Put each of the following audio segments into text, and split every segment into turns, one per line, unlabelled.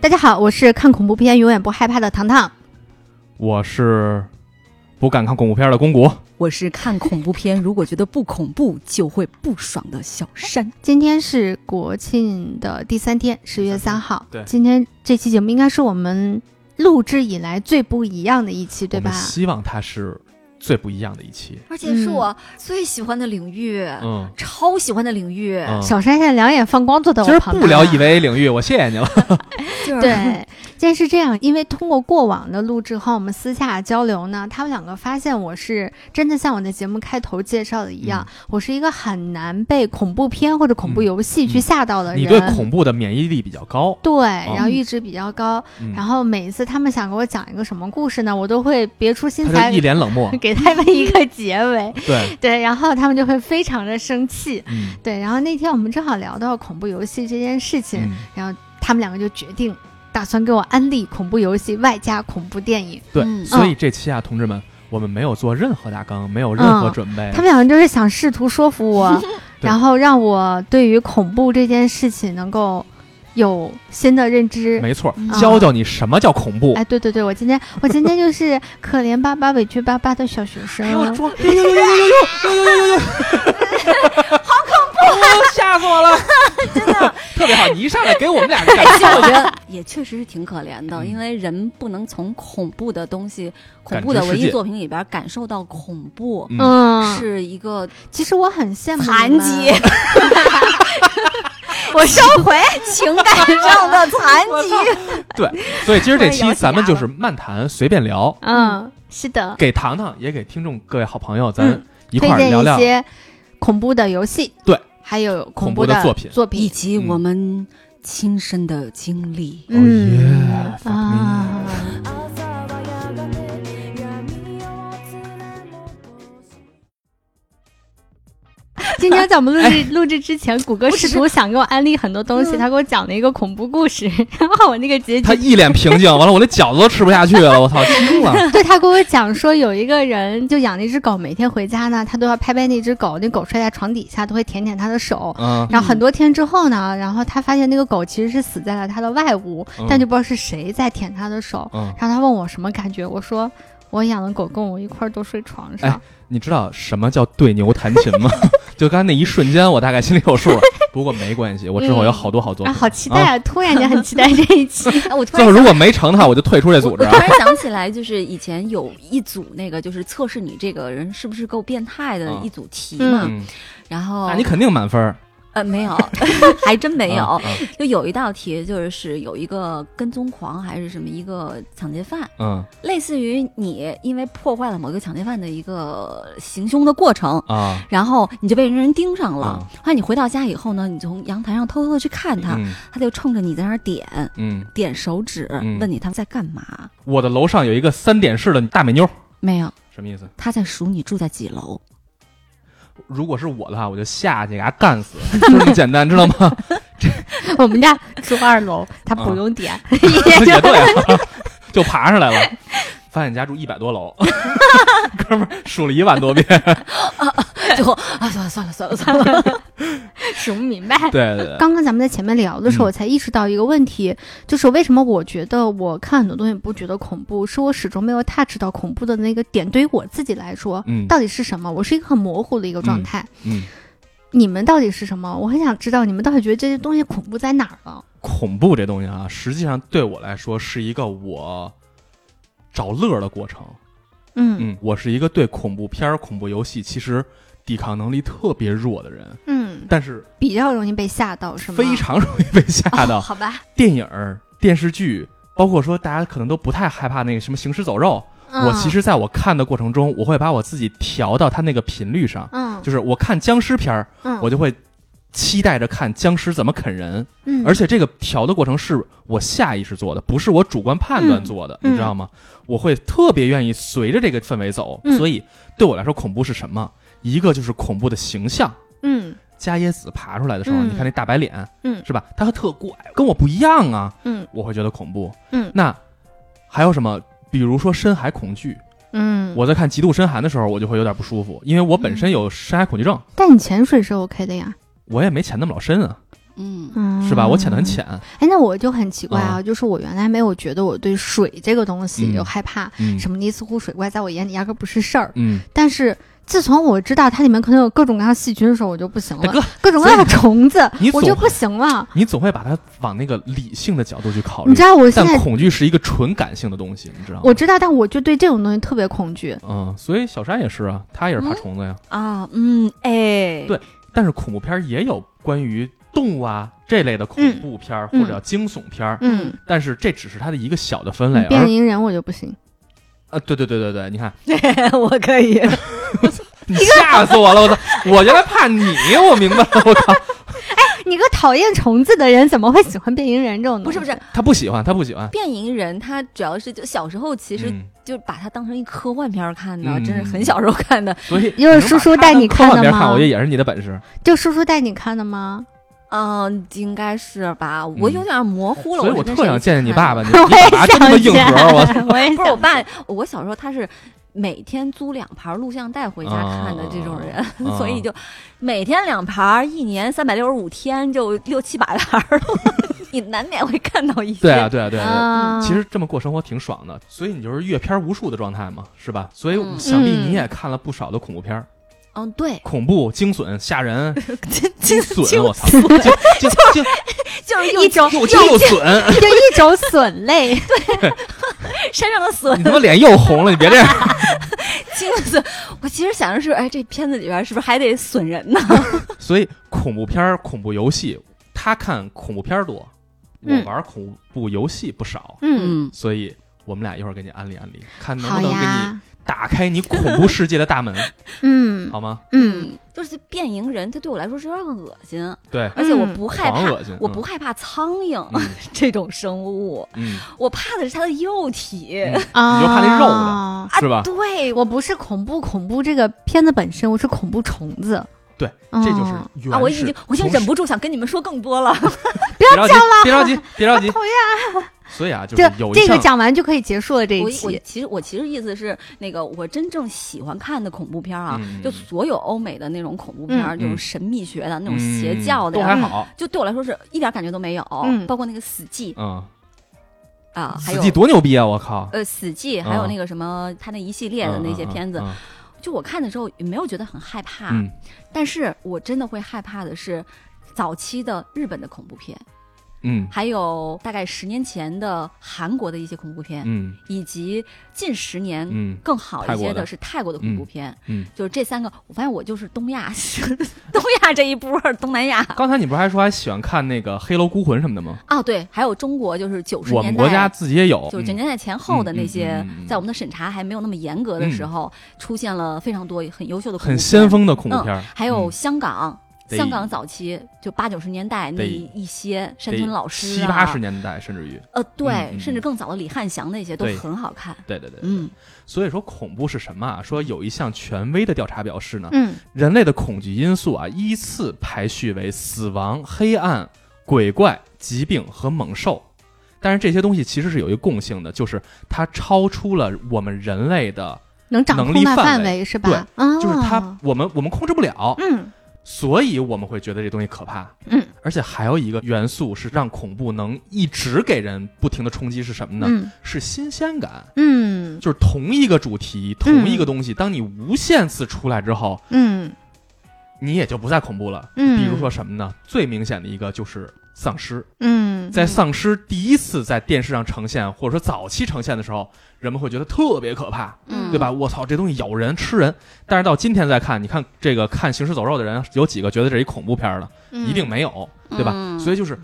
大家好，我是看恐怖片永远不害怕的糖糖。
我是不敢看恐怖片的公谷，
我是看恐怖片，如果觉得不恐怖就会不爽的小山。
今天是国庆的第三天，十月三号。
对
今天这期节目应该是我们录制以来最不一样的一期，对
我
吧
们？希望它是最不一样的一期。
而且是我最喜欢的领域，
嗯，
超喜欢的领域，
嗯
小珊珊两眼放光坐在
今
我
儿
旁边，啊
不聊 EVA 领域，我谢谢你了。
就是
对，但是这样，因为通过过往的录制和我们私下交流呢，他们两个发现我是真的像我的节目开头介绍的一样，我是一个很难被恐怖片或者恐怖
嗯
游戏去
嗯
吓到的人。
你对恐哦怖的免疫力比较高，
对，然后阈值比较高，
嗯
然后每一次他们想给我讲一个什么故事呢，我都会别出心
他
裁
就一，脸冷漠
。给他们一个结 尾。
对，
对，然后他们就会非常的生气。
嗯
对，然后那天我们正好聊到恐怖游戏这件事情，
嗯，
然后他们两个就决定打算给我安利恐怖游戏，外加恐怖电影。
对，
嗯
所以这期啊，同志们，我们没有做任何大纲，没有任何准备
他。们两个就是想试图说服我，
哎 对
然后让我对于恐怖这件事情能够有新的认知。
没错
嗯，
教教你什么叫恐怖。
哎，对对对，我今天我今天就是可怜巴巴、委屈巴巴的小学生。
装，呦呦呦呦呦呦呦呦呦好恐怖！吓死我了，真的特别好。你一上来给我们俩个感
而且我
觉，
觉得也确实是挺可怜的，
嗯
因为人不能从恐怖的东西、恐
感
怖
知
的文
世
艺
界
作品里边感受到恐怖，
嗯
嗯，
是一个
其实我很羡慕你
残
们
疾，
我收回。
情感上的残疾。
对， 所以今儿这
我也
期
咬起
咱们
牙
就是漫谈，随便聊，
嗯，是的，
给糖糖也给听众各位好朋友，咱
嗯
一
推
块儿
荐
聊
一
聊。
些恐怖的游戏，
对，
还有恐
恐
怖
怖的作品
作
以
品，
及我们亲身的经历。
Oh yeah,
嗯
fuck me
啊。今天在我们录
哎
制录制之前，谷歌试图想给我安利很多东西，他给我讲了一个恐怖故事，然后我那个结局
嗯他一脸平静，完了我那饺子都吃不下去了， 我操，惊了！
对他跟我讲说，有一个人就养了一只狗，每天回家呢，他都要拍拍那只狗，那狗睡在床底下都会舔舔他的手。
嗯，
然后很多天之后呢，然后他发现那个狗其实是死在了他的外屋，
嗯
但就不知道是谁在舔他的手。
嗯
然后他问我什么感觉，我说我养的狗跟我一块儿都睡床上。
哎你知道什么叫对牛弹琴 吗？就刚才那一瞬间，我大概心里有数了。不过没关系，我之后有好多好作
啊，
品。
好期待啊！突然间很期待这一期。
哎，我突
最
然
后
想
如果没成的话，我就退出这
我
组
我
织啊。
突然想起来，就是以前有一组那个就是测试你这个人是不是够变态的
嗯
一组题嘛，
嗯，
然后
哦
那你肯定满分儿。
呃 没有，还真没有，
啊
就有一道题就是有一个跟踪狂还是什么一个抢劫犯，
嗯
类似于你因为破坏了某一个抢劫犯的一个行凶的过程。
嗯啊，
然后你就被人盯上了。后来你回到家以后呢，你从阳台上偷偷的去看他，
嗯
他就冲着你在那儿点
嗯，
点手指，
嗯
问你他在干嘛？
我的楼上有一个三点式的大美妞，
没有，
什么意思？
他在数你住在几楼。
如果是我的话，我就下去给他 干死，就这么简单，知道吗？
我们家住二楼，他不用点，
啊 也对、啊，就爬上来了。发现你家住一百多 楼，哥们儿数了一万多遍。
最后啊，算了算了算了算 了，
数不明白。
对对对，
刚刚咱们在前面聊的时候，
嗯
我才意识到一个问题，就是为什么我觉得我看很多东西不觉得恐怖，是我始终没有 touch 到恐怖的那个点。对于我自己来说，
嗯
到底是什么？我是一个很模糊的一个状态。
嗯，
你们到底是什么？我很想知道你们到底觉得这些东西恐怖在哪儿了？
恐怖这东西啊，实际上对我来说是一个我找乐儿的过程。
嗯
嗯，我是一个对恐怖片儿、恐怖游戏其实抵抗能力特别弱的人，
嗯，
但是
比较容易被吓到是吗？哦
非常容易被吓到。
好吧，
电影儿、电视剧，包括说大家可能都不太害怕那个什么行尸走肉，我
嗯
其实在我看的过程中，我会把我自己调到它那个频率上，
嗯，
就是我看僵尸片儿，
嗯，
我就会期待着看僵尸怎么啃人，
嗯
而且这个调的过程是我下意识做的，不是我主观判断
嗯
做的，
嗯
你知道吗？我会特别愿意随着这个氛围走，
嗯
所以对我来说，恐怖是什么？一个就是恐怖的形象。
嗯
伽椰子爬出来的时候，
嗯
你看那大白脸，
嗯
是吧？他特怪，跟我不一样啊，
嗯
我会觉得恐怖。
嗯
那还有什么？比如说深海恐惧，
嗯，
我在看《极度深寒》的时候，我就会有点不舒服，因为我本身有深海恐惧症，
但你潜水是 OK 的呀。
我也没潜那么老深啊。
嗯
嗯，
是吧？我潜的很。浅，
哎，那我就很奇怪啊，就是我原来没有觉得我对水这个东西
嗯
有害怕，
嗯
什么尼斯湖水怪在我眼里压根儿不是事儿。
嗯，
但是自从我知道它里面可能有各种各样的细菌的时候，我就不行了，
大哥，
各种各样的虫子
你，
我
总
就不行了。
你总会把它往那个理性的角度去考虑
你知，道我现
但
在
恐惧是一个纯感性的东西，你知道吗
我？知道，但我就对这种东西特别恐惧。
嗯，所以小山也是啊，他也是怕虫子呀。
啊嗯哎，
对但是恐怖片儿也有关于动物啊这类的恐怖片儿、
嗯
或者叫惊悚片儿，
嗯，
但是这只是它的一个小的分类。啊
变
而
蝇人我就不行。
啊，对对对对对，你看，
我可 以，
你吓死我了！我操，我原来怕你，我明白了，我靠，
你个讨厌虫子的人，怎么会喜欢变蝇人这种？
不是不是，，
他不喜欢，他不喜欢。
变蝇人他主要是就小时候其实
嗯，
就把它当成一科幻片儿看的，
嗯
真是很小时候看的
所以
又是叔叔带你
看
看的
看，
吗
我觉？得也是你的本事。
就叔叔带你看的吗？
嗯，应该是吧？我有点模糊了，
嗯所以
我
我
是跟
特想
谁
见见你
看
爸爸，
的
你
我
你
也
爸爸这么
想
硬核
见
儿，我操
我也
不是我
想
爸，我小时候他是每天租两盘录像带回家看的这种人，
啊
所以就每天两盘，一年三百六十五天就六七百盘儿了， 你难免会看到一些。
对啊，对啊，对啊。
啊，
其实这么过生活挺爽的，所以你就是阅片无数的状态嘛，是吧？所以
嗯
想必
嗯
你也看了不少的恐怖片儿，
嗯，对，
恐怖、惊悚、吓人、
这
惊
这
悚，我操，
就
惊 惊惊
就是
一
又
种
又惊又损，
一种笋类，
山上的笋
嗯
你他妈脸又红了，你别这样。
惊笋。我其实想的是，哎，这片子里边是不是还得损人呢？
所以恐怖片儿、恐怖游戏，他看恐怖片儿多，我
嗯
玩恐怖游戏不少，
嗯，
所以我们俩一会儿给你安利安利，看能
好
不能给你
呀，
打开你恐怖世界的大门，
嗯
好吗？
嗯，，
就是变蝇人，他对我来说是有点恶心，
对，
而且
嗯
我不害
狂
怕，
恶心，
我不害怕苍蝇
嗯。
这种生物，
嗯，
我怕的是它的幼体。
嗯啊
啊，
你就怕那肉
了。
啊
是吧？
对，
啊我不是恐怖恐怖这个片子本身，我是恐怖虫子。
对，
嗯
这就是原
啊，我已经我已经忍不住想跟你们说更多了。
别着急，别着急，别 着急，
讨
厌。所以啊，就是
这
有一
这个
项
讲完就可以结束了这
我
一
我
期。
其实我其实意思是，那个我真正喜欢看的恐怖片啊，
嗯
就所有欧美的那种恐怖片儿，
嗯
就是神秘学的、那种
嗯
邪教的
都
呀，
还好，
就对我来说是一点感觉都没有。
嗯
包括那个死寂
嗯，
啊，还
死
有
寂多牛逼啊！我靠，
呃死寂，还有
啊
那个什么他那一系列的那些片子，啊
嗯，
就我看的时候也没有觉得很害怕，
嗯嗯
但是我真的会害怕的是早期的日本的恐怖片，
嗯
还有大概十年前的韩国的一些恐怖片，
嗯
以及近十年
嗯
更好一些
泰国的
的是泰国的恐怖片，
嗯嗯
就是这三个，我发现我就是东亚， 东亚这一波，东南亚
刚才你不是还说还喜欢看那个《黑楼孤魂》什么的吗？
啊，对，还有中国就是九十
我
年
们
代，
国家自己也有，
九十
嗯
年代前后的那些，
嗯嗯嗯嗯嗯嗯
在我们的审查还没有那么严格的时候，出现了非常多很优秀的恐怖
很
片
先，锋的恐怖片儿，
还有
嗯
香港。
得
香港早期就八九十年代那
得
一些山村老师、啊、
七八十年代甚至于，
呃，对，
嗯嗯
甚至更早的李翰祥那些都
对
很好看。
对对对。
嗯，
所以说恐怖是什么啊？说有一项权威的调查表示呢，
嗯
人类的恐惧因素啊依次排序为死亡、黑暗、鬼怪、疾病和猛兽。但是这些东西其实是有一个共性的，就是它超出了我们人类的，
能掌控
能力
的
范
范
围
围是吧？啊，
就是它我们我们控制不了，
嗯
所以我们会觉得这东西可怕。
嗯，
而且还有一个元素是让恐怖能一直给人不停的冲击是什么呢？
嗯
是新鲜感。
嗯
就是同一个主题、同一个东西，当你无限次出来之后，
嗯
你也就不再恐怖了。
嗯
比如说什么呢？最明显的一个就是丧尸，
嗯，
在丧尸第一次在电视上呈现，或者说早期呈现的时候，人们会觉得特别可怕，
嗯
对吧？我操，这东西咬人、吃人。但是到今天再看，你看这个看《行尸走肉》的人，有几个觉得这是一恐怖片儿的？
嗯
一定没有，对吧？
嗯
所以就是。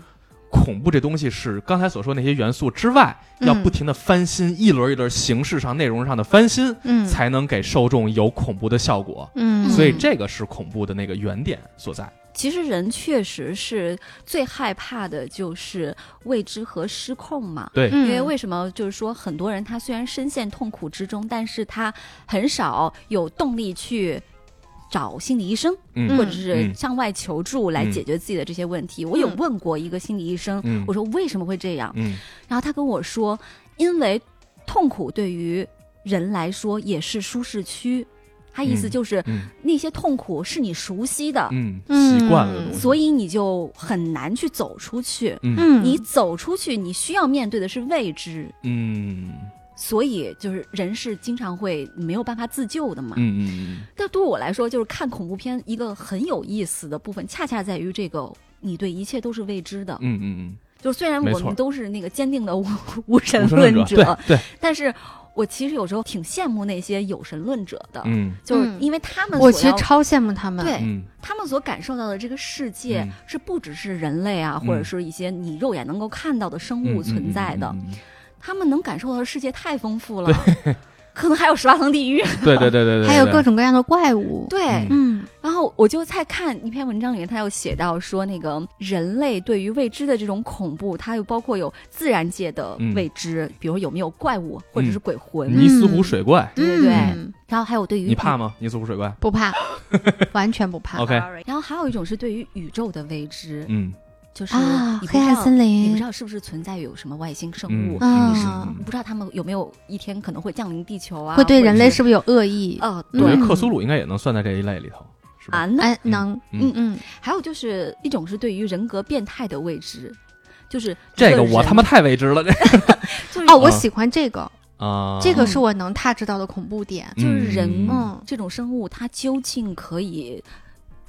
恐怖这东西是刚才所说那些元素之外，
嗯
要不停的翻新，一轮一轮形式上、内容上的翻新，
嗯
才能给受众有恐怖的效果。
嗯，
所以这个是恐怖的那个原点所在。
其实人确实是最害怕的就是未知和失控嘛。
对，
因
因为为什么就是说，很多人他虽然深陷痛苦之中，但是他很少有动力去找心理医生，
嗯
或者是
嗯
向外求助来解决自己的这些问题。我有问过一个心理医生，
嗯
我说为什么会这样，
嗯
然后他跟我说，因为痛苦对于人来说也是舒适区。他意
嗯
思就是
嗯
那些痛苦是你熟悉的，
嗯，
嗯
习惯了的东西，
所以你就很难去走出去。
嗯
嗯，
你走出去，你需要面对的是未知，
嗯
所以就是人是经常会没有办法自救的嘛
嗯。嗯
但对我来说，就是看恐怖片一个很有意思的部分，恰恰在于这个。你对一切都是未知的，
嗯嗯
就是虽然
没
我
错
们都是那个坚定的无无神
嗯，
论
者 对对，
但是我其实有时候挺羡慕那些有神论者的，
嗯
就是
嗯
因为他们
我
所
其实
要
超羡慕他们。
对、
嗯
他们所感受到的这个世界
嗯
是不只是人类啊，或者
嗯
是一些你肉眼能够看到的生
嗯
物存在的，
嗯嗯嗯嗯
他们能感受到的世界太丰富了，可能还有十八层地狱。
嗯对对对对对，
还有
对
各种各样的怪物。
对，
嗯
嗯
然后我就在看一篇文章里面，他有写到说，那个人类对于未知的这种恐怖，它又包括有自然界的
嗯
未知，比如有没有怪物或者是鬼魂，
尼斯湖水怪，
对
对对然后还有对于
你怕吗？尼斯湖水怪
嗯不 怕，完全不怕。
，OK，
然后还有一种是对于宇宙的未知，
嗯
就是
啊，
你不
黑
知
暗
道，
森
你不知
林，
道是不是存在有什么外星生
嗯
物，
嗯
嗯
你不知道他们有没有一天可能会降临地球啊，
会对人类嗯
是
是不是有恶意？
呃
我觉
对
得克苏鲁应该也能算在这一类里头，是吧？
啊，那
哎，能，
嗯
嗯，
还有就是一种是对于人格变态的未知，就是
这
一
个
人
我他妈太未知了， 这
就是
哦，我
啊
喜欢这个，
啊，
这个是我能 touch 到的恐怖点。
就是人
嗯
哦
嗯，
这种生物它究竟可以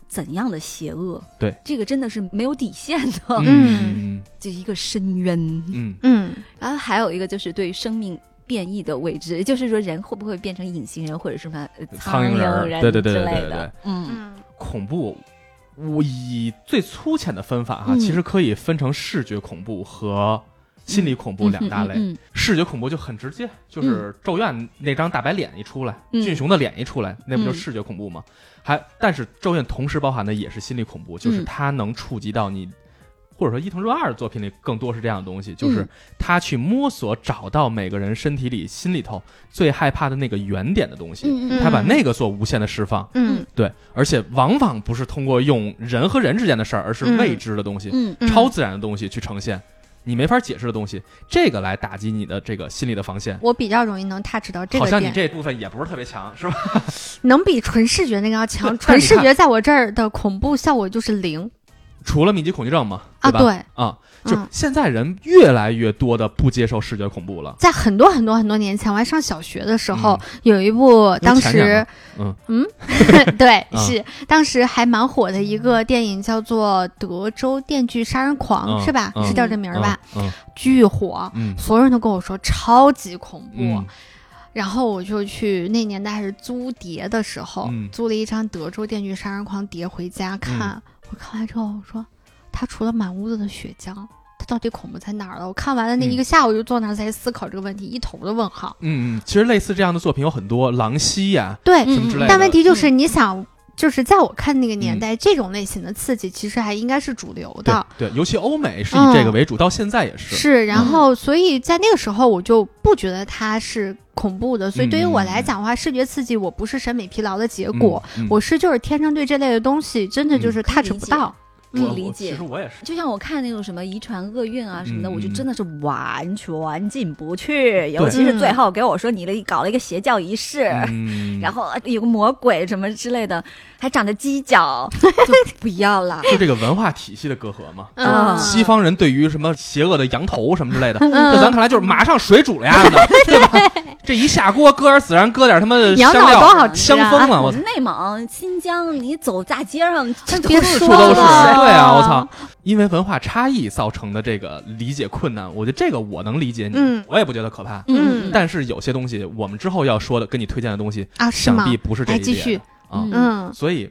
怎样的邪恶？
对，
这个真的是没有底线的，
嗯
这一个深渊。
嗯
嗯，
然后还有一个就是对生命变异的未知，也就是说人会不会变成隐形人或者什么呃
嗯，
苍
苍蝇
人
儿对对对
之
对
类
对对
的，。嗯
嗯
恐怖，我以最粗浅的分法哈、
嗯
其实可以分成视觉恐怖和心理恐怖两大类。
嗯嗯
视觉恐怖就很直接，就是《咒怨》那张大白脸一出来，
嗯
俊雄的脸一出来，那不就是
嗯
视觉恐怖吗？还但是《咒怨》同时包含的也是心理恐怖，就是
嗯
它能触及到你。或者说伊藤润二的作品里更多是这样的东西，就是
嗯
他去摸索找到每个人身体里、心里头最害怕的那个原点的东西，
嗯嗯
他把那个做无限的释放，
嗯
对，而且往往不是通过用人和人之间的事儿，而是未知的东西、
嗯
嗯，
超自然的东西去呈现，你没法解释的东西，这个来打击你的这个心理的防线。
我比较容易能 touch 到这
好
个
像你
点，
这部分也不是特别强，是吧？
能比纯视觉那个要强。
但
纯
你
视
看
觉在我这儿的恐怖效果就是零
除了密集恐惧症嘛，
啊，
吧？
对，
啊，就
嗯
现在人越来越多的不接受视觉恐怖了。
在很多很多很多年前，我还上小学的时候
嗯，
有一部当时，
因为前两年
嗯， 对，
啊
是当时还蛮火的一个电影，叫做《德州电锯杀人狂》，
嗯
是吧？
嗯
是叫这名儿吧？
嗯
巨火，
嗯
所有人都跟我说超级恐怖。
嗯
然后我就去那年代还是租碟的时候，
嗯
租了一张《德州电锯杀人狂》碟回家看。我看完之后，我说他除了满屋子的血浆，他到底恐怖在哪儿了？我看完了那
嗯
一个下午，就坐那儿在思考这个问题，一头的问号。
嗯嗯，其实类似这样的作品有很多，《狼溪》呀，
对，
嗯
什么之类的。
嗯但问题就是，你想，就是在我看那个
嗯
年代，这种类型的刺激其实还应该是主流
对
的。
对，尤其欧美是
嗯
以这个为主，到现在也是。嗯
是，然后所以在那个时候，我就不觉得它是恐怖的。所以对于我来讲的话，视觉刺激我不是审美疲劳的结
嗯
果，，
嗯
我是就是天生对这类的东西真的就是
可以
touch
理
不
解
到。
可以
嗯我
理
我
解
其实我也是。
就像我看那种什么遗传厄运啊什么的，
嗯
我就
嗯
真的是完全进不去。尤其
嗯
是最后给我说你了搞了一个邪教仪式，
嗯
然后啊有个魔鬼什么之类的，还长着犄 角，就不要了。
就这个文化体系的隔阂嘛。
嗯，
西方人对于什么邪恶的羊头什么之类的，在咱
嗯，
看来就是马上水煮了呀 的，对吧？这一下锅，搁点孜然，搁点他妈的
羊
香
脑
料，
多好吃
香
啊！
疯了，我操！
内蒙、新疆，你走大街上，这
别
都是
说
处都是，
了
对啊，我操！因为文化差异造成的这个理解困难，我觉得这个我能理解你，
嗯
我也不觉得可怕。
嗯
但是有些东西，我们之后要说的，跟你推荐的东西，
啊，是
想
吗
必？不是这
哎
一
继
列
续
的啊。
嗯
所以，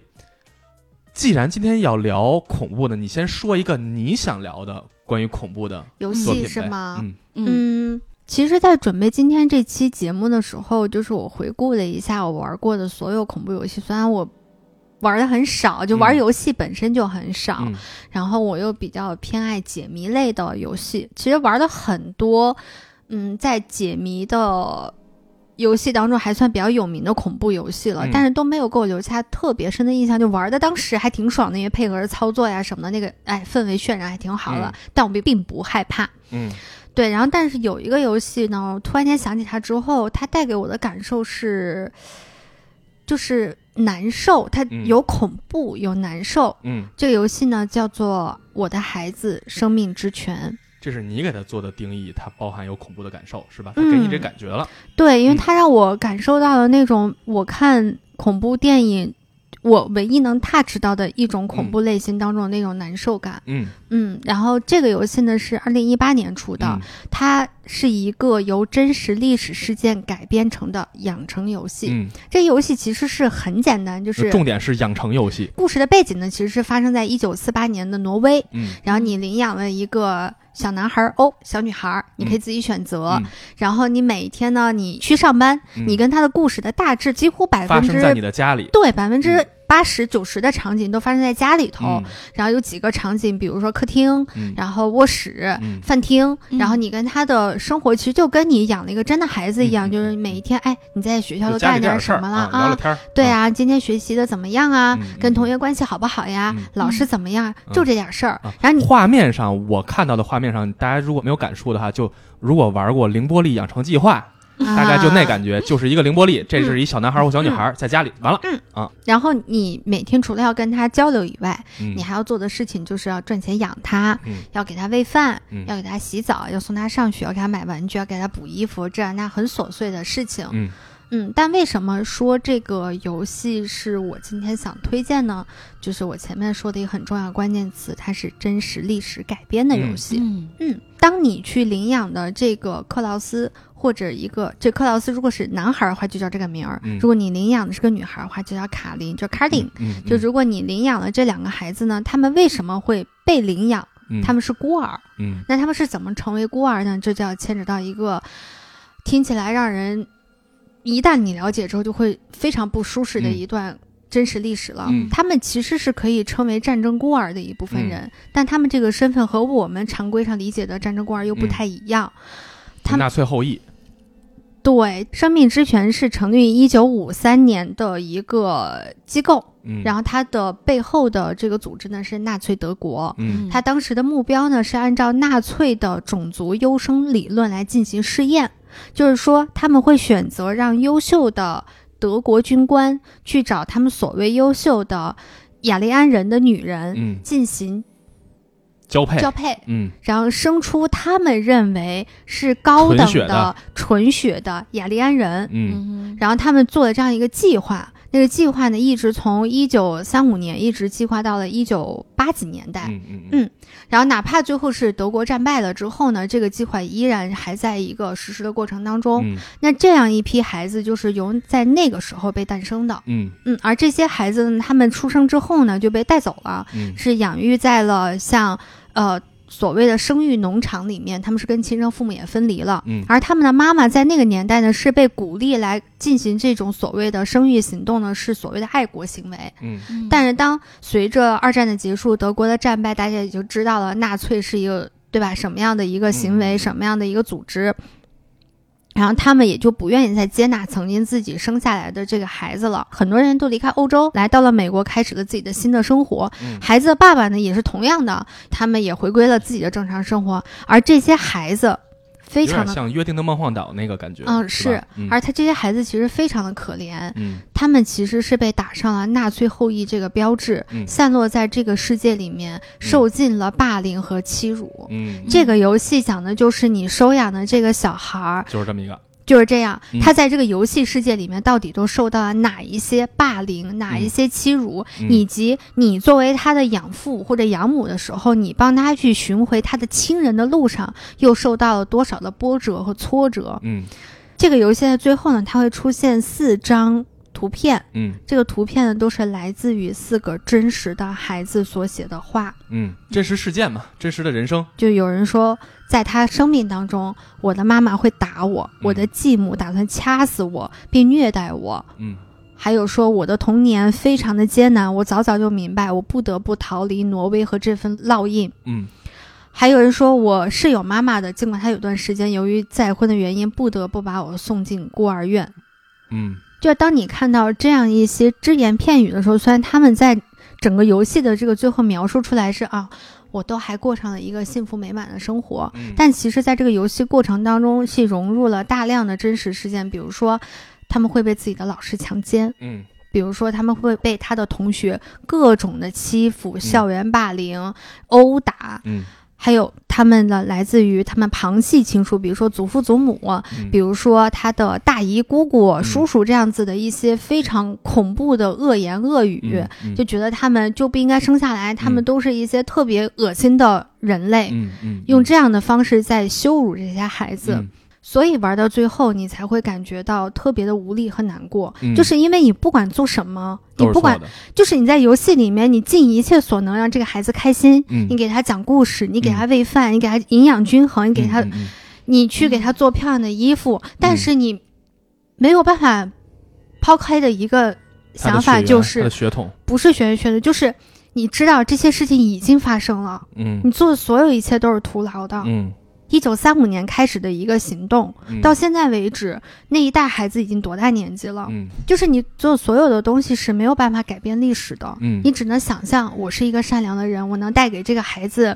既然今天要聊恐怖的，你先说一个你想聊的关于恐怖的
游
作
戏
品
是
呗
吗？
嗯
嗯
嗯，其实，在准备今天这期节目的时候，就是我回顾了一下我玩过的所有恐怖游戏，虽然我玩的很少，就玩
嗯
游戏本身就很少，
嗯
然后我又比较偏爱解谜类的游戏，其实玩了很多，嗯，在解谜的。游戏当中还算比较有名的恐怖游戏了，
嗯
但是都没有给我留下特别深的印象。就玩的当时还挺爽的，因为配合着操作呀什么的，那个哎氛围渲染还挺好的，但我并并不害怕。
嗯
对，然后但是有一个游戏呢，我突然间想起它之后，它带给我的感受是，就是难受，它
嗯
有恐怖，有难受。
嗯，
这个游戏呢叫做《我的孩子生命之泉
这是你给他做的定义，它包含有恐怖的感受，是吧？他给你这
嗯
感觉了，》，
对，因为
嗯
它让我感受到了那种我看恐怖电影。我唯一能 touch 到的一种恐怖类型当中的那种难受感，
嗯，
嗯，然后这个游戏呢是二零一八年出的，
嗯
它是一个由真实历史事件改编成的养成游戏。
嗯，
这游戏其实是很简单，就是
重点是养成游戏，
故事的背景呢，其实是发生在一九四八年的挪威。
嗯
然后你领养了一个小男孩儿哦，小女孩儿，你可以自己选择。
嗯
然后你每天呢，你去上班，
嗯
你跟他的故事的大致几乎百
发
分
生在你
之
的家里，
对百分之八十九十的场景都发生在家里头。
嗯
然后有几个场景，比如说客厅，
嗯
然后卧室。
嗯
饭厅，
嗯
然后你跟他的生活其实就跟你养了一个真的孩子一样，
嗯嗯
就是每一天，哎，你在学校
就
都
家
干
里这
点
点事儿
什么了
啊，聊聊天儿，
对
啊，
啊，今天学习的怎么样啊？
嗯
跟
嗯
同学关系好不好呀？
嗯
老师怎么样？
嗯
就这点事儿。
啊
然后你
画面上我看到的画面上，大家如果没有感触的话，就如果玩过《凌波丽养成计划》，
啊
大概就那
觉。
感觉，就是一个凌波丽，
嗯
这是一小男孩或小女孩在家里，完了，
然后你每天除了要跟他交流以外，
嗯
你还要做的事情就是要赚钱养他，
嗯
要给他喂饭，
嗯
要给他洗澡，要送他上学，要给他买玩具，要给他补衣服，这样那很琐碎的事情。
嗯
嗯，但为什么说这个游戏是我今天想推荐呢？就是我前面说的一个很重要的关键词，它是真实历史改编的游戏。
嗯
嗯，当你去领养的这个克劳斯或者一个这克劳斯，如果是男孩儿的话，就叫这个名儿；
嗯
如果你领养的是个女孩儿的话，就叫卡琳，叫 Cardin。
嗯，
就如果你领养了这两个孩子呢，他们为什么会被领养？他
们
们是孤儿，
嗯
那他们是怎么成为孤儿呢？这就要牵扯到一个听起来让人一旦你了解之后就会非常不舒适的
嗯
一段真实历史了。
嗯
他们其实是可以称为战争孤儿的一部分人，但他们这个身份和我们常规上理解的战争孤儿又不太一样。
嗯
他们
纳粹后裔，
对生命之泉是成立于一九五三年的一个机构，
嗯，
然
后
后它的背后的这个组织呢是纳粹德国。
嗯
他当时的目标呢是按照纳粹的种族优生理论来进行试验，就是说他们会选择让优秀的德国军官去找他们所谓优秀的雅利安人的女人
嗯
进行
交配，
交配，
嗯
然后生出他们认为是高
纯
等
血
的
的
纯血的雅利安人。
嗯
嗯
然后他们做了这样一个计划，那个计划呢一直从一九三五年一直计划到了一九八几年代。
嗯
嗯然后哪怕最后是德国战败了之后呢，这个计划依然还在一个实施的过程当中。
嗯
那这样一批孩子就是由在那个时候被诞生的，
嗯
嗯，而这些孩子呢，他们出生之后呢就被带走了，
嗯
是养育在了像呃所谓的生育农场里面，他们是跟亲生父母也分离了。
嗯
而他们的妈妈在那个年代呢，是被鼓励来进行这种所谓的生育行动呢，是所谓的爱国行为。
嗯
嗯
但是当随着二战的结束，德国的战败，大家也就知道了纳粹是一个对吧什么样的一个行为，
嗯
什么样的一个组织。然后他们也就不愿意再接纳曾经自己生下来的这个孩子了，很多人都离开欧洲，来到了美国，开始了自己的新的生活。
嗯
孩子的爸爸呢，也是同样的，他们也回归了自己的正常生活。而这些孩子非
有
常
点
的，
像约定的梦幻岛那个感觉，
而他这些孩子其实非常的可怜，
嗯
他们其实是被打上了纳粹后裔这个标志，
嗯
散落在这个世界里面，受尽了霸凌和欺辱。
嗯，
这个游戏讲的就是你收养的这个小孩儿
就是这么一个，
就是这样，
嗯
他在这个游戏世界里面到底都受到了哪一些霸凌，哪一些欺辱，
嗯
以及你作为他的养父或者养母的时候，你帮他去寻回他的亲人的路上，又受到了多少的波折和挫折。
嗯
这个游戏的最后呢，它会出现四张图片，
嗯
这个图片呢，都是来自于四个真实的孩子所写的话。
嗯，真实事件嘛，真实的人生，
就有人说，在他生命当中，我的妈妈会打我，我的继母打算掐死我并虐待我。
嗯
还有说，我的童年非常的艰难，我早早就明白，我不得不逃离挪威和这份烙印。
嗯
还有人说我是有妈妈的，尽管她有段时间由于再婚的原因，不得不把我送进孤儿院。
嗯
就当你看到这样一些只言片语的时候，虽然他们在整个游戏的这个最后描述出来是啊，我都还过上了一个幸福美满的生活，
嗯，
但其实在这个游戏过程当中是融入了大量的真实事件，比如说他们会被自己的老师强奸，
嗯
比如说，他们会被他的同学各种的欺负、校园霸凌、殴打，
嗯，
还有他们的来自于他们旁系亲属，比如说祖父祖母，
嗯
比如说他的大姨、姑姑、叔叔这样子的一些非常恐怖的恶言恶语，
嗯嗯
就觉得他们就不应该生下来，他们都是一些特别恶心的人类，
嗯嗯，
用这样的方式在羞辱这些孩子，
嗯
所以玩到最后你才会感觉到特别的无力和难过，
嗯
就是因为你不管做什么，你
都是
不管
错的
就是你在游戏里面，你尽一切所能让这个孩子开心。
嗯，
你给他讲故事，你给他喂饭，你给他营养均衡，你给他
嗯嗯
你去给他做漂亮的衣服，但是你没有办法抛开的一个
他
想
的
法
血缘
就
他的
是，
血统，
不是玄学的，就是你知道这些事情已经发生了，
嗯
你做的所有一切都是徒劳的。
嗯，
一九三五年开始的一个行动，
嗯
到现在为止，那一代孩子已经多大年纪了？
嗯
就是你做所有的东西是没有办法改变历史的，
嗯，
你只能想象，我是一个善良的人，我能带给这个孩子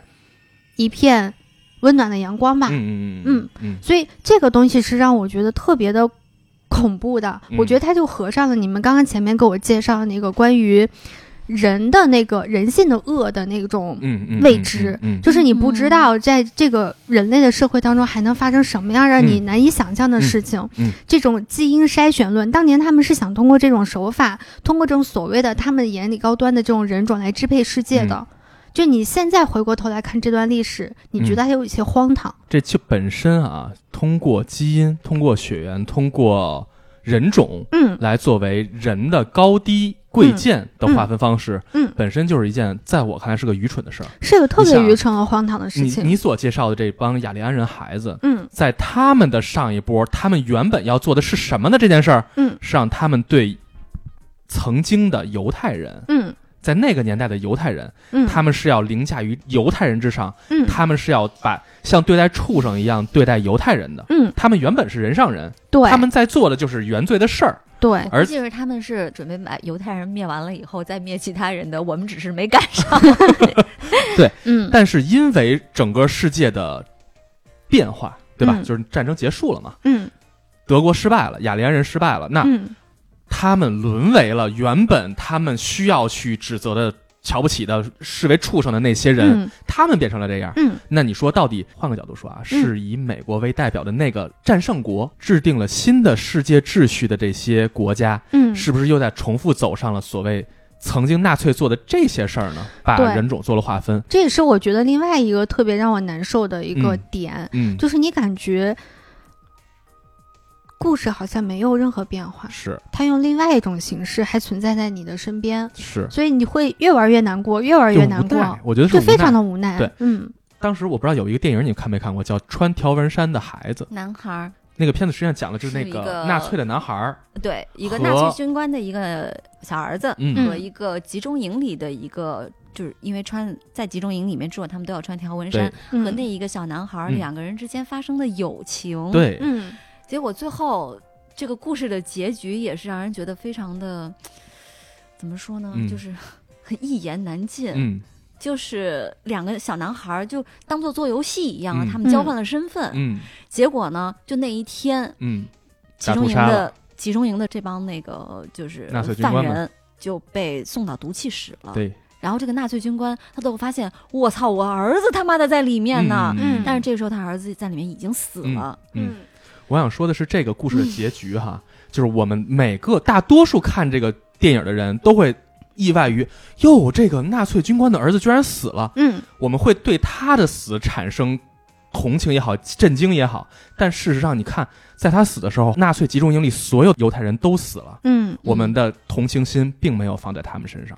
一片温暖的阳光吧。
嗯嗯嗯
嗯
嗯
所以这个东西是让我觉得特别的恐怖的。
嗯
我觉得它就合上了你们刚刚前面给我介绍的那个关于人的那个人性的恶的那种，
嗯嗯
未知
嗯
就是你不知道在这个人类的社会当中还能发生什么样让你
嗯
难以想象的事情。
嗯嗯
这种基因筛选论，当年他们是想通过这种手法，通过这种所谓的他们眼里高端的这种人种来支配世界的。
嗯
就你现在回过头来看这段历史，你
嗯
觉得还有一些荒唐。
这就本身啊，通过基因、通过血缘、通过人种
嗯
来作为人的高低贵贱的划分方式，
嗯嗯
本身就是一件在我看来是个愚蠢的事儿。
是个特
你
别
想
愚蠢和荒唐的事
你
情。
你所介绍的这帮雅利安人孩子，
嗯
在他们的上一波，他们原本要做的是什么呢？这件事儿
嗯
是让他们对曾经的犹太人，
嗯
在那个年代的犹太人，
嗯，
他们是要凌驾于犹太人之上，
嗯
他们是要把像对待畜生一样对待犹太人的。
嗯
他们原本是人上人，
对，
他们在做的就是原罪的事儿。
对
而
而且是他们是准备把犹太人灭完了以后再灭其他人的，我们只是没赶上。
嗯
但是因为整个世界的变化，对吧？
嗯
就是战争结束了嘛，
嗯
德国失败了，雅利安人失败了，那
嗯
他们沦为了原本他们需要去指责的、瞧不起的、视为畜生的那些人，
嗯
他们变成了这样。
嗯
那你说，到底换个角度说啊，是以美国为代表的那个战胜国制定了新的世界秩序的这些国家，
嗯
是不是又在重复走上了所谓曾经纳粹做的这些事儿呢？把
对
人种做了划分，
这也是我觉得另外一个特别让我难受的一个
嗯
点，
嗯，
就是你感觉故事好像没有任何变化，
是
它用另外一种形式还存在在你的身边，
是，
所以你会越玩越难过，越玩
就
越
无
难过
奈，，我觉得是
就
无
非
奈
常的无奈。
对，
嗯
当时我不知道有一个电影你看没看过，叫《穿条纹衫的孩子》。
男孩儿，
那个片子实际上讲的就是那
是一个
纳粹的男孩儿，
对，一个
和
纳粹军官的一个小儿子
嗯
嗯
和一个集中营里的一个，就是因为穿在集中营里面住，他们都要穿条纹衫
对，
和
嗯
那一个小男孩儿
嗯
两个人之间发生的友情。，
对，
嗯
结果最后这个故事的结局也是让人觉得非常的，怎么说呢
嗯，
就是很一言难尽。
嗯
就是两个小男孩儿就当做做游戏一样，啊
嗯
他们交换了身份。
嗯
结果呢，就那一天，
嗯
集中营
打屠杀
的
了
集中营的这帮那个就是
纳粹军
犯
官
人就被送到毒气室
哦
了。
对，
然后这个纳粹军官他都发现，我操，我儿子他妈的在里面呢。
嗯
但是这个时候他儿子在里面已经死了。
嗯，我想说的是这个故事的结局哈，就是我们每个大多数看这个电影的人都会意外于，哟，这个纳粹军官的儿子居然死了，
嗯
我们会对他的死产生同情也好，震惊也好，但事实上，你看，在他死的时候，纳粹集中营里所有犹太人都死了，
嗯
我们的同情心并没有放在他们身上，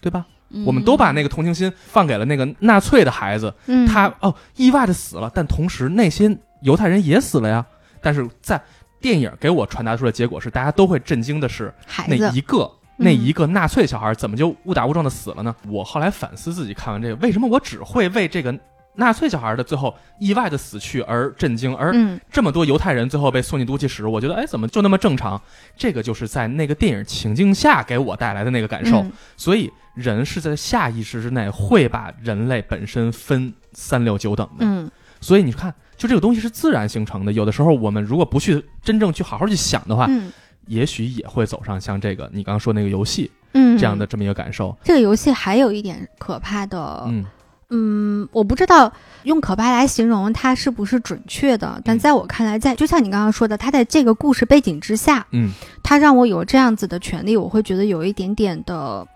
对吧？
嗯
我们都把那个同情心放给了那个纳粹的孩子，
嗯，
他哦意外的死了，但同时那些犹太人也死了呀。但是在电影给我传达出的结果是，大家都会震惊的是
孩
那
子
一个。
嗯
那一个纳粹小孩怎么就误打误撞的死了呢？我后来反思自己，看完这个，为什么我只会为这个纳粹小孩的最后意外的死去而震惊，而
嗯
这么多犹太人最后被送进毒气室，我觉得哎，怎么就那么正常？这个就是在那个电影情境下给我带来的那个感受。
嗯
所以人是在下意识之内会把人类本身分三六九等的。
嗯
所以你看，就这个东西是自然形成的。有的时候我们如果不去真正去好好去想的话，
嗯
也许也会走上像这个你刚刚说那个游戏
嗯，
这样的这么一个感受。
这个游戏还有一点可怕的，
嗯，
嗯，我不知道用可怕来形容它是不是准确的，但
嗯
在我看来，在就像你刚刚说的，它在这个故事背景之下，
嗯，
它让我有这样子的权利，我会觉得有一点点的，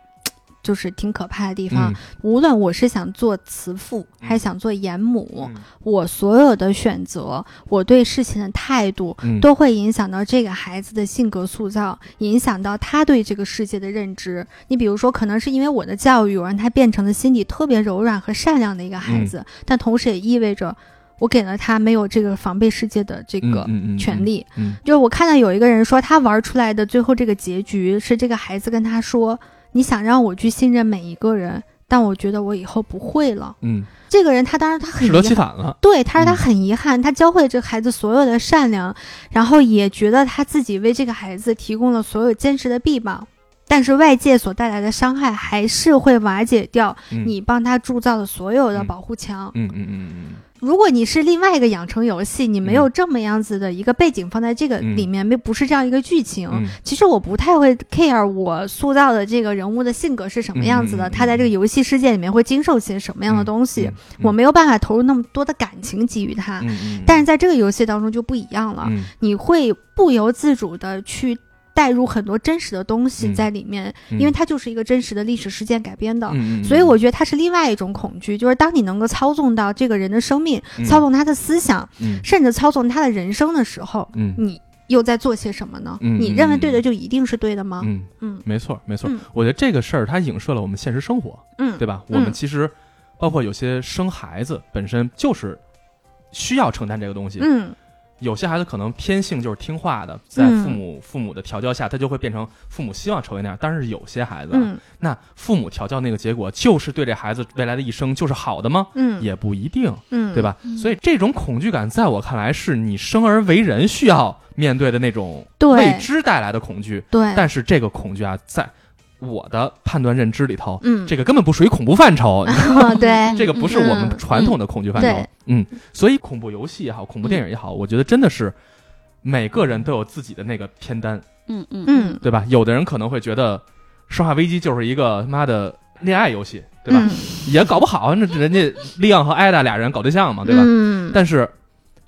就是挺可怕的地方。
嗯
无论我是想做慈父，
嗯
还是想做严母，
嗯
我所有的选择，我对事情的态度，
嗯
都会影响到这个孩子的性格塑造，影响到他对这个世界的认知。你比如说，可能是因为我的教育，我让他变成了心底特别柔软和善良的一个孩
嗯
子，但同时也意味着我给了他没有这个防备世界的这个
嗯嗯嗯
权利。
嗯
就是我看到有一个人说，他玩出来的最后这个结局是这个孩子跟他说：“你想让我去信任每一个人，但我觉得我以后不会了。
嗯，”
这个人他当然他很
适得
遗
其反了。
对，他说他
嗯
很遗憾，他教会这个孩子所有的善良，然后也觉得他自己为这个孩子提供了所有坚实的臂膀。但是外界所带来的伤害还是会瓦解掉
嗯
你帮他铸造的所有的
嗯
保护墙。
嗯嗯嗯
如果你是另外一个养成游戏，你没有这么样子的一个背景放在这个里面，没不是这样一个剧情。
嗯嗯
其实我不太会 care 我塑造的这个人物的性格是什么样子的，
嗯嗯嗯
他在这个游戏世界里面会经受些什么样的
嗯
东西。
嗯
我没有办法投入那么多的感情给予他。
嗯嗯，
但是在这个游戏当中就不一样了，
嗯
你会不由自主的去带入很多真实的东西
嗯
在里面，
嗯
因为它就是一个真实的历史事件改编的。
嗯嗯，
所以我觉得它是另外一种恐惧，就是当你能够操纵到这个人的生命，
嗯
操纵他的思想，
嗯
甚至操纵他的人生的时候，
嗯
你又在做些什么呢？
嗯
你认为对的就一定是对的吗？
嗯
嗯
没错没错
嗯，
我觉得这个事儿它影射了我们现实生活，
嗯，
对吧？我们其实包括有些生孩子本身就是需要承担这个东西，
嗯
有些孩子可能偏性就是听话的，在父母、父母的调教下，他就会变成父母希望成为那样。但是有些孩子啊，
嗯
那父母调教那个结果，就是对这孩子未来的一生就是好的吗？
嗯，
也不一定，
嗯
对？吧？所以这种恐惧感，在我看来，是你生而为人需要面对的那种
对
未知带来的恐惧。
对，
但是这个恐惧啊，在我的判断认知里头，
嗯，
这个根本不属于恐怖范畴，
对，
这个不是我们
嗯
传统的恐惧范
嗯
畴。嗯，所以恐怖游戏也好，恐怖电影也好，我觉得真的是每个人都有自己的那个片单，
嗯嗯
嗯，
对吧？有的人可能会觉得《生化危机》就是一个他妈的恋爱游戏，对吧？
嗯
也搞不好，那人家利昂和艾达俩人搞对象嘛，对吧？
嗯，
但是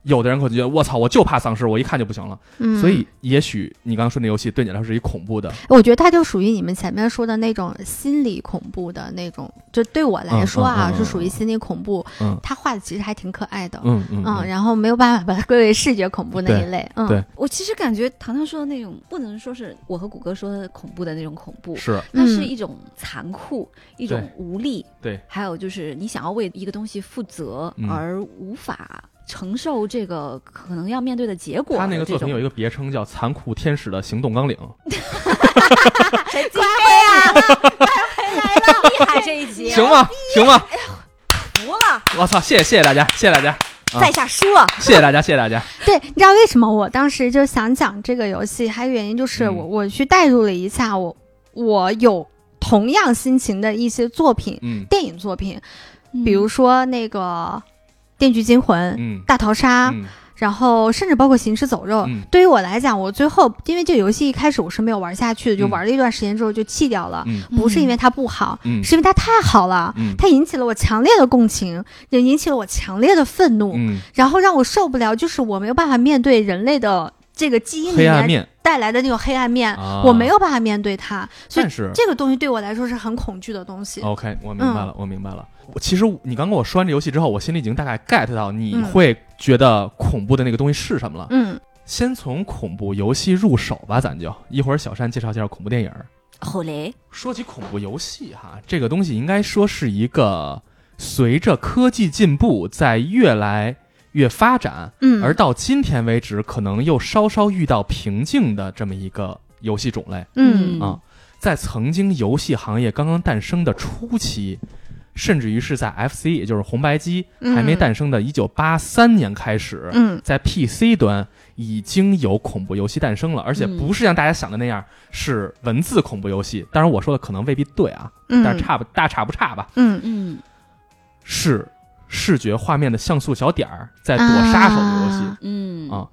有的人可能觉得我操，我就怕丧尸，我一看就不行了。
嗯
所以也许你刚刚说那游戏对你来说是一恐怖的，
我觉得它就属于你们前面说的那种心理恐怖的那种，就对我来说啊，
嗯嗯嗯嗯
是属于心理恐怖。
嗯
它画的其实还挺可爱的，
嗯嗯嗯
哦然后没有办法把它归为视觉恐怖那一
对
类。嗯，
对
我其实感觉糖糖说的那种，不能说是我和谷歌说的恐怖的那种恐怖，
是
它是
嗯
一种残酷，一种无力，
对
还有就是你想要为一个东西负责
嗯
而无法承受这个可能要面对的结果
他
的
那
这种。
个作品有一个别称叫《残酷天使的行动纲领》，
哎 厉害嗯这一集，
行
哎
吗？行吗？
服了，
我操！谢谢谢谢大家，谢谢大家，啊
在下输了，
谢谢大家，谢谢大家。
对，你知道为什么我当时就想讲这个游戏？还有原因就是
嗯
我、我去代入了一下我我有同样心情的一些作品，
嗯
电影作品，
嗯
比如说那个《电锯惊魂》
嗯
大逃杀》
嗯
然后甚至包括行尸走肉。
嗯
对于我来讲，我最后因为这个游戏一开始我是没有玩下去的，就
嗯
玩了一段时间之后就弃掉了，
嗯
不是因为它不好，
嗯
哦是因为它太好了。
嗯
它引起了我强烈的共情，也引起了我强烈的愤怒，
嗯，
然后让我受不了，就是我没有办法面对人类的这个基因里
黑暗
面
面，
带来的那种黑暗面，
啊
我没有办法面对它，所以
但是哦
这个嗯东西对我来说是很恐惧的东西。
OK，我明白了，我明白了。我其实你刚跟我说完这游戏之后，我心里已经大概 get 到你
嗯
会觉得恐怖的那个东西是什么了。
嗯，
先从恐怖游戏入手吧，咱就一会儿小山介绍介绍恐怖电影。
后来
说起恐怖游戏哈，这个东西应该说是一个随着科技进步在越来越发展，
嗯
而到今天为止，可能又稍稍遇到瓶颈的这么一个游戏种类。
嗯
啊在曾经游戏行业刚刚诞生的初期，甚至于是在 FC，也就是红白机
嗯
还没诞生的1983年开始，
嗯
在 PC 端已经有恐怖游戏诞生了，而且
嗯
不是像大家想的那样是文字恐怖游戏。当然，我说的可能未必对啊，
嗯，
但是差不大差不差吧，
嗯
嗯
是
啊
视觉画面的像素小点儿在躲杀手的游戏。
嗯
啊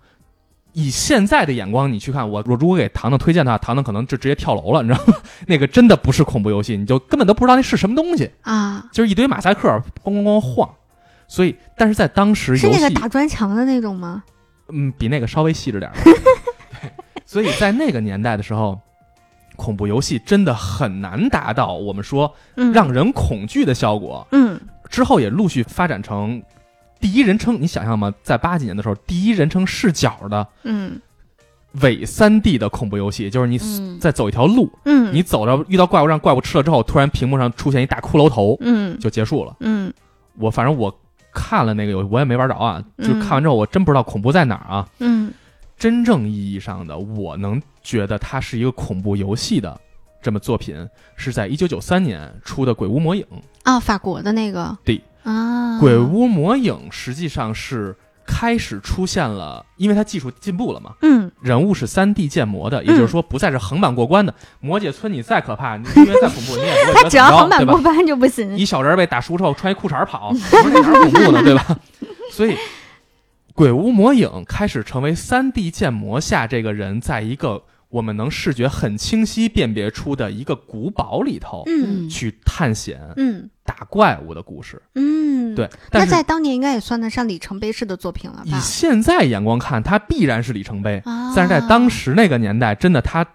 以现在的眼光，你去看我，我如果给糖糖推荐的话，糖糖可能就直接跳楼了，你知道吗？ 那个真的不是恐怖游戏，你就根本都不知道那是什么东西，
啊，
就是一堆马赛克咣咣咣晃。所以，但是在当时
是
游
那个
戏，
打砖墙的那种吗？
嗯，比那个稍微细 致点儿。对，所以在那个年代的时候，恐怖游戏真的很难达到我们说
嗯，
让人恐惧的效果。
嗯
之后也陆续发展成第一人称，你想象吗？在八几年的时候，第一人称视角的
嗯
伪三 D 的恐怖游戏，就是你
嗯
在走一条路，
嗯，
你走着遇到怪物，让怪物吃了之后，突然屏幕上出现一大骷髅头，
嗯
就结束了。
嗯
我反正我看了那个游戏，我也没玩着啊，就
嗯
看完之后我真不知道恐怖在哪儿啊。
嗯
真正意义上的，我能觉得它是一个恐怖游戏的这么作品，是在一九九三年出的《鬼屋魔影》。
啊，法国的那个
对
啊，
鬼屋魔影实际上是开始出现了，因为它技术进步了嘛，
嗯
人物是三 D 建模的，也就是说不再是横版过关的。魔界村你再可怕，你因为再恐怖，你也 不会觉得
只要
怎么
横
着，对
版
吧
过？关就不行。
一小人儿被打熟之后穿一裤衩儿 跑，你说这哪儿恐怖呢，对吧？ 所以，鬼屋魔影开始成为三 D 建模下这个人在一个我们能视觉很清晰辨别出的一个古堡里头
嗯
嗯
去探险
嗯
打怪物的故事。
嗯，。
对，但
那
是
在当年应该也算得上里程碑式的作品了
以
吧？
现在眼光看，它必然是里程碑。
啊，
但是在当时那个年代，真的它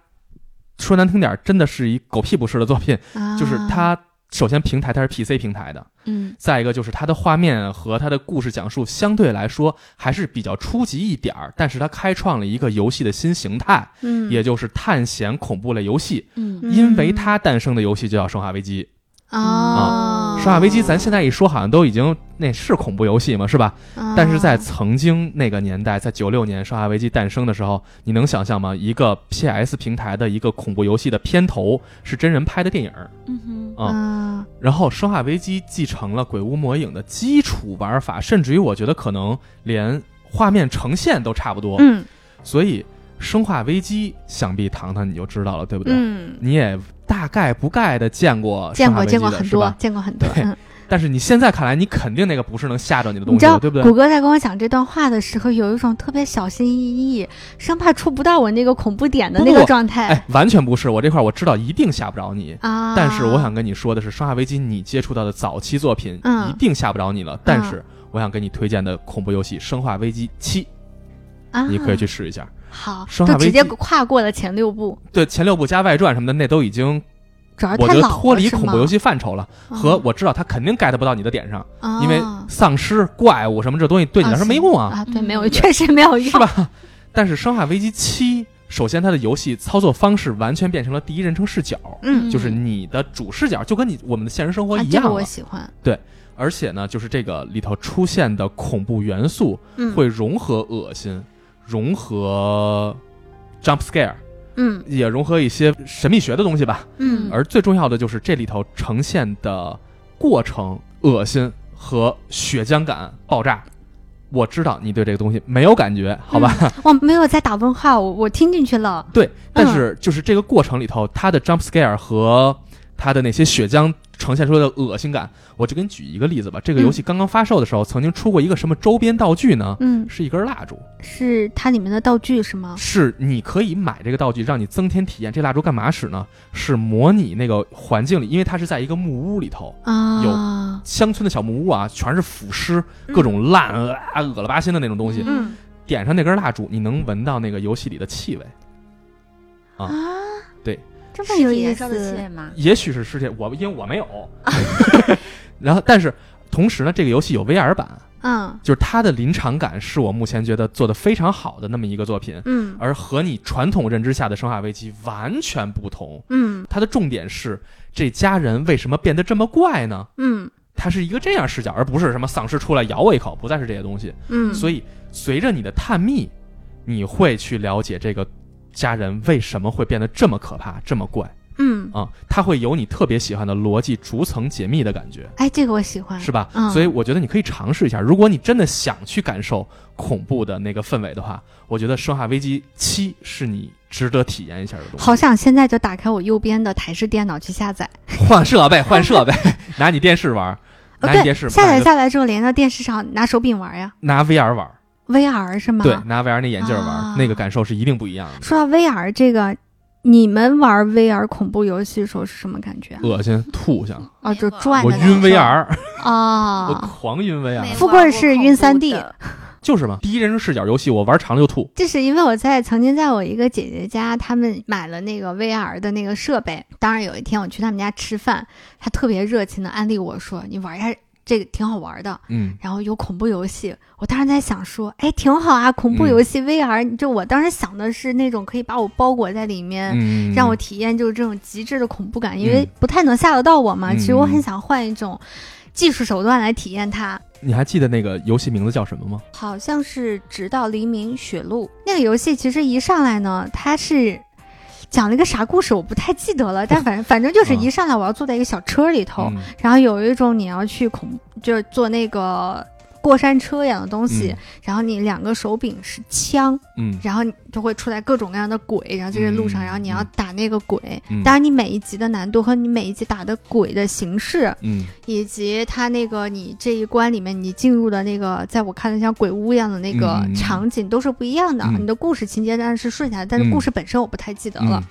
说难听点儿，真的是一狗屁不是的作品。
啊
就是它首先平台它是 PC 平台的，
嗯
再一个就是它的画面和它的故事讲述相对来说还是比较初级一点儿，但是它开创了一个游戏的新形态，
嗯
也就是探险恐怖类游戏。
嗯
因为它诞生的游戏就叫《生化危机》，
啊，
啊
生化嗯危机》咱现在一说好像都已经那是恐怖游戏嘛，是吧？
啊，
但是在曾经那个年代，在九六年《生化危机》诞生的时候，你能想象吗？一个 PS 平台的一个恐怖游戏的片头是真人拍的电影儿，
嗯哼
啊
啊
然后《生化危机》继承了《鬼屋魔影》的基础玩法，甚至于我觉得可能连画面呈现都差不多。
嗯
所以，《生化危机》想必糖糖你就知道了，对不对？
嗯，
你也大概不概的见过《
见
生
过
化危机
见过
的
很
是
多
吧？，
见过很多。
对
嗯，
但是你现在看来，你肯定那个不是能吓着你的东
你知
西了，
道
对不对
谷？歌在跟我讲这段话的时候，有一种特别小心翼翼，生怕触不到我那个恐怖点的
不
那个
不
状态
哎，完全不是，我这块我知道一定吓不着你。
啊。
但是我想跟你说的是，《生化危机》你接触到的早期作品
嗯
一定吓不着你了。但是我想给你推荐的恐怖游戏《生化危机七》，
啊，
你可以去试一下。
好，
生
就
化
直
危
接
机
跨过了前六步，
对前六部加外传什么的，那都已经
主要
我
太
觉得
老了
脱离
是
恐怖
吗
游戏范畴了。
啊
和我知道他肯定 get 不到你的点上，
啊
因为丧尸、怪物什么这东西对你来说没用啊，
啊，对，没有，
嗯
确实没有用，
是？吧？但是《生化危机七》首先它的游戏操作方式完全变成了第一人称视角，
嗯，
就是你的主视角就跟你我们的现实生活
啊
一
这
样
个
了
我。喜欢，
而且呢，就是这个里头出现的恐怖元素
嗯，
会融合恶心，融合 jump scare，
嗯
也融合一些神秘学的东西吧。
嗯
而最重要的就是这里头呈现的过程、恶心和血浆感爆炸。我知道你对这个东西没有感觉，好吧？
我哦没有在打问号，我我听进去了，
对，但是就是这个过程里头，它的 jump scare 和它的那些血浆呈现出来的恶心感，我就给你举一个例子吧。这
嗯
个游戏刚刚发售的时候，曾经出过一个什么周边道具呢？
嗯，
是一根蜡烛，
是它里面的道具是吗？
是你可以买这个道具，让你增添体验。这蜡烛干嘛使呢？是模拟那个环境里，因为它是在一个木屋里头，
啊，
乡村的小木屋啊，全是腐尸，各种烂啊、恶了吧心的那种东西。
嗯
嗯
点上那根蜡烛，你能闻到那个游戏里的气味，啊
啊，
对，
这么
是
有
体
意
验啊上的气
思
味吗？
也许是尸体，我因为我没有。然后，但是同时呢，这个游戏有 VR 版，
嗯
就是它的临场感是我目前觉得做的非常好的那么一个作品，
嗯
而和你传统认知下的《生化危机》完全不同。
嗯
它的重点是这家人为什么变得这么怪呢？
嗯
它是一个这样视角，而不是什么丧尸出来咬我一口，不再是这些东西。
嗯，
所
以
以随着你的探秘，你会去了解这个家人为什么会变得这么可怕、这么怪
嗯，
啊、他会有你特别喜欢的逻辑逐层解密的感觉，
哎，这个我喜欢，
是吧？
嗯
所以我觉得你可以尝试一下，如果你真的想去感受恐怖的那个氛围的话，我觉得《生化危机七》是你值得体验一下的东西。
好想现在就打开我右边的台式电脑去下载，
换 设备，换设备，拿你电视玩，
哦
拿你
对
电视，
下载
拿
下来之后连到电视上拿手柄玩呀，
拿 VR 玩。
VR 是吗？
对，拿 VR 那眼镜玩，
啊
那个感受是一定不一样的，
说到 VR 这个，你们玩 VR 恐怖游戏的时候是什么感觉啊？
恶心吐下，
啊，就转
我
的那
晕
种
VR，我
啊，
狂晕 VR，
富贵是晕三 D
就是嘛，第一人称视角游戏我玩长了就吐，
这是因为我在曾经在我一个姐姐家，他们买了那个 VR 的那个设备。当然有一天我去他们家吃饭，她特别热情的安利我说：“你玩一下这个挺好玩的。”
嗯，
然后有恐怖游戏，我当时在想说，哎，挺好啊，恐
嗯
怖游戏、VR，就我当时想的是那种可以把我包裹在里面，
嗯
呃让我体验就是这种极致的恐怖感，因
嗯
为不太能吓得到我嘛。
嗯
其实我很想换一种技术手段来体验它。
你还记得那个游戏名字叫什么吗？
好像是直到黎明雪路那个游戏，其实一上来呢，它是讲了一个啥故事，我不太记得了，但反正反正就是一上来我要坐在一个小车里头，
嗯
然后有一种你要去恐，就是坐那个过山车一样的东西，然后你两个手柄是枪，
嗯
然后你就会出来各种各样的鬼，然后就在路上，
嗯
然后你
嗯
要打那个鬼。
嗯
当然，你每一集的难度和你每一集打的鬼的形式，
嗯
以及它那个你这一关里面你进入的那个，在我看的像鬼屋一样的那个
嗯嗯嗯
场景都是不一样的。
嗯
你的故事情节当然是顺下来，但是
嗯
故事本身我不太记得
嗯
了。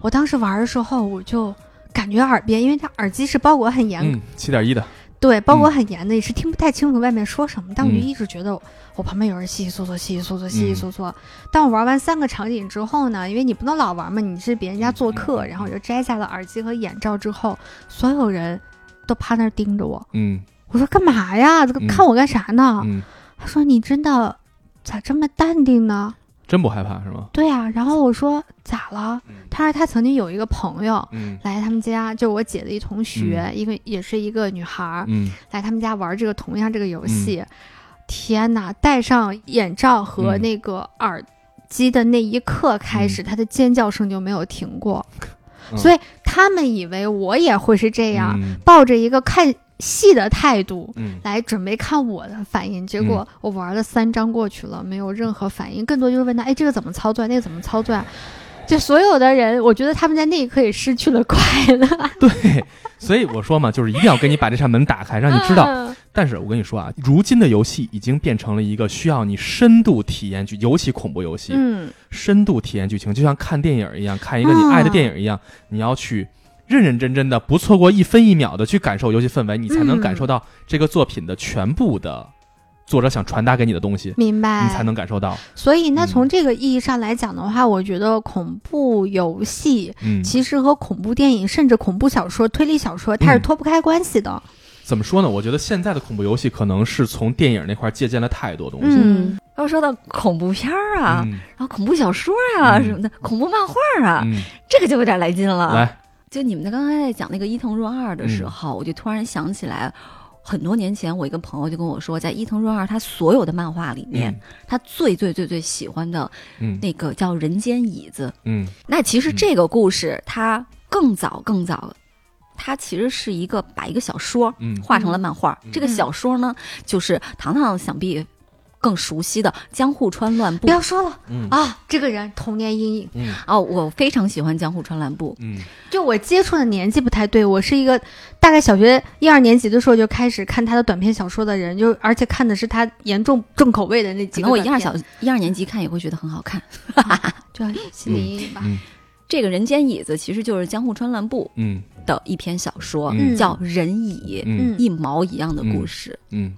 我当时玩的时候，我就感觉耳边，因为它耳机是包裹很严
嗯，七点一的，
对，包裹很严的，也是听不太清楚外面说什么，但我就
嗯
一直觉得我旁边有人稀稀嗦嗦、稀稀嗦嗦、稀
嗯
稀嗦嗦。当我玩完三个场景之后呢，因为你不能老玩嘛，你是别人家做客，
嗯嗯
然后我就摘下了耳机和眼罩之后，所有人都趴那儿盯着我。
嗯
我说干嘛呀？这个
嗯
看我干啥呢？
嗯，
他说你真的咋这么淡定呢？
真不害怕是吗？
对啊，然后我说咋了？
嗯
他说他曾经有一个朋友
嗯
来他们家，就我姐的一同学，一个也是一个女孩儿，
嗯
来他们家玩这个同样这个游戏，天呐！戴上眼罩
嗯
和那个耳机的那一刻开始，他的尖叫声就没有停过，
嗯
所以他们以为我也会是这样，
嗯
抱着一个看戏的态度。
嗯
来准备看我的反应，结果我玩了三张过去了，没有任何反应，更多就是问他，哎，这个怎么操作啊？那个怎么操作啊？就所有的人，我觉得他们在那一刻也失去了快乐，
对，所以我说嘛，就是一定要给你把这扇门打开，让你知 道。
嗯
但是我跟你说啊，如今的游戏已经变成了一个需要你深度体验剧，尤其恐怖游戏，
嗯，
深度体验剧情，就像看电影一样，看一个你爱的电影一样，你要去认认真真的，不错过一分一秒的去感受游戏氛围，你才能
嗯
感受到这个作品的全部的作者想传达给你的东西，
明白，
哎
你才能感受到。
所以，那
嗯
从这个意义上来讲的话，我觉得恐怖游戏
嗯，
其实和恐怖电影，甚至恐怖小说、推理小说，它是
嗯
脱不开关系的。
怎么说呢？我觉得现在的恐怖游戏可能是从电影那块借鉴了太多东西。
嗯，
要说到恐怖片儿啊，
嗯
然后恐怖小说啊
嗯
什么的，恐怖漫画啊，
嗯，
这个就有点来劲了。
来，嗯
就你们刚才在讲那个伊藤润二的时候，我就突然想起来，很多年前我一个朋友就跟我说，在伊藤润二他所有的漫画里面，
嗯
他最最最最喜欢的
嗯
那个叫《人间椅子》。
嗯
那其实
嗯
这个故事它更早更早，它其实是一个把一个小说
嗯
画成了漫画。
嗯
这个小说呢，就是糖糖想必更熟悉的《江户川乱步
不》要说了
嗯
啊，这个人童年阴影，
嗯
哦，我非常喜欢《江户川乱步》。
嗯
就我接触的年纪不太对，我是一个大概小学一二年级的时候就开始看他的短篇小说的人，就而且看的是他严重重口味的那
可
几个
能我一二
短
小
篇，
一二年级看也会觉得很好看。
就心理阴影吧。
嗯
这个《人间椅子》其实就是江户川乱步
嗯
的一篇小说，
嗯
叫《人椅》，
嗯
一毛一样的故事。
嗯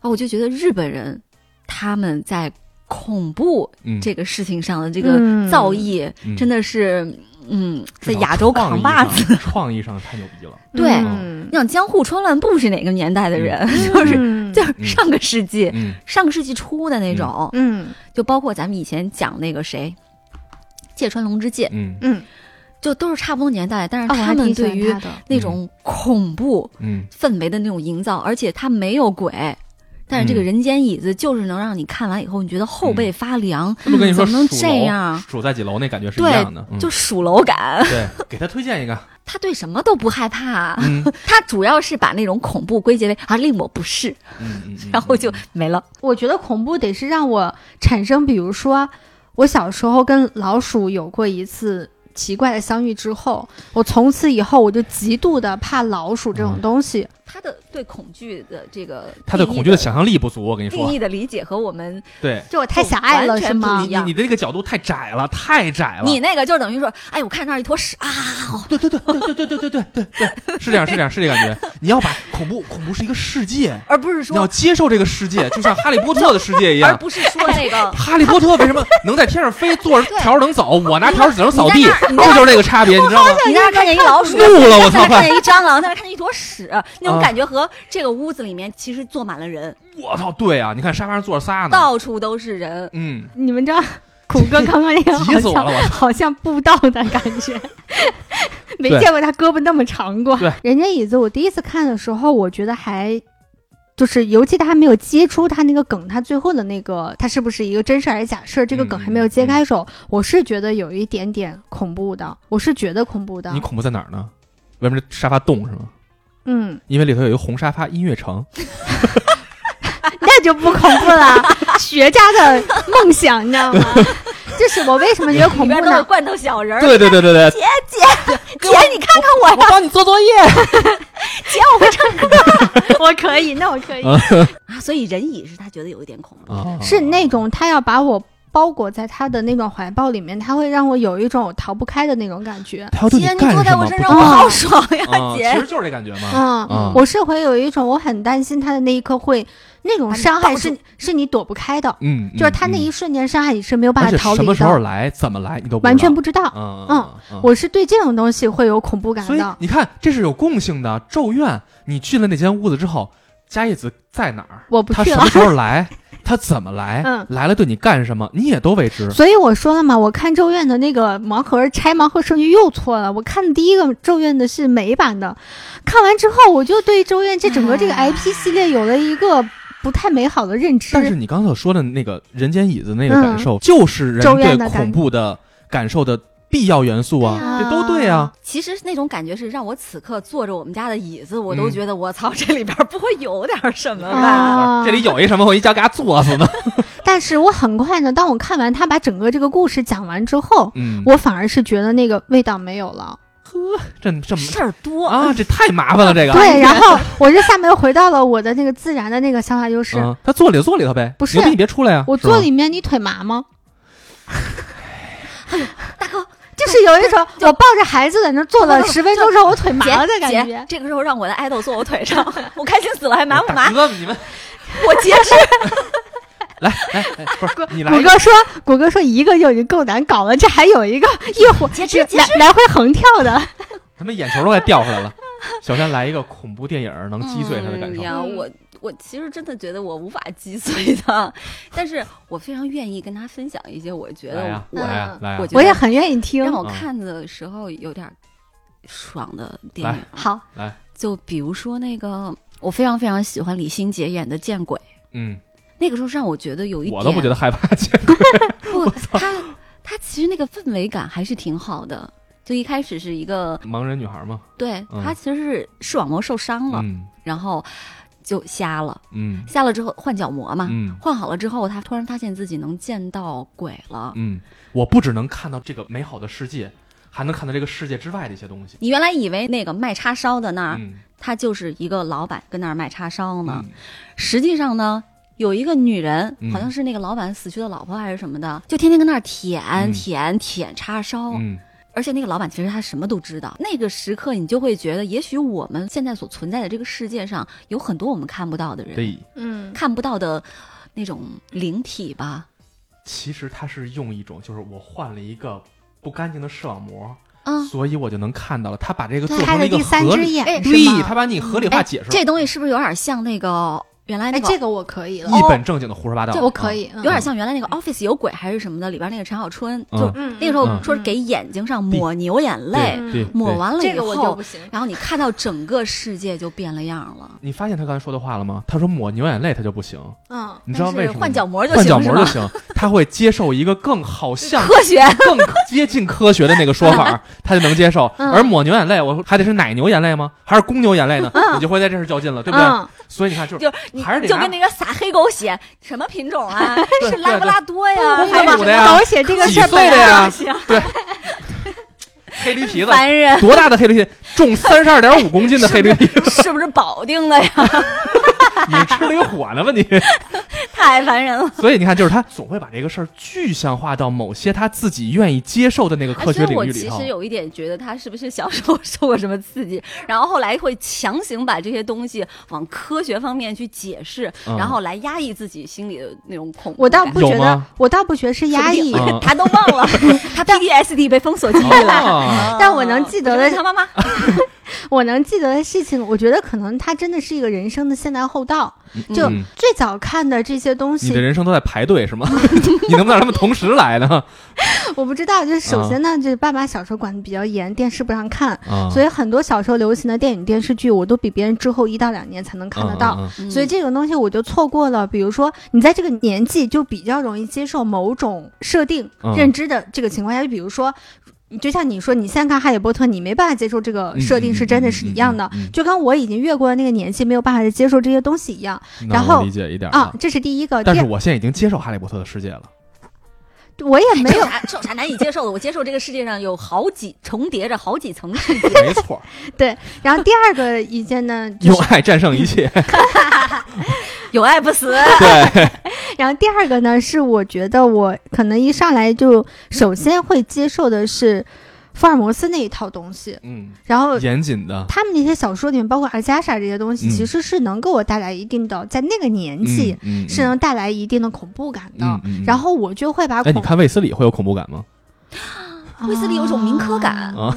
啊，我就觉得日本人他们在恐怖
嗯，
这个事情上的这个
嗯
造�诣，
嗯
真的是，嗯，
至
在
少
亚洲
创
扛
意
把
上
子。，
创意上太牛逼了。
对
嗯
你想江户川乱步是哪个年代的人？就是
嗯
就是上个世纪，
嗯
上个世纪初的那种，
嗯
就包括咱们以前讲那个谁，芥川龙之介，
嗯哦
嗯，
就都是差不多年代，但
啊，
是
我
嗯他
还
们
挺喜
对
欢
于
他的。
那种恐怖
嗯
氛围的那种营造，而且它没有鬼。但是这个
嗯
人间椅子就是能让你看完以后，你觉得后背发凉，
这不跟你说
怎么能
数
这
楼
样
数在几楼那感觉是一
对
样的，嗯
就数楼感。
对，给他推荐一 个，
他对什么都不害怕，
嗯
他主要是把那种恐怖归结为啊令我不适，
嗯嗯嗯，
然后就没了。
我觉得恐怖得是让我产生，比如说我小时候跟老鼠有过一次
嗯
奇怪的相遇之后，我从此以后我就极度的怕老鼠这种东西。
他的对恐惧的这个
他对恐惧的想象力不足，我跟你
定
说，
义的理解和我们
对
就我太狭隘了
完全
是吗
不一？
你
样
你的这个角度太窄了，太窄了。
啊你那个就等于说，哎，我看那儿一坨屎啊，
对对对对对对对对对对对，是这样是这样是这感觉。你要把恐怖恐怖是一个世界，
而不是
你要
说，
接受这个世界，就像哈利波特的世界一
而
样。
不是说 那个
哈利波特为什么能在天上飞，坐着条儿能走？我拿条儿只能扫地，
你在
这就是这个差别，你知道 吗？
你在那儿看见一老鼠，
怒了，我
在
操
那！儿看见一蟑螂，在那儿看见一坨屎，那
啊
种感觉和这个屋子里面其实坐满了人，
我操，对啊，你看沙发上坐着仨呢，
到处都是人。
嗯，
你们知道 苦哥刚刚那个
急
好
死我
像
了，我操！
好像布道的感觉， 没
对
见过他胳膊那么长过
对。
人家椅子，我第一次看的时候，我觉得还。就是，尤其他还没有接出他那个梗，他最后的那个，他是不是一个真事儿还是假事儿？这个梗还没有揭开
嗯
手，我是觉得有一点点恐怖的，我是觉得恐怖的
你。恐怖在哪儿呢？外面这沙发动是吗？
嗯，
因为里头有一个红沙发音乐城，
那就不恐怖 了，学渣的梦想，你知道吗？这是我为什么觉得恐
里
怖
边都
呢
是？罐头小人儿，
对对对对对，
姐，你看看我呀，
帮你做作业。
姐，我会唱
我可以，那我可以。
啊。所以人椅是他觉得有一点恐怖，
啊
是那种他要把我包裹在他的那种怀抱里面，他会让我有一种我逃不开的那种感觉。
他要对
姐，
干
坐
什
在
么
我
不
身
知
上，
道
我
道
好爽呀，
啊，
姐
其。实就是这感觉嘛。
嗯，
嗯
我是会有一种我很担心他的那一刻会那种伤害是是你躲不开的，
嗯，
就是他那
嗯
一瞬间伤害你是没有
嗯
办
而
法
且
逃
什
离
么时候
的，
来，怎么来，你都
完全
不
不知道
知。道。嗯
嗯
嗯，
我是对这种东西会有恐怖感
所以
的，
你看，这是有共性的。咒怨，你进了那间屋子之后，加叶子在哪儿？
我不
他
去
什
了
么。时候来？他怎么来？
嗯
来了对你干什么？你也都未知。
所以我说了嘛，我看《咒怨》的那个盲盒拆盲盒顺序又错了。我看的第一个《咒怨》的是美版的，看完之后我就对《咒怨》这整个这个 IP 系列有了一个不太美好的认知。
但是你刚才说的那个人间椅子那个
嗯
感受，就是人
咒
对
怨的感
恐怖的感受的必要元素啊，
对啊
这都对啊。
其实那种感觉是让我此刻坐着我们家的椅子，我
嗯
都觉得我操，这里边不会有点儿什么吧？
啊
这里有一什么，我一脚给他坐 死呢。
但是我很快呢，当我看完他把整个这个故事讲完之后，
嗯，
我反而是觉得那个味道没有了。
这这么
事儿多
啊，这太麻烦了，这个。
对，然后我这下面又回到了我的那个自然的那个想法，就是、
嗯，他坐里头坐里头呗，
不是
牛逼你别出来啊！
我
是吧
坐里面你腿麻吗？
哎大哥，
就是有 一种我抱着孩子在那坐了
就
十分钟之后我腿麻
姐
了的感
姐
觉，。
这个时候让我的爱豆坐我腿上， 我开心死了，还麻不麻
大？哥，你们
我截肢，
来来，哎不是你来
谷，歌说，谷歌说一个就已经够难搞了，这还有一个一会
截肢
这
截
来来回横跳的，
他们眼球都快掉下来了。小山来一个恐怖电影儿，能击碎他的感
嗯
受。
呀，我我其实真的觉得我无法击碎他，但是我非常愿意跟他分享一些我觉
来
得
呀
我
来呀
嗯
来呀
我！觉
我也
得
很愿意听
让。我
嗯
看的时候有点爽的电
来
影。啊
好，
就比如说那个，我非常非常喜欢李心洁演的《见鬼》，
嗯，
那个时候让我觉得有一点，
我都不觉得害怕。
不，他他其实那个氛围感还是挺好的。就一开始是一个，
盲人女孩嘛，
对
嗯
他其实是视网膜受伤了，
嗯
然后就瞎了，
嗯
瞎了之后换角膜嘛，
嗯
换好了之后，他突然发现自己能见到鬼
啊
了。
嗯，我不只能看到这个美好的世界，还能看到这个世界之外的一些东西。
你原来以为那个卖叉烧的
啊
那儿，
嗯，
他就是一个老板跟那儿卖叉烧呢，
嗯
实际上呢，有一个女人
嗯，
好像是那个老板死去的老婆还是什么的，就天天跟那儿舔
嗯
舔舔叉
哦
烧。
嗯，
而且那个老板其实他什么都知道。那个时刻，你就会觉得，也许我们现在所存在的这个世界上，有很多我们看不到的人，
对，
嗯，
看不到的那种灵体吧。
其实它是用一种，就是我换了一个不干净的视网膜，
嗯
啊、
所以我就能看到了。他把这个做
他
成了
的
一个
第三
合
只
理，
眼
哎
是
对，
吗嗯
他把你合理化解释了，
这东西是不是有点像那个原来
哎，
那个？
这个我可以了，
一
哦
本正经的胡说八道。
我
啊
可，以，嗯
有点像原来那个《Office 有鬼》还是什么的里边那个陈小春，
嗯
就
嗯
那个时候
嗯
说是给眼睛上抹牛眼
对
泪，
嗯
对，
抹
对
完了以后，
行。
然后你看到整个世界就变了样了。
你发现他刚才说的话了吗？他说抹牛眼泪他就不行，
嗯，
你知道为什么吗？
换角膜就
换角
行是
膜就
吗？
行，他会接受一个更 好像、
科学，
更接近科学的那个说法儿，他就能接受。
嗯
而抹牛眼泪，我还得是奶牛眼泪吗？还是公牛眼泪呢？你就会在这事较劲了，对不对？
嗯，
所以你看，就是
就你
还是得
就
拿
跟那个撒黑狗血，什么品种 啊？
对
是
对
哎拉布拉多呀，
对对
还
啊
是
对
什
对
么
的呀
狗血这个
几
事儿
岁
本
的
来
呀
东西啊？
黑驴皮子，
烦人，
多大的黑驴皮？重三十二点五公斤的黑驴皮子，
是不是保定的呀？
你吃驴火呢吧你？
太烦人了。
所以你看，就是他总会把这个事儿具象化到某些他自己愿意接受的那个
哎
科学
所以
领
我
域里
其
头
实。有一点觉得他是不是小时候受过什么刺激， 然后后来会强行把这些东西往科学方面去解释，
嗯
然后来压抑自己心里的那种恐怖
我倒
感
不觉
有
得
吗，
我倒不觉得是压抑，
说不定嗯
他都忘了，他 PTSD 被封锁记忆了。
啊，
但我能记得的
我是他妈妈，
我能记得的事情，我觉得可能它真的是一个人生的先来后到。就
嗯
最早看的这些东
你
西，
的人生都在排队是吗？ 你能不能让他们同时来呢？
我不知道。就是首先呢，就是爸妈小时候管的比较严，电视不让看，
啊，
所
以
以很多小时候流行的电影电视剧，我都比别人之后一到两年才
嗯
能
啊
看得到。嗯所以这种东西我就错过了，比如说你在这个年纪就比较容易接受某种设定、
嗯
认知的这个情况下，就比如说，就像你说你现在看《哈利波特》，你没办法接受这个设定是真的是一样的，
嗯嗯嗯嗯嗯嗯
就跟我已经越过了那个年纪，没有办法再接受这些东西一样
嗯那
然
我
后
理解一点
啊
了。。
这是第一个，
但
第
是
二
我现在已经接受哈利波特的世界了。
我也没
嗯这有
有。
啥这有啥难以接受的？我接受这个世界上有好几重叠着好几层世界，
没错，
然后第二个意见呢，就
用
是，
爱战胜一切。
有爱不 死。
啊
对，
然后第二个呢是我觉得我可能一上来就首先会接受的是福尔摩斯那一套东西，
嗯，
然后
严谨的，
他们那些小说里面，包括阿加莎这些东西，
嗯
其实是能给我带来一定的，在那个年纪
嗯嗯
是能带来一定的恐怖感的。
嗯嗯嗯
然后我就会把
哎，
恐
你看卫斯理会有恐怖感吗？
啊
卫斯理有种民科感
啊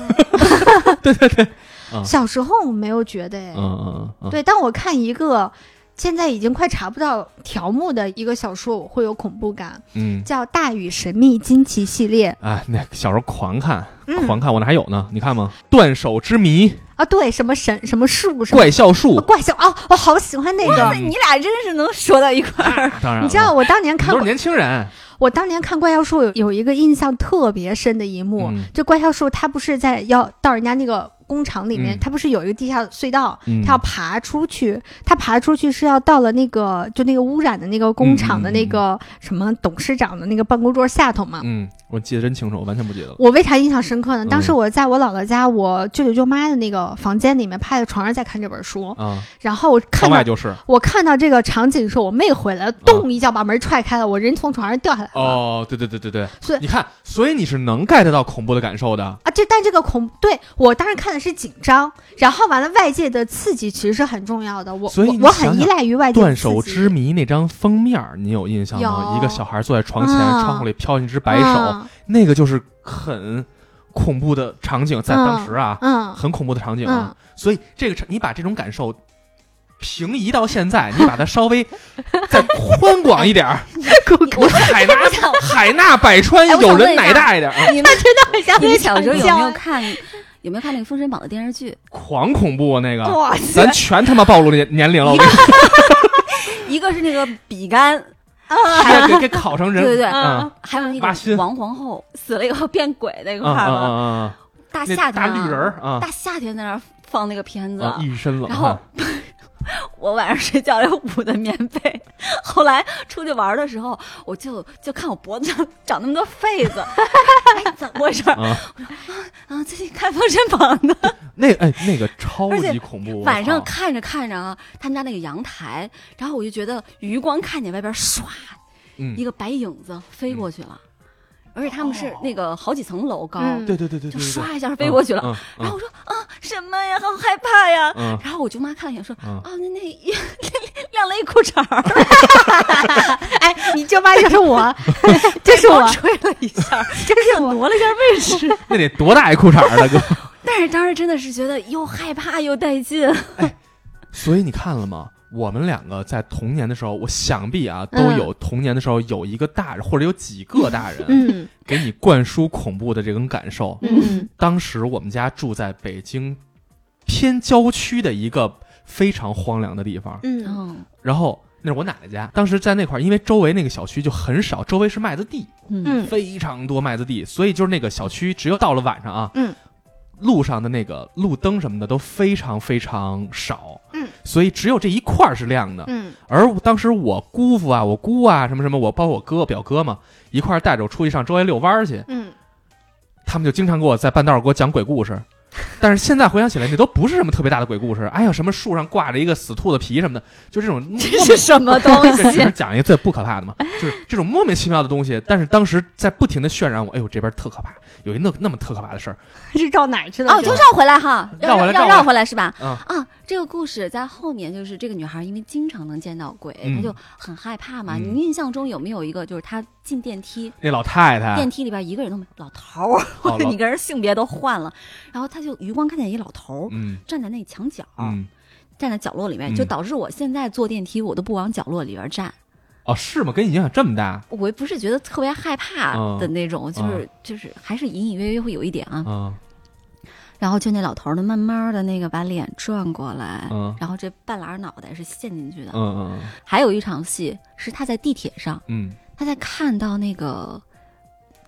啊
小时候我没有觉得哎，
嗯嗯嗯，嗯，
对，当我看一个现在已经快查不到条目的一个小说，我会有恐怖感，
嗯，
叫《大禹神秘惊奇》系列。
哎，那小时候狂看，
嗯
狂看，我哪还有呢？你看吗？断手之谜、
啊，对，什么神什么树什么
怪校
哦
术，嗯
怪兽哦，我好喜欢那个。
你俩真是能说到一块儿。
当然，
你知道，我当年
嗯你
看
都
过
是，年轻人，
我当年看怪兽树有有一个印象特别深的一幕，
嗯
就怪兽树，它不是在要到人家那个工厂里面，
嗯
它不是有一个地下隧道，
嗯
它要爬出去，它爬出去是要到了那个就那个污染的那个工厂的那个什么董事长的那个办公桌下头嘛。
嗯，我记得真清楚，我完全不记得了。
我为啥印象深刻呢？当时
嗯
我在我姥姥家，我舅舅舅妈的那个房间里面趴在床上在看这本书，
啊，
然后我看
窗
到
外就是
我看到这个场景的时候，我妹回来了，咚一脚把门踹开了，我人从床上掉下来了。
哦，对对对对对，
嗯所以
你看，所以你是能 get 到恐怖的感受的，
啊，这但这个恐对我当时看的是紧张，然后完了外界的刺激其实是很重要的，我
所以你
我我
想
很依
想
赖于外
《
界的
断
刺
手
激嗯
之谜》那张封面儿，你有印象吗？
有
一个小孩坐在床前，
啊
窗户里飘进一只白手，
啊
嗯
那个就是很恐怖的场景，在当时啊，
嗯
很恐怖的场景啊
嗯。
所以这个场你把这种感受平移到现在，你把它稍微 再宽广一点 儿，我海纳海纳百川，
哎我想
有
问
人
一下
奶大一点儿，啊
你们你们
非
小时
常
候有没有
像
看有没有看那个《封神榜》的电视剧？
狂恐怖啊那个。
哇
咱全他妈暴露年年龄了，我 跟你说，
一个是那个比干，
还给给烤成人，
对对对
嗯
还有那
挖
个
心
王皇后死了以后变鬼那
嗯
块
嗯
儿
嗯
嘛，
嗯
大
嗯，
夏
那
天
大绿人
啊
儿啊，
大夏天在那儿放那个片子，
啊，一身冷
然后
汗。
我晚上睡觉要捂的棉被。后来出去玩的时候，我就就看我脖子上长那么多痱子， 哎，怎么回事儿？
啊，
啊，最近看《封神榜》呢。
那哎那个超
而
级
且
恐怖，我
晚上
靠
看着看着啊，他们家那个阳台，然后我就觉得余光看见外边唰，
嗯
一个白影子飞过去了，而且他们是
哦
那个好几层楼高，
嗯
对对对对对，
就
对
唰一下飞过去了。，
嗯
然后我说啊，什么呀，好害怕呀！
嗯嗯
然后我舅妈看了一眼说
嗯
啊，那那晾了一 裤衩儿，
哎，你舅妈就是我，这是我，
吹了一下，
这是我，
挪了一下位置。
那得多大一裤衩儿啊，哥！
但是当时真的是觉得又害怕又带劲，
所以你看了吗？我们两个在童年的时候，我想必啊，都
嗯
有童年的时候有一个大人或者有几个大人
嗯
给你灌输恐怖的这种感受。
嗯
当时我们家住在北京偏郊区的一个非常荒凉的地方，
嗯
嗯
然后那是我奶奶家，当时在那块儿，因为周围那个小区就很少，周围是麦子地，
嗯
嗯
非常多麦子地，所以就是那个小区，只有到了晚上啊，
嗯，
路上的那个路灯什么的都非常非常少，
嗯，
所以只有这一块儿是亮的。
嗯
而当时我姑父啊，我姑啊，什么什么，我包括我哥、表哥嘛，一块儿带着我出去上周围遛弯儿去，
嗯
他们就经常给我在半道上给我讲鬼故事。但是现在回想起来，那都不是什么特别大的鬼故事。哎呀，什么树上挂着一个死兔子皮什么的，就 这种莫
这是什么东
这只
西
是？讲一个最不可怕的嘛，就是这种莫名其妙的东西。但是当时在不停的渲染我，哎呦这边特可怕，有一那那么特可怕的事儿，
是绕哪儿去了？
哦
这
就
个
绕回来哈，
绕回来绕回
要
来
绕回来是吧？
嗯
啊，这个故事在后面就是这个女孩，因为经常能见到鬼，
嗯
她就很害怕嘛。
嗯
你印象中有没有一个，就是她进电梯，
那老太太
电，梯里边一个人都没有，老头儿，
哦啊老
你跟人性别都换了，然后她就余光看见一老头儿
嗯
站在那墙角，
嗯，
站在角落里面，
嗯
就导致我现在坐电梯我都不往角落里边站。
哦是吗？跟你影响这么大？
我也不是觉得特别害怕
嗯
的那种，就是就是还是隐隐约约会有一点啊。
嗯
然后就那老头儿呢，慢慢的那个把脸转过来，
嗯
然后这半拉脑袋是陷进去的。
嗯嗯
还有一场戏是他在地铁上，
嗯
他在看到那个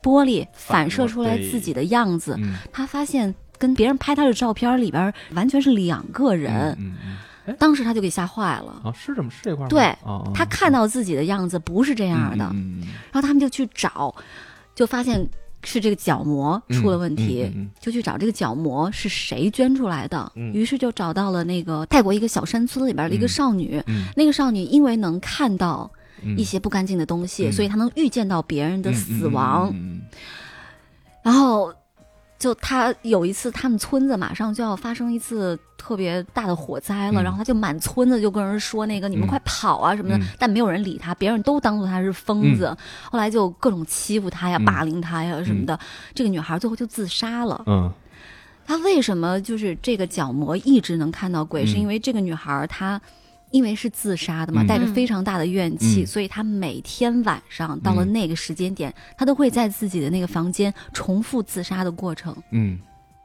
玻璃反射出来自己的样子，
啊嗯，
他发现跟别人拍他的照片里边完全是两个人，
嗯嗯
当时他就给吓坏了。
啊是这么是这块儿吗？
对
哦，
他看到自己的样子不是这
这
样的，然后他们就去找，就发现是这个角膜出了问题，
嗯
就去找这个角膜是谁捐出来的。
嗯
于是就找到了那个泰国一个小山村里边的
嗯
一个少女，
嗯
那个少女因为能看到
嗯
一些不干净的东西，
嗯
所以她能预见到别人的死亡。
嗯
然后，就她有一次，他们村子马上就要发生一次特别大的火灾了，
嗯
然后她就满村子就跟人说那个你们
嗯
快跑啊什么的，
嗯
但没有人理她，别人都当做她是疯子。后来就各种欺负她呀、
嗯
霸凌她呀什么的。这个女孩最后就自杀了。
嗯
她为什么就是这个角膜一直能看到鬼？
嗯
是因为这个女孩儿她因为是自杀的嘛，
嗯
带着非常大的怨气，
嗯
所以她每天晚上到了那个时间点，她都会在自己的那个房间重复自杀的过程，
嗯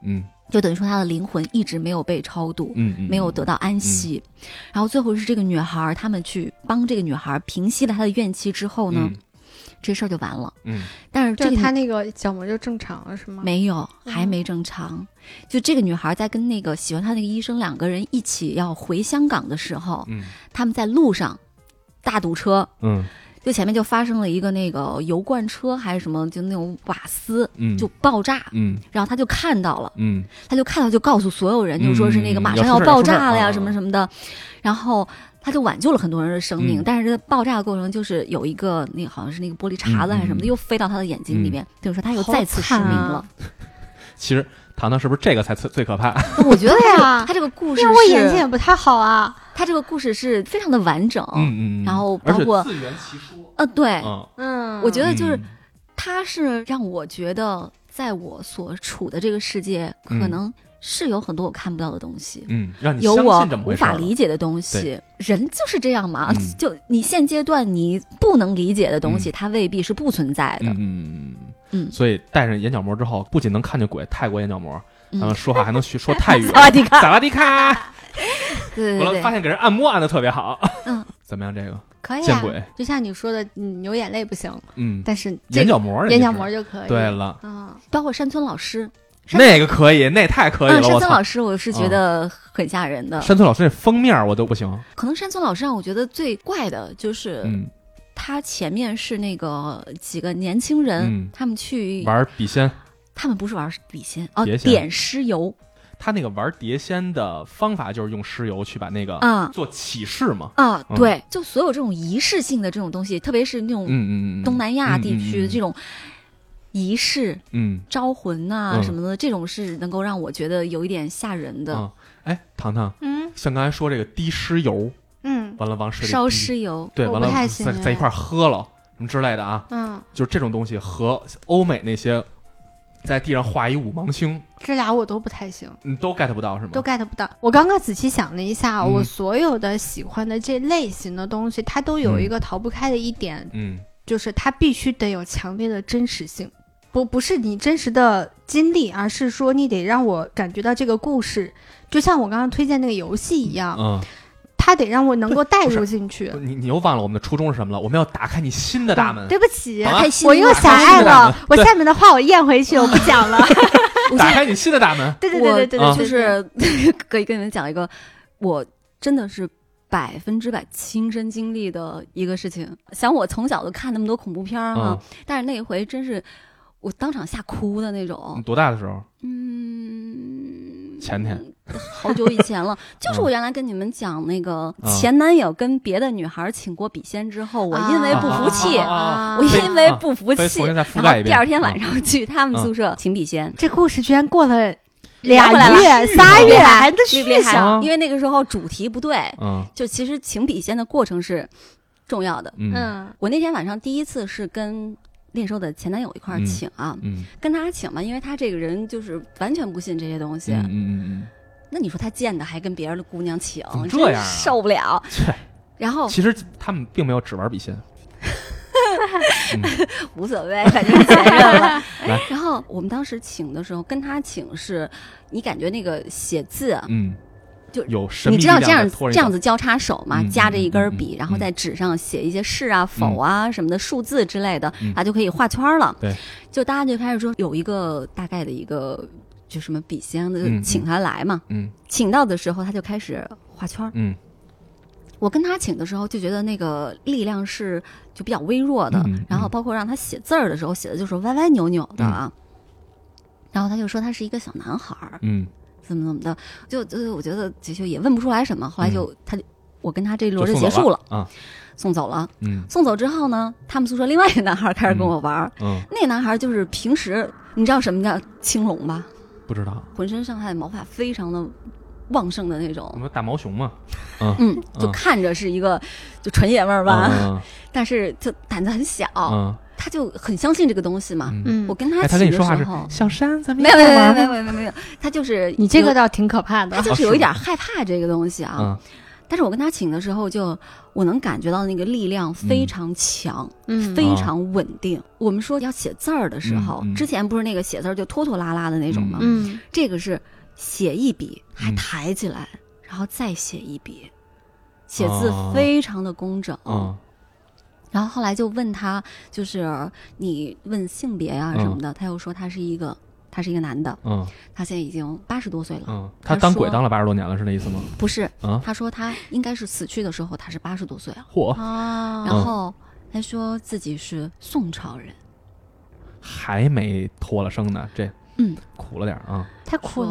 嗯
就等于说她的灵魂一直没有被超度。
嗯
没有得到安息，然后最后是这个女孩儿，他们去帮这个女孩儿平息了她的怨气之后呢，这事儿就完了。
嗯
但是这
就
个
是
女
他那个角膜就正常了，是吗？
没有，还
哦
没正常。就这个女孩在跟那个喜欢她那个医生两个人一起要回香港的时候，
嗯
他们在路上大堵车，
嗯
就前面就发生了一个那个油罐车还是什么，就那种瓦斯
嗯
就爆炸，
嗯
然后她就看到了，
嗯
她就看到就告诉所有人，就说是那个
嗯
马上
要出事儿
爆
要出事儿
炸了呀，
啊
什么什么的，然后。她就挽救了很多人的生命，
嗯
但是这个爆炸的过程就是有一个那个好像是那个玻璃碴子还是什么
嗯嗯
的，
嗯
又飞到她的眼睛里面，等于说她又再次失明
好惨啊
了。
其实糖糖是不是这个才最最可怕？
我觉得呀
他，这个故事
啊那我眼睛
是，
也不太好啊。
他这个故事是非常的完整，
嗯
哦然后包括
自圆其说。
呃，对，
嗯，
嗯，
我觉得就是它是让我觉得，在我所处的这个世界，
嗯
可能是有很多我看不到的东西，
嗯，让你
有
相
我
信这么
无
回事
法
儿了
理解的东西
对。
人就是这样嘛，
嗯
就你现阶段你不能理解的东西，它未必是不存在的
嗯。 嗯嗯嗯，
嗯
所以戴上眼角膜之后，不仅能看见鬼，泰国眼角膜，
嗯
然后说话还能学说泰语
。萨瓦迪卡，
萨瓦迪卡！
对
我
对
发
对，
现给人按摩按的特别好。
嗯，
怎么样？这个
可以
见
啊
鬼。
就像你说的，嗯，流眼泪不行，
嗯，
但是这
眼
个
角膜，
眼角膜。就可以。
啊对，了，
嗯，
包括山村老师，山
那个可以，那太可以
嗯，
了。
山
哎我
村
操嗯
老，师，我是觉得很吓人的。
山村老师那封面我都不行。
可能山村老师让我觉得最怪的就是，
嗯，
他前面是那个几个年轻人，
嗯
他们去，
玩笔仙，
他们不是玩笔仙哦，
碟仙
点尸油
他那个玩碟仙的方法就是用尸油去把那个
啊
做起势嘛。
啊，
嗯
对，就所有这种仪式性的这种东西，特别是那种
嗯嗯嗯，嗯
东南亚地区的这
种，
种仪式。
嗯
招魂呐、
嗯
什么的，这种是能够让我觉得有一点吓人的。
啊，哎，糖糖，
嗯
像刚才说这个滴尸油，
嗯
完了往水里
烧
滴，
尸油，
对，
我
完
不
了
太
在
行
哎
在一块儿喝了什么之类的啊，
嗯，
就是这种东西和欧美那些在地上画一五芒星，
这俩我都不太行，
你都 get 不到是吗？
都 get 不到。我刚刚仔细想了一下，
嗯
我所有的喜欢的这类型的东西，它都有一个逃不开的一点，
嗯
就是它必须得有强烈的真实性，不不是你真实的经历，而是说你得让我感觉到这个故事，就像我刚刚推荐那个游戏一样，
嗯，
它得让我能够带入进去。
你你又忘了我们的初衷是什么了？我们要打开你新的大门，
对不起，
好吧
开心
我又狭隘了。我
对
下面的话我咽回去，我不讲了。
我
打
现在
开你新的大门。
对对
我
对对对
啊
对，
就
对
是 可以跟你们讲一个，我真的是百分之百亲身经历的一个事情。想我从小就看那么多恐怖片儿、哈，
嗯
但是那一回真是我当场吓哭的那种
你。多大的时候？
嗯，
前天
好久以 前了，
啊
就是我原来跟你们讲那个
嗯
前男友跟别的女孩请过笔仙之后，我因为不服气，
啊啊啊
我因为不服
再
气
重，新再覆
然
盖
后
一遍。啊
第二天晚上去他们宿舍请笔仙。
这故事居然过了
俩
俩月、仨月，还在
厉不厉
续
害
上。
嗯啊
因为那个时候主题不对，
嗯，
就其实请笔仙的过程是重要的。
嗯嗯
嗯
我那天晚上第一次是跟练手的前男友一块儿
嗯
请啊，
嗯
跟他请嘛，因为他这个人就是完全不信这些东西。
嗯嗯嗯
那你说他见的还跟别人的姑娘请
怎么，这
真
样啊
受不了。
切
然后
嗯，其实他们并没有只玩笔仙。
无所谓，反正是前任了
来。
然后我们当时请的时候，跟他请是，你感觉那个写字啊，
嗯，
就
有神秘
你知道
力
这
量
样
在托着
这
你
样子交叉手嘛，
嗯
夹着一根
嗯
笔
嗯，
然后
嗯
在纸上写一些是啊、否啊什么的数字之类的
嗯，
啊就可以画圈儿了。
对，
就大家就开始说有一个大概的一个就什么笔仙的，
嗯
就请他来嘛。
嗯
请到的时候他就开始画圈儿。
嗯
我跟他请的时候就觉得那个力量是就比较微弱的
嗯嗯，
然后包括让他写字儿的时候写的就是歪歪扭扭的啊。然后他就说他是一个小男孩儿，
嗯，
怎么怎么的，就就我觉得就就也问不出来什么。后来就、他就我跟他这一轮就
嗯送
结
走
束了，
啊。
送走了。
嗯
送走之后呢，他们宿舍另外一个男孩开始跟我玩儿。
嗯，
那个男孩就是平时你知道什么叫青龙吧？
不知道，
浑身上下的毛发非常的旺盛的那
我
种，
们大毛熊嘛，
嗯，就看着是一个就纯爷们儿吧，啊
嗯
但是就胆子很小，
嗯
他就很相信这个东西嘛。
嗯。
嗯
我，跟他
哎，他跟
请的
你
时
说话是
候，
小山，咱们
嗯没有没有没有没有没有没有没有，他就是
你这
有
个倒挺可怕
他
的。
就是
啊
有
是
一点害怕这个东西啊。
啊，
但是我跟他请的时候就，我能感觉到那个力量非常强，
嗯，
非常稳定。我们说要写字儿的时候，
啊嗯嗯
之前不是那个写字儿就拖拖拉拉的那种吗？
嗯，
这个是写一笔，还
嗯啊
抬起来，然后再写一笔，写字非常的工整。
嗯
然后后来就问他，就是你问性别呀、
嗯
什么的，他又说他是一个。他是一个男的，
嗯
他现在已经八十多岁了。
嗯，他当鬼当了八十多年了，是那意思吗？
不是，
啊，
他说他应该是死去的时候他是八十多岁了。
嚯，
哦，
然
嗯
后他说自己是宋朝人，
还没脱了生呢，这
嗯
苦了点儿啊，
太酷了。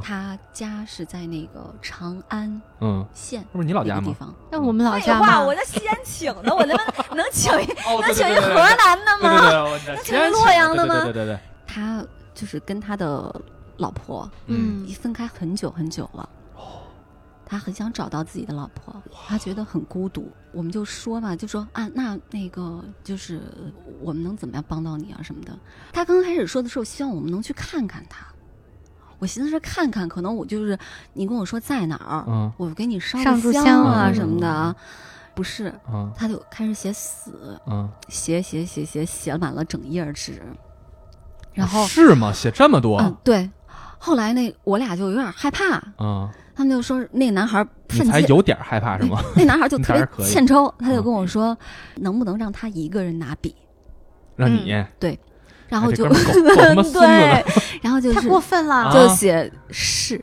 啊
说他家是在那个长安
嗯，
县
这不是你老
那
家
个地
吗？
方。
那我们老
废
家
话，
嘛，
哎我这西安请的，我能不能能请 一
哦
能请一河南的
对对
吗？
对，我的
请个洛阳的吗
对对对对对，
他就是跟他的老婆
嗯
已分开很久很久了。
哦
他很想找到自己的老婆，他觉得很孤独。我们就说嘛，就说啊，那那个就是我们能怎么样帮到你啊什么的。他刚开始说的时候，希望我们能去看看他。我寻思是看看，可能我就是你跟我说在哪儿，
嗯
我给你烧
上柱
个
香
啊
啊
什么的啊，不是，
嗯
他就开始写死，
嗯，
写写写写写满了整页纸，然后
啊是吗？写这么多
嗯对，后来那我俩就有点害怕，
啊，
他们就说那男孩儿
你
犯
才
贱，
有点害怕是吗？
那男孩儿 就
你
特
还是可
别
以嗯
欠抽，他就跟我说能不能让他一个人拿笔，
让你，
然后
哎这
就
哥们儿够够他妈孙子的，
然后就
太
是
过分了。
啊
就写是。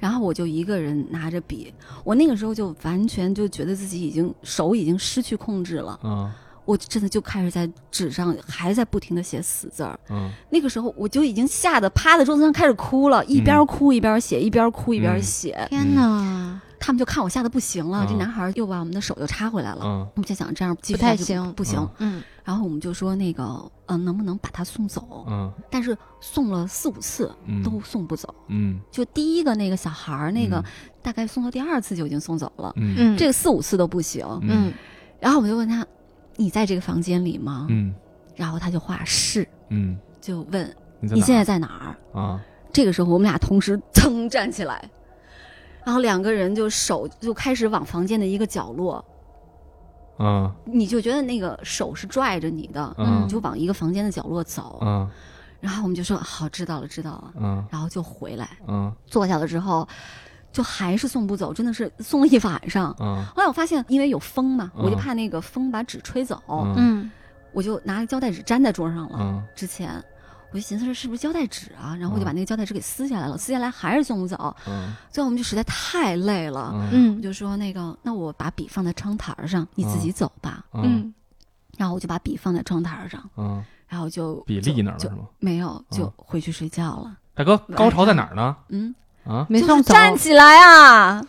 然后我就一个人拿着笔，我那个时候就完全就觉得自己已经手已经失去控制了，
嗯
我真的就开始在纸上还在不停的写死字儿。
嗯，
那个时候我就已经吓得趴在桌子上开始哭了，一边
嗯
哭一边写，一边哭一边
嗯
写。
天哪，
他们就看我吓得不行了，
啊
这男孩又把我们的手就插回来了。
嗯
我们就想这样继续
不太
下去
行
不行。
嗯
嗯
然后我们就说那个，呃，能不能把他送走？
嗯
但是送了四五次
嗯，
都送不走。
嗯
就第一个那个小孩儿，那个
嗯
大概送到第二次就已经送走了，
嗯
嗯，
这个四五次都不行。
嗯
然后我们就问他，你在这个房间里吗？
嗯
然后他就画是，
嗯，
就问
你
你现在在哪儿？
啊
这个时候我们俩同时 噌站起来，然后两个人就手就开始往房间的一个角落，
嗯
你就觉得那个手是拽着你的，
嗯
你就往一个房间的角落走。
嗯
然后我们就说好，知道了，知道了。
嗯
然后就回来，
嗯
坐下了之后，就还是送不走，真的是送了一晚上。
嗯
后来我发现，因为有风嘛，
嗯
我就怕那个风把纸吹走，
嗯
嗯
我就拿胶带纸粘在桌上了。
嗯
之前我就寻思是不是胶带纸啊，然后我就
嗯
把那个胶带纸给撕下来了，撕下来还是送不走。
嗯
最后我们就实在太累了，
嗯
我
嗯
就说那个，那我把笔放在窗台上，你自己走吧。
嗯
嗯
然后我就把笔放在窗台上，
嗯
然后就
比
就
利那儿了是
就
吗？
没有，就
啊
回去睡觉了。
大哥，高潮在哪儿呢？
嗯，
啊，
没
就是
送走。
站起来啊！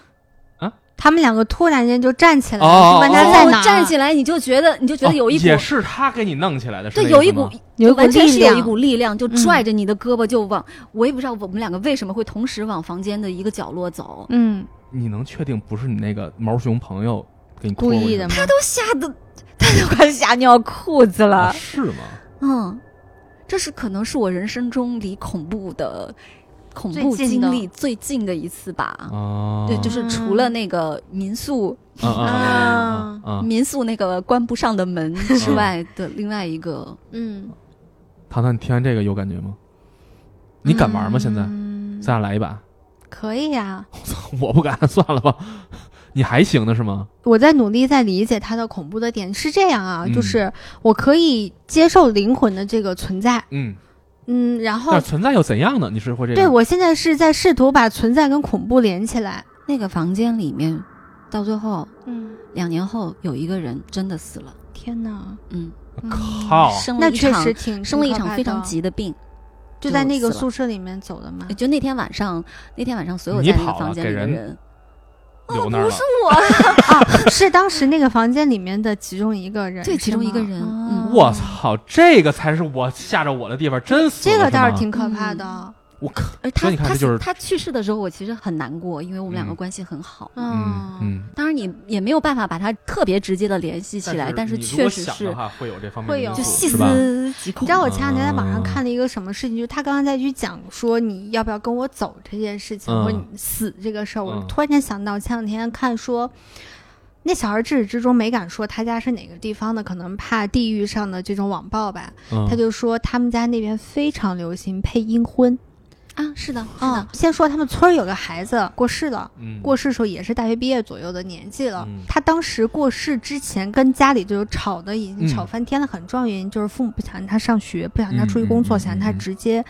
他们两个突然间就站起来
哦
了，就
哦哦
问他在
哦
啊
哪儿，
站起来，你就觉得你就觉得有一
哦
股、
也是他给你弄起来的，是
对，
那
有
意
一
思
股
吗
有一股
完全
力
是有一
量，
股力量，就
嗯
拽着你的胳膊就往。我也不知道我们两个为什么会同时往房间的一个角落走，
嗯，
你能确定不是你那个毛熊朋友给你拖
故
过去
意的吗？
他都吓得他都快吓尿裤子
啊？
了。
是吗？
嗯，这是可能是我人生中离恐怖的恐
最
怖
近
经
的
历最近的一次吧。
啊，
对，就是除了那个民宿
啊啊啊啊啊！
民宿那个关不上 的门之外的另外一个，
啊
嗯，
糖糖，你听完这个有感觉吗？你敢玩吗？现在
嗯
咱俩来一把，
可以啊呀、
我不敢，算了吧。你还行的是吗？
我在努力在理解它的恐怖的点是这样啊，
嗯
就是我可以接受灵魂的这个存在，
嗯，
嗯，然后
但是存在又怎样呢？你是会这个？
对我现在是在试图把存在跟恐怖连起来，
那个房间里面，到最后
嗯，
两年后有一个人真的死了，
天哪，
嗯，
嗯
靠，
生了
那
一
确
场
实挺
生了一
挺可怕
场非常
的，
急的病。
就哎在那个
就死了
宿舍里面走的嘛，
就那天晚上，那天晚上所有
你
在那个
跑了
房间
给
里的
人
人，
留那儿了。
是当时那个房间里面的其中一个人，
对其中一个人
是吗啊
嗯
我，操，这个才是我吓着我的地方，真死了
这个倒
吗
是挺可怕的，
我靠，
而
所
他
以你看
他
这就是
他去世的时候，我其实很难过，因为我们两个
嗯
关系很好。
嗯嗯，
当然你也没有办法把它特别直接的联系起来，但
是
是
你如
确
果
实
想
是
的话，会有这方面
会
的因
有
素
就细
是吧
思极
你
恐
知。道我前两天在网上看了一个什么事情，就是他刚刚在去讲说你要不要跟我走这件事情，
嗯
或者你死这个事儿，我
嗯
突然间想到前两天看说。那小孩至始至终没敢说他家是哪个地方的，可能怕地域上的这种网暴吧。
嗯
他就说他们家那边非常流行配阴婚。
啊，是的，是
嗯
的，，
先说他们村儿有个孩子过世了，
嗯
过世的时候也是大学毕业左右的年纪了。
嗯
他当时过世之前跟家里就吵的已经
嗯
吵翻天了，很重要原因就是父母不想让他上学，不想让他出去
嗯
工作，
嗯嗯
想让他
嗯
直接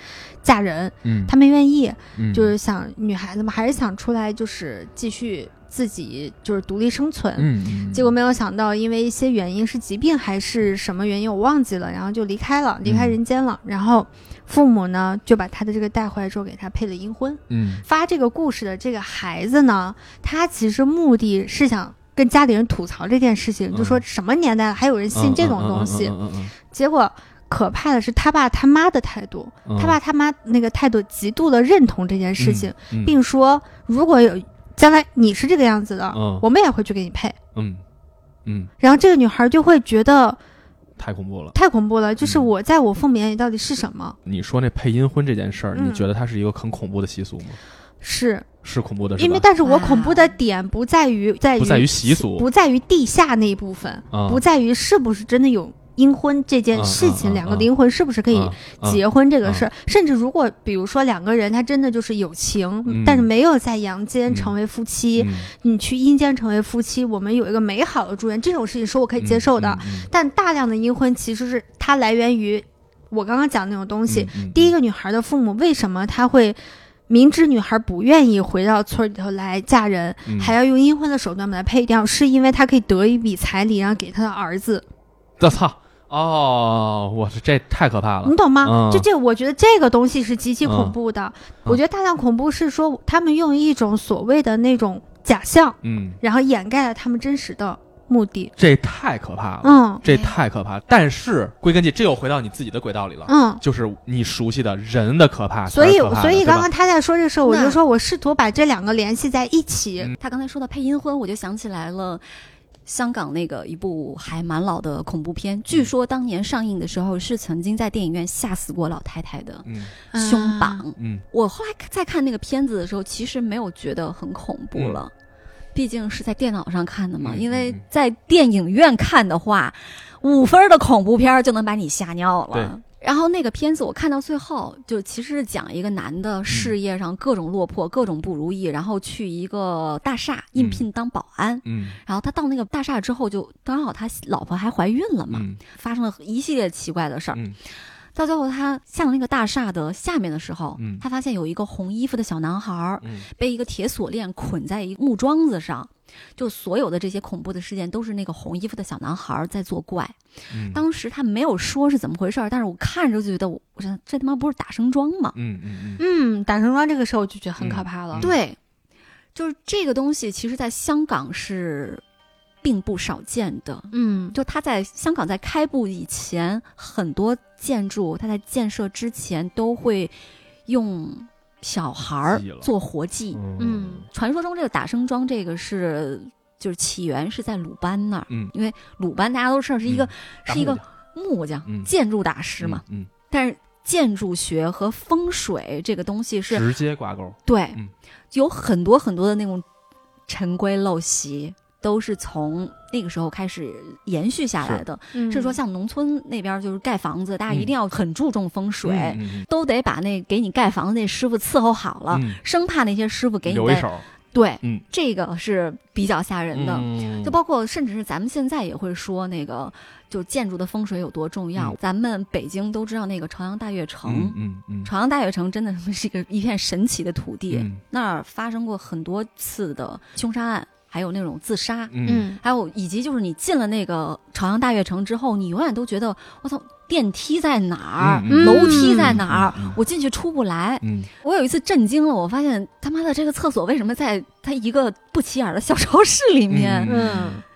嫁人。
嗯
他没愿意，
嗯
就是想女孩子嘛，还是想出来就是继续自己就是独立生存。
嗯嗯
结果没有想到，因为一些原因是疾病还是什么原因，我忘记了，然后就离开了，离开
嗯
人间了。然后父母呢就把他的这个带回来之后，给他配了阴婚。
嗯
发这个故事的这个孩子呢，他其实目的是想跟家里人吐槽这件事情，
嗯
就说什么年代了还有人信这种东西。
嗯嗯嗯嗯嗯
结果可怕的是他爸他妈的态度，
嗯
他爸他妈那个态度极度的认同这件事情，
嗯嗯
并说如果有将来你是这个样子的，
嗯
我们也会去给你配。
嗯嗯
然后这个女孩就会觉得
太恐怖了。
太恐怖了，就是
嗯
我在我父母眼里到底是什么？
你说那配阴婚这件事儿，
嗯
你觉得它是一个很恐怖的习俗吗？
是
是恐怖的，是
因为，
吧？
但是我
哇
恐怖的点不在于在于
不在于习俗
不在于地下那一部分，
啊
不在于是不是真的有阴婚这件事情，
嗯嗯嗯
两个灵魂是不是可以
啊啊
结婚这个事儿，甚至如果比如说两个人他真的就是有情，
嗯
但是没有在阳间
嗯
成为夫妻，
嗯
你去阴间成为夫妻，我们有一个美好的祝愿，这种事情是我可以接受的。
嗯嗯嗯
但大量的阴婚其实是它来源于我刚刚讲的那种东西，
嗯嗯嗯
第一个女孩的父母为什么他会明知女孩不愿意回到村里头来嫁人，
嗯
还要用阴婚的手段把她配掉？是因为他可以得一笔彩礼，然后给他的儿子，
我操！哦，我是这太可怕了
你。懂吗？
嗯
就这，我觉得这个东西是极其恐怖的。我觉得大量恐怖是说他们用一种所谓的那种假象，
嗯，
然后掩盖了他们真实的目的。
这太可怕了。
嗯
这太可怕。但是归根结底，这又回到你自己的轨道里了，
嗯。
就是你熟悉的人的可怕
所
才
以
是可，怕的。
所以
对吧
刚刚他在说这事儿，我
那
就说我试图把这两个联系在一起。
嗯
他刚才说到配阴婚，我就想起来了。香港那个一部还蛮老的恐怖片，
嗯
据说当年上映的时候是曾经在电影院吓死过老太太的
嗯
啊
胸膀。
嗯
我后来再看那个片子的时候，其实没有觉得很恐怖了，毕竟是在电脑上看的嘛。
嗯
因为
嗯嗯
在电影院看的话，五分儿的恐怖片儿就能把你吓尿了
对。
然后那个片子我看到最后，就其实是讲一个男
嗯
的事业上各种落魄、各种不如意，然后去一个大厦应聘当保安。
嗯
然后他到那个大厦之后就，刚好他老婆还怀孕了嘛，
嗯
发生了一系列奇怪的事儿。
嗯
到最后他下到那个大厦的下面的时候，
嗯
他发现有一个红衣服的小男孩儿
嗯
被一个铁锁链捆在一个木桩子上。就所有的这些恐怖的事件，都是那个红衣服的小男孩儿在作怪。
嗯
当时他没有说是怎么回事儿，但是我看着就觉得我，我这这他妈不是打声桩吗？
嗯嗯嗯
嗯，打成庄这个时候我就觉得很可怕了。
嗯
对，就是这个东西，其实在香港是并不少见的。
嗯
就它在香港在开埠以前，很多建筑它在建设之前都会用小孩儿
记了
做活计。
嗯
传说中这个打生桩，这个是就是起源是在鲁班那儿，
嗯
因为鲁班大家都知道是一个、
嗯
是一个木匠、
嗯
建筑大师嘛，，
嗯，
但是建筑学和风水这个东西是
直接挂钩，
对，
嗯
有很多很多的那种陈规陋习，都是从那个时候开始延续下来的。
嗯，
是说，像农村那边就是盖房子，大家
嗯
一定要很注重风水，
嗯
都得把那给你盖房子那师傅伺候好了，
嗯，
生怕那些师傅给你
留一
带
手，
对，
嗯
这个是比较吓人的。就包括，甚至是咱们现在也会说那个，就建筑的风水有多重要。
嗯
咱们北京都知道那个朝阳大悦城，
嗯嗯
朝阳大悦城真的是一个一片神奇的土地，
嗯
那儿发生过很多次的凶杀案，还有那种自杀，
嗯
嗯
还有以及就是你进了那个朝阳大悦城之后，你永远都觉得我操，电梯在哪儿，
嗯
楼梯在哪儿，
嗯嗯嗯
我进去出不来。
嗯，
我有一次震惊了，我发现他妈的这个厕所为什么在它一个不起眼的小超市里面，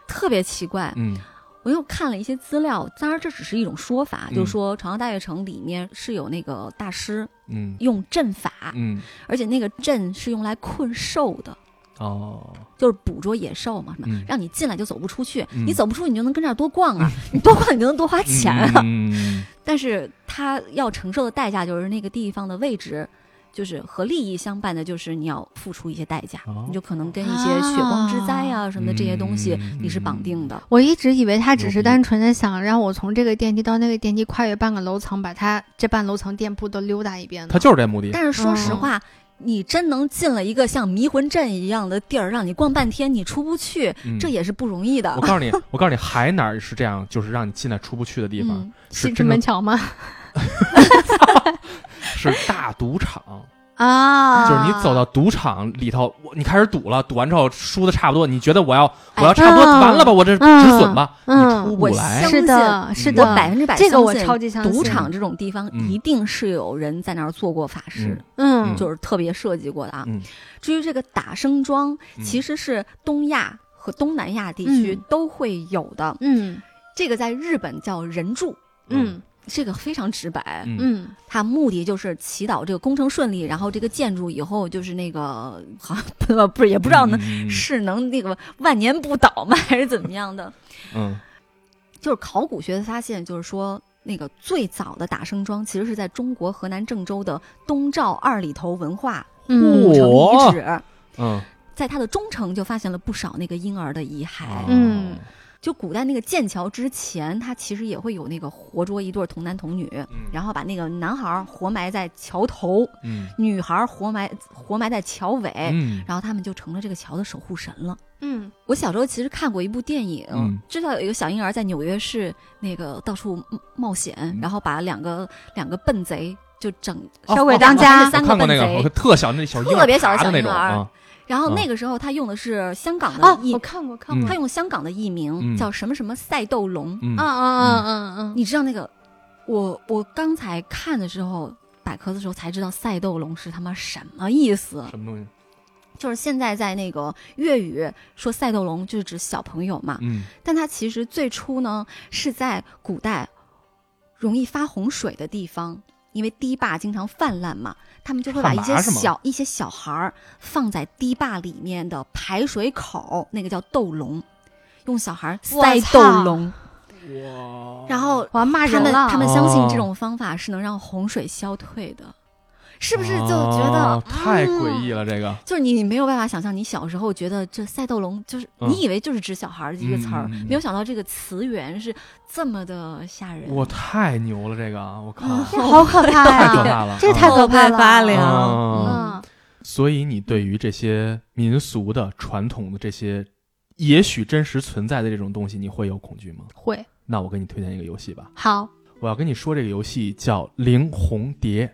特别奇怪。
嗯
我又看了一些资料，当然这只是一种说法，
嗯
就说朝阳大悦城里面是有那个大师
嗯
用阵法，
嗯
而且那个阵是用来困兽的，
哦，
就是捕捉野兽嘛，什么、
嗯
让你进来就走不出去，
嗯
你走不出去你就能跟这儿多逛啊，你多逛你就能多花 钱啊。
嗯
但是他要承受的代价就是那个地方的位置，就是和利益相伴的，就是你要付出一些代价，
哦
你就可能跟一些血光之灾啊什么的这些东西、
嗯
你是绑定的。
我一直以为他只
牛
是
逼
单纯的想让我从这个电梯到那个电梯跨越半个楼层，把他这半楼层店铺都溜达一遍呢。
嗯他就是这目的，
但是说实
嗯
话。你真能进了一个像迷魂阵一样的地儿，让你逛半天，你出不去，
嗯
这也是不容易的
我。告诉你，我告诉你，还哪儿是这样，就是让你进来出不去的地方，
嗯，
西
是
直
真的
门桥吗？
是大赌 场，
啊，
就是你走到赌场里头，我你开始赌了，赌完之后输的差不多，你觉得我要我
哎
要差不多
嗯
完了吧，我这
嗯
止损吧，
嗯
你出不
我
来
相，
是的，
相
是的，
我百分之百
这个
相
我
信
超级相信
赌场这种地方
嗯
一定是有人在那儿做过法事，
嗯
就是特别设计过的啊。
嗯
至于这个打生桩，
嗯
其实是东亚和东南亚地区
嗯
都会有的，
嗯
这个在日本叫人柱，
嗯
这个非常直白，
嗯
嗯
它目的就是祈祷这个工程顺利，然后这个建筑以后就是那个好像 不不是也不知道能、
嗯
是能那个万年不倒吗，还是怎么样的？
嗯
就是考古学发现，就是说那个最早的打生桩其实是在中国河南郑州的东赵二里头文化古
嗯
我
城
哇
遗址，
嗯
在它的中城就发现了不少那个婴儿的遗骸。
哦
嗯
就古代那个剑桥之前，它其实也会有那个活捉一对童男童女，
嗯
然后把那个男孩儿活埋在桥头，
嗯
女孩儿活埋活埋在桥尾，
嗯
然后他们就成了这个桥的守护神了。
嗯
我小时候其实看过一部电影，
嗯
知道有一个小婴儿在纽约市那个到处冒冒险，
嗯
然后把两个两个笨贼就整，
哦
小鬼
哦
当家
还是
我
三个
看过
笨
那个，
贼
我。特小那小婴儿
特别小的
爬的
小
那
婴
种
儿
啊，
然后
嗯
那个时候他用的是香港
哦
的，艺，
我看过看
嗯
过，
他用香港的艺名、
嗯
叫什么什么赛斗龙。
嗯
嗯嗯嗯嗯嗯，
你知道那个？我我刚才看的时候，百科的时候才知道赛斗龙是他妈什么意思。
什么东西？
就是现在在那个粤语说赛斗龙就是指小朋友嘛，
嗯
但它其实最初呢是在古代容易发洪水的地方，因为堤坝经常泛滥嘛，他们就会把
旱
一
魃
些
是吗
小一些小孩儿放在堤坝里面的排水口，那个叫斗笼，用小孩儿
我
塞
操
斗笼，
哇
然后
我要骂
他
人
们
了，
他们相信
哦
这种方法是能让洪水消退的，是不是就觉得、
哦太诡
嗯
异了？这个
就是你没有办法想象，你小时候觉得这赛斗龙就是、
嗯
你以为就是指小孩儿的一个词儿，
嗯嗯嗯
没有想到这个词源是这么的吓人。
我太牛了，这个啊我靠，
嗯
这好可怕
太可
呀！
怕了，
这太可怕了，
后背发凉
嗯
嗯
所以你对于这些民俗的传统的这些，也许真实存在的这种东西，你会有恐惧吗？
会
那我给你推荐一个游戏吧，
好，
我要跟你说这个游戏叫《零红蝶》，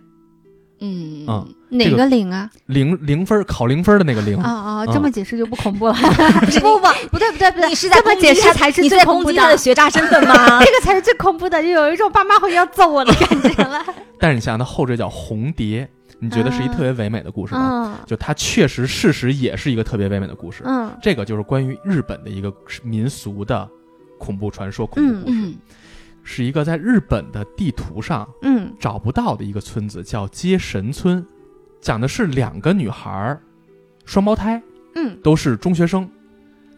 嗯
嗯，
哪个零啊？
零零分儿考零分儿的那个零。
啊
哦哦，这么解释就不恐 怖了。
是
不不不对不对不对，
你是在
这么
攻击
解释
他
才是
你
最
在
恐
攻
怖
击他 的
的，
学渣身份 吗？
这个才是最恐怖的，就有一种爸妈会要揍我的感觉了。
但是你想想，它后缀叫红蝶，你觉得是一
啊
特别唯美的故事吗？
啊
嗯
就它确实事实也是一个特别唯美的故事。
嗯
这个就是关于日本的一个民俗的恐怖传说、恐怖故事，
嗯
是一个在日本的地图上
嗯
找不到的一个村子，叫接神村，讲的是两个女孩儿，双胞胎，
嗯
都是中学生。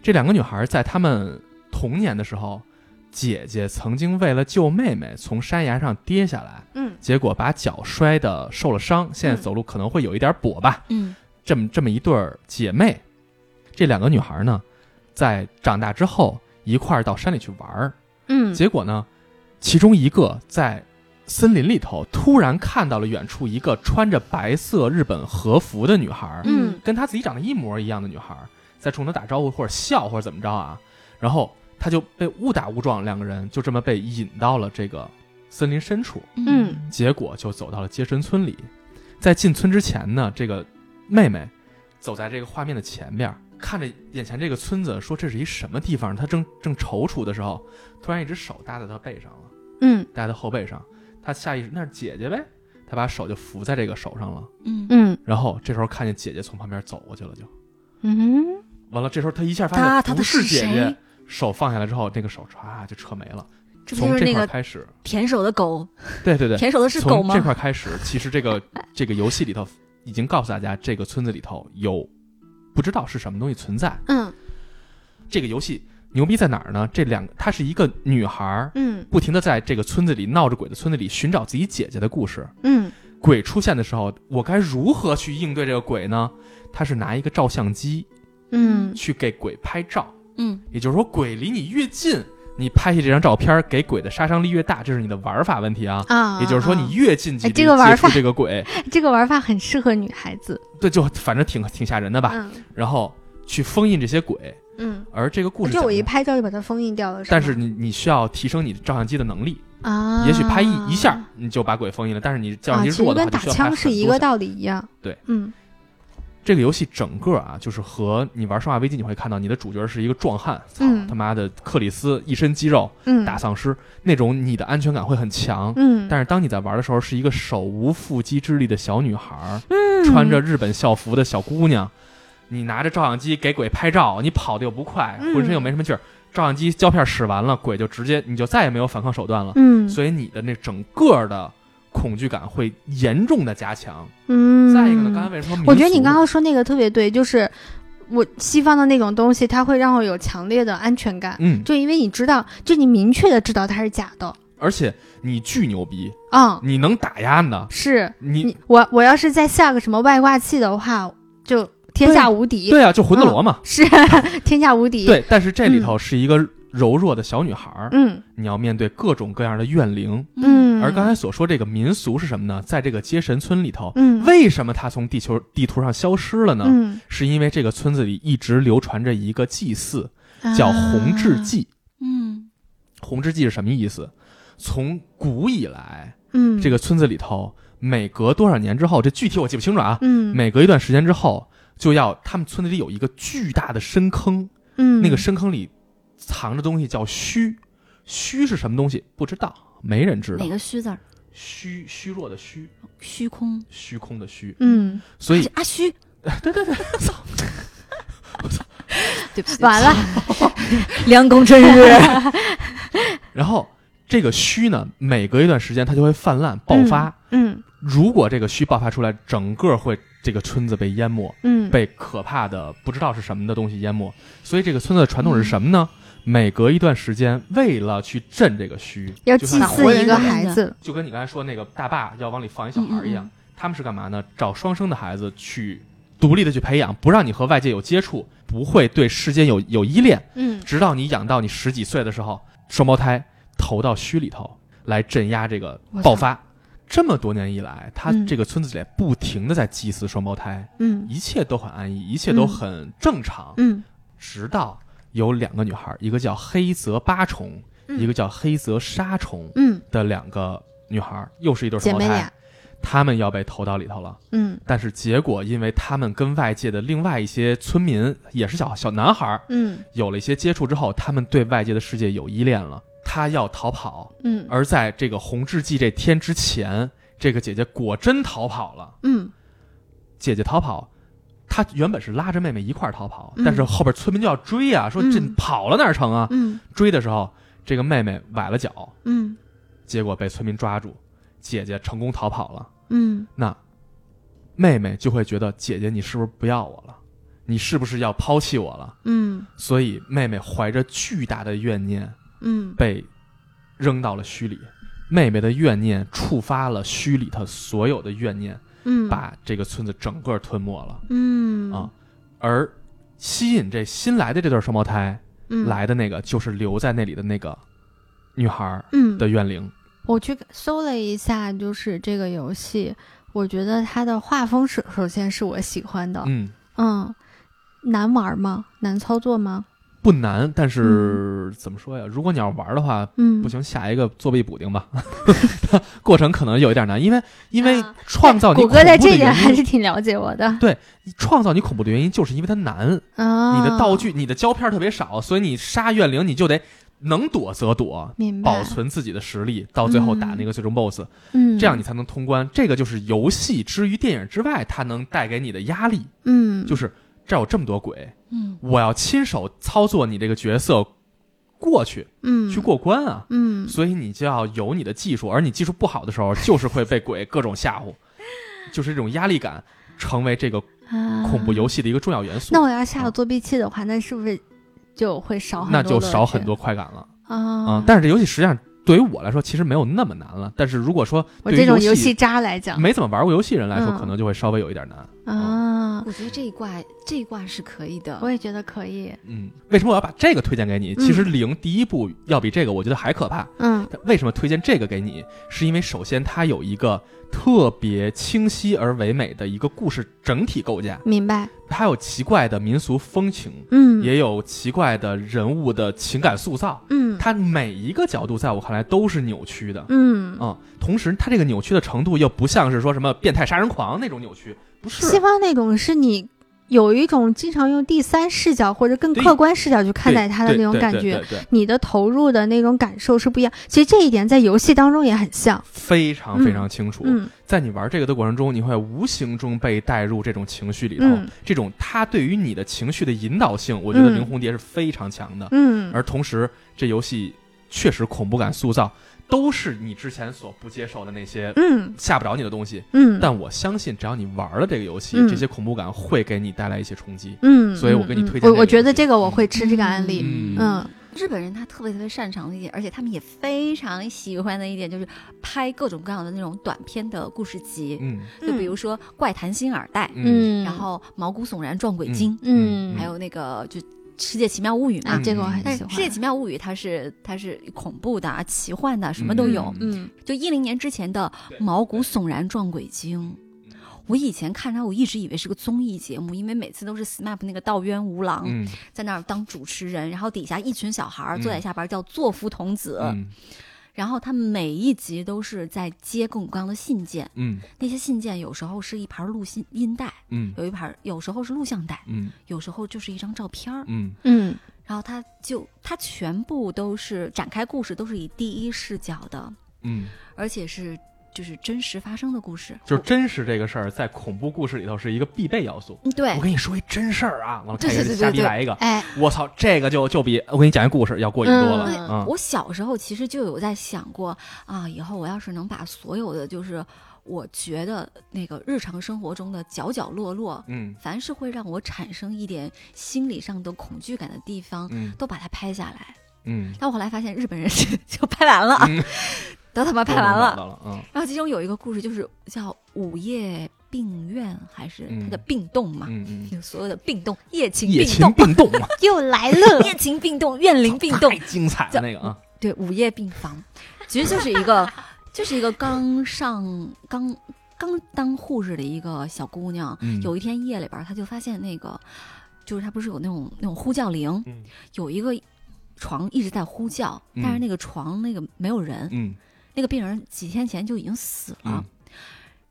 这两个女孩在她们童年的时候，姐姐曾经为了救妹妹从山崖上跌下来，
嗯
结果把脚摔得受了伤，现在走路可能会有一点跛吧。
嗯
这么这么一对儿姐妹，这两个女孩呢，在长大之后一块儿到山里去玩儿，
嗯，
结果呢，其中一个在森林里头突然看到了远处一个穿着白色日本和服的女孩儿，
嗯
跟她自己长得一模一样的女孩儿，在冲她打招呼或者笑或者怎么着啊，然后她就被误打误撞，两个人就这么被引到了这个森林深处，
嗯
结果就走到了接神村里。在进村之前呢，这个妹妹走在这个画面的前边，看着眼前这个村子，说这是一什么地方？她正正踌躇的时候，突然一只手搭在她背上了，
嗯
搭在后背上。她下意识那是姐姐呗，她把手就扶在这个手上了。
嗯嗯
嗯
然后这时候看见姐姐从旁边走过去了就，
嗯
完了。这时候她一下发
她
现
她
不
的
是
是
姐姐
谁，
手放下来之后，那个手歘就扯没了。
这不
从
就是
这
那
块
个
开始，
舔手的狗？
对对对，
舔手的是狗
从
吗
这？块开始，其实这个 这个游戏里头已经告诉大家，这个村子里头有不知道是什么东西存在。
嗯
这个游戏牛逼在哪儿呢？这两个，它是一个女孩儿
嗯
不停的在这个村子里闹着鬼的村子里寻找自己姐姐的故事。
嗯
鬼出现的时候，我该如何去应对这个鬼呢？她是拿一个照相机
嗯
去给鬼拍照，
嗯
也就是说，鬼离你越近，你拍下这张照片儿给鬼的杀伤力越大，这是你的玩法问题啊。
啊，
也就是说，
啊
你越近距
哎
离
这个玩
接触
法
这个鬼，
这个玩法很适合女孩子。
对，就反正挺挺吓人的吧。
嗯
然后去封印这些鬼，
嗯，
而这个故事
就
讲
我一
的，
拍照就把它封印掉了，
但
是
是
吗
你你需要提升你照相机的能力，
啊，
也许拍一一下你就把鬼封印了，但是你照
啊，
相
其
机
实
弱的
跟
话，就
打
需要拍
枪
很
是一
多
个
下。
道理一样。
对，
嗯
这个游戏整个啊，就是和你玩《生化危机》，你会看到你的主角是一个壮汉，操
嗯
他妈的克里斯一身肌肉
嗯，
打丧尸那种，你的安全感会很强。
嗯，
但是当你在玩的时候，是一个手无缚鸡之力的小女孩儿，
嗯
穿着日本校服的小姑娘，你拿着照相机给鬼拍照，你跑的又不快，
嗯
浑身又没什么劲儿，照相机胶片使完了，鬼就直接你就再也没有反抗手段了，
嗯，
所以你的那整个的恐惧感会严重的加强。
嗯，
再一个呢，刚才为什么民俗
我觉得你刚刚说那个特别对，就是我西方的那种东西，它会让我有强烈的安全感，
嗯，
就因为你知道，就你明确的知道它是假的，
而且你巨牛逼，
嗯，
你能打压呢，
是
你
你我我要是再下个什么外挂器的话，就天下无敌，
对啊，就魂斗
嗯
罗嘛，
是 天下无敌，，
对，但是这里头是一个柔弱的小女孩儿，
嗯
你要面对各种各样的怨灵。
嗯，
而刚才所说这个民俗是什么呢？在这个接神村里头，
嗯
为什么它从地球地图上消失了呢？
嗯
是因为这个村子里一直流传着一个祭祀，
嗯啊
叫红雉祭。
嗯
红雉祭是什么意思？从古以来，
啊，嗯，
这个村子里头，每隔多少年之后，这具体我记不清楚啊，
嗯
每隔一段时间之后，就要他们村子里有一个巨大的深坑，
嗯
那个深坑里藏着东西叫虚，虚是什么东西？不知道，没人知道
嗯
哪。
哎
个虚字儿？
虚虚弱的虚，
虚空。
虚空的虚，
嗯
所以
阿虚，
对不起，
完了，
梁公真日，
然后这个虚呢，每隔一段时间它就会泛滥爆发。
嗯
如果这个虚爆发出来，整个会这个村子被淹没，
嗯
被可怕的不知道是什么的东西淹没。所以这个村子的传统是什么呢？
嗯
每隔一段时间，为了去镇这个虚，
要
就
祭
像
祀一个孩子，
就跟你刚才说那个大坝要往里放一小孩儿一样，
嗯嗯
他们是干嘛呢？找双生的孩子去独立的去培养，不让你和外界有接触，不会对世间有有依恋，
嗯
直到你养到你十几岁的时候，双胞胎投到墟里头来镇压这个爆发。这么多年以来，他
嗯
这个村子里不停的在祭祀双胞胎，
嗯
一切都很安逸，一切都很正常。
嗯
直到有两个女孩，一个叫黑泽八重，
嗯，嗯
一个叫黑泽沙虫
嗯，
的两个女孩儿，又是一对
姐
双胞
妹
胎
俩，，
她们要被投到里头了。
嗯
但是结果，因为她们跟外界的另外一些村民，也是小小男孩儿，
嗯
有了一些接触之后，他们对外界的世界有依恋了。她要逃跑，
嗯
而在这个红雉记这天之前，这个姐姐果真逃跑了。
嗯
姐姐逃跑，她原本是拉着妹妹一块儿逃跑，
嗯
但是后边村民就要追啊，说这
嗯
跑了哪儿成啊？
嗯
追的时候，这个妹妹崴了脚，
嗯
结果被村民抓住，姐姐成功逃跑了。
嗯
那妹妹就会觉得姐姐你是不是不要我了？你是不是要抛弃我了？
嗯
所以妹妹怀着巨大的怨念
嗯
被扔到了墟里。妹妹的怨念触发了墟里头所有的怨念，
嗯，
把这个村子整个吞没了。
嗯
啊而吸引这新来的这对双胞胎
嗯
来的那个，就是留在那里的那个女孩
嗯
的怨灵。
我去搜了一下，就是这个游戏，我觉得它的画风是首先是我喜欢的，
嗯，
嗯，难玩吗？难操作吗？
不难，但是怎么说呀？如果你要玩的话，
嗯，
不，行，下一个作弊补丁吧。 过程可能有一点难，因为因为
啊
创造
谷
你恐怖
歌
的
在这一点还
原
是
因，
挺了解我的
创造你恐怖的原因就是因为它难，
啊。
你的道，具、你的胶片特别少，所以你杀怨灵你就得能躲则躲，
明白，
保存自己的实力，到最后打那个最终 BOSS。
嗯，
这样你才能通关。这个就是游戏之于电影之外，它能带给你的压力，
嗯，
就是是这儿有这么多鬼，
嗯，
我要亲手操作你这个角色过去
嗯
去，过关啊。
嗯
所以你就要有你的技术，而你技术不好的时候，就是会被鬼各种吓 唬，就是这种压力感成为这个恐怖
啊
游戏的一个重要元素
那。我要下有作弊器的话，那是不是就会少很多
那
乐趣？
就少很多快感了啊
啊！！
但是这游戏实际上对于我来说，其实没有那么难了。但是如果说
我
对于
这种
游
游戏渣来讲
没怎么玩过游戏人来说，
嗯
可能就会稍微有一点难。
啊，
我觉得这一卦这一卦是可以的
我。也觉得可以。
嗯，为什么我要把这个推荐给你？
嗯
其实零第一部要比这个我觉得还可怕。
嗯
但为什么推荐这个给你？是因为首先它有一个特别清晰而唯美的一个故事整体构架，
明白。
它有奇怪的民俗风情，
嗯，
也有奇怪的人物的情感塑造。
嗯
它每一个角度在我看来都是扭曲的。
嗯，
啊、同时它这个扭曲的程度又不像是说什么变态杀人狂那种扭曲，不是
西方那种是你有一种经常用第三视角或者更
对
客观视角去看待它的
对
那种
对
感
对
觉
对，对对
你的投入的那种感受是不一样。其实这一点在游戏当中也很像。
非常非常清楚。
嗯
在你玩这个的过程中，你会无形中被带入这种情绪里头，
嗯
这种它对于你的情绪的引导性，我觉得
嗯
灵红蝶是非常强的。
嗯
而同时，这游戏确实恐怖感塑造都是你之前所不接受的那些
嗯
吓不着你的东西。
嗯，
但我相信，只要你玩了这个游戏，
嗯
这些恐怖感会给你带来一些冲击。
嗯，
所以我给你
嗯
推荐
我
这
我
个
觉
游
得
戏
这个我会吃这个案例。
嗯
嗯
日本人他特别特别擅长的一点，而且他们也非常喜欢的一点就是拍各种各样的那种短片的故事集，
嗯
就比如说《怪谈新耳袋》，
嗯，
然后《毛骨悚然撞鬼经》，
嗯
还有那个就《世界奇妙物语》嘛。
啊，这个我很
但
喜
是《
欢。
世界奇妙物语》它是它是恐怖的、啊奇幻的，什么都有。
嗯
就一零年之前的《毛骨悚然撞鬼经》，
嗯
我以前看它，我一直以为是个综艺节目，因为每次都是 SMAP 那个道渊无郎、
嗯
在那儿当主持人，然后底下一群小孩儿
嗯
坐在下边儿叫作福童子，
嗯
然后他每一集都是在接各种各样的信件，
嗯
那些信件有时候是一盘录信音带，
嗯
有一盘有时候是录像带，
嗯
有时候就是一张照片儿，
嗯
嗯
然后他就他全部都是展开故事，都是以第一视角的，
嗯，
而且是就是真实发生的故事，
就是真实这个事儿，在恐怖故事里头是一个必备要素。
嗯对
我跟你说一真事儿啊，完了开始
对对对
瞎逼
对
来一个，
哎
我操，这个就就比我给你讲一故事要过瘾多了
嗯
啊！
我小时候其实就有在想过啊，以后我要是能把所有的就是我觉得那个日常生活中的角角落落，
嗯
凡是会让我产生一点心理上的恐惧感的地方，
嗯
都把它拍下来。
嗯，
但我后来发现日本人 就拍完了，
嗯
都他妈拍完
了
啊了。
了，嗯
然后其中有一个故事就是叫午夜病院，还是
嗯
它的病栋嘛？
嗯嗯，
就所有的病栋，夜情
夜
病
勤
栋，
病动嘛，
又来了
夜情病栋，怨 灵病栋
太，精彩了那个啊！
对，午夜病房，其实就是一个， 就是一个刚上刚刚当护士的一个小姑娘，
嗯
有一天夜里边儿，她就发现那个，就是她不是有那种那种呼叫铃，
嗯
有一个床一直在呼叫，但是那个床那个没有人，
嗯
那个病人几天前就已经死了。
嗯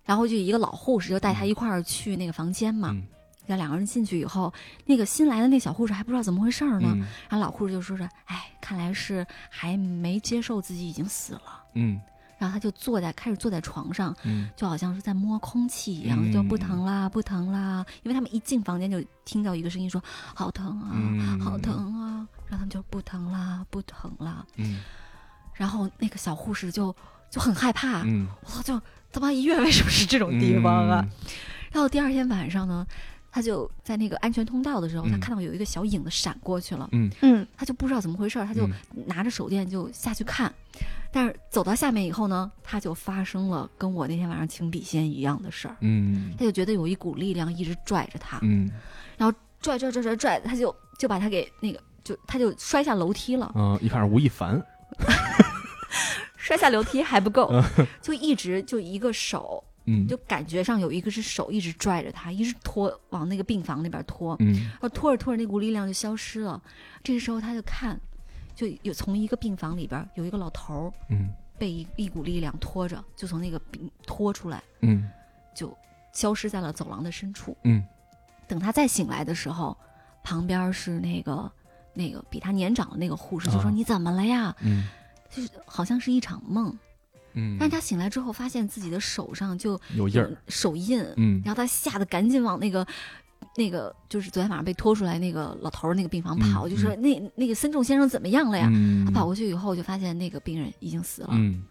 然后就一个老护士就带他一块儿去那个房间嘛，
嗯
那两个人进去以后，那个新来的那小护士还不知道怎么回事儿呢，
嗯
然后老护士就说着：“哎，看来是还没接受自己已经死了。
嗯”
然后他就坐在开始坐在床上，
嗯
就好像是在摸空气一样，
嗯
就不疼啦，不疼啦。因为他们一进房间就听到一个声音说：“好疼啊，
嗯
好疼啊！”然后他们就不疼啦，不疼啦。
嗯
然后那个小护士就就很害怕，
嗯，
我操，就他妈医院为什么是这种地方啊？然后第二天晚上呢，他就在那个安全通道的时候，
嗯
他看到有一个小影子闪过去了，
嗯？嗯，
嗯
他就不知道怎么回事儿，他就
嗯
拿着手电就下去看。但是走到下面以后呢，他就发生了跟我那天晚上请笔仙一样的事儿，
嗯
他就觉得有一股力量一直拽着他，
嗯
拽拽拽拽拽，他就就把他给那个就他就摔下楼梯 了，
嗯，一看是吴亦凡，
摔下楼梯还不够， 就一直就一个手
嗯，
就感觉上有一个是手一直拽着他，一直拖往那个病房那边拖，
嗯
然后哦拖着拖着那股力量就消失了。这个时候他就看，就有从一个病房里边有一个老头儿
嗯
被一一股力量拖着，就从那个病拖出来，
嗯
就消失在了走廊的深处。
嗯
等他再醒来的时候，旁边是那个那个比他年长的那个护士，就说：“
啊
你怎么了呀？”
嗯
就是好像是一场梦，
嗯，
但是他醒来之后发现自己的手上就
有印儿，
手印，
嗯
然后他吓得赶紧往那个。那个就是昨天晚上被拖出来那个老头儿那个病房跑，
嗯
就说那那个森重先生怎么样了呀？
嗯，
他跑过去以后就发现那个病人已经死了。
嗯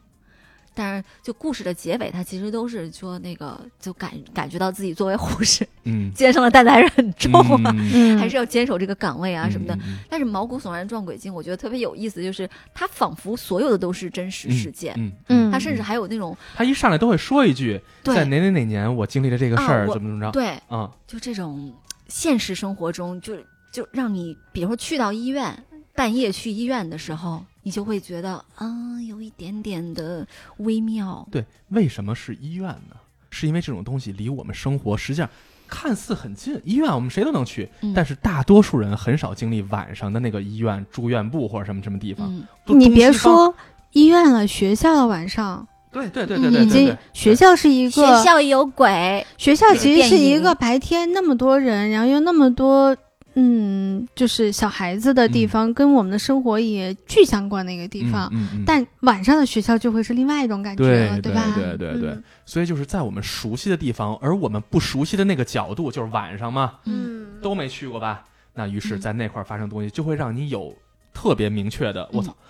但是就故事的结尾，他其实都是说那个就感感觉到自己作为护士
嗯，
肩上的担子还是很重啊，
嗯
嗯，
还是要坚守这个岗位 啊什么的。，
嗯
但是毛骨悚然撞鬼镜，我觉得特别有意思，就是它仿佛所有的都是真实事件，
嗯，
嗯，
它甚至还有那种
他一上来都会说一句，在
对啊
哪哪哪年我经历了这个事儿，怎么怎么着，
对，
啊，
就这种现实生活中，就就让你，比如说去到医院，半夜去医院的时候，你就会觉得，嗯，有一点点的微妙。
对，为什么是医院呢？是因为这种东西离我们生活实际上看似很近，医院我们谁都能去，
嗯、
但
是，
是大多数人很少经历晚上的那个医院住院部或者什么什么地方。
嗯，
都
你
东
别
西方，
说医院了，学校了，晚上
对对对
嗯
对
已
对对
经
对，
学校是一
学
个
校有鬼，
学校
对
其实
电
是一
影
个白天那么多人，然后又那么多嗯，就是小孩子的地
嗯
方，跟我们的生活也巨相关的一个地
嗯
方。
嗯嗯
但晚上的学校就会是另外一种感觉
对
了，
对
吧？
对对对
嗯，
所以就是在我们熟悉的地方，而我们不熟悉的那个角度，就是晚上嘛，
嗯，
嗯，
都没去过吧？那于是，
嗯
在那块儿发生东西，就会让你有特别明确的，我操，
嗯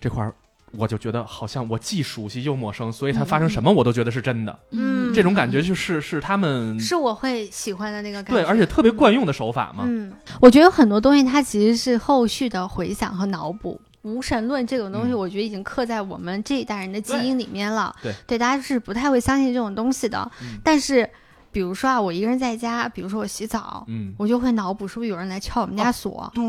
这块儿我就觉得好像我既熟悉又陌生，所以它发生什么我都觉得是真的。
嗯
这种感觉就是是他们
是我会喜欢的那个感觉。
对，而且特别惯用的手法嘛。
嗯，我觉得有很多东西它其实是后续的回想和脑补。无神论这种东西，
嗯
我觉得已经刻在我们这一代人的基因里面了。
对对
大家是不太会相信这种东西的。
嗯
但是，比如说啊，我一个人在家，比如说我洗澡，
嗯，
我就会脑补是不是有人来敲我们家锁。
对，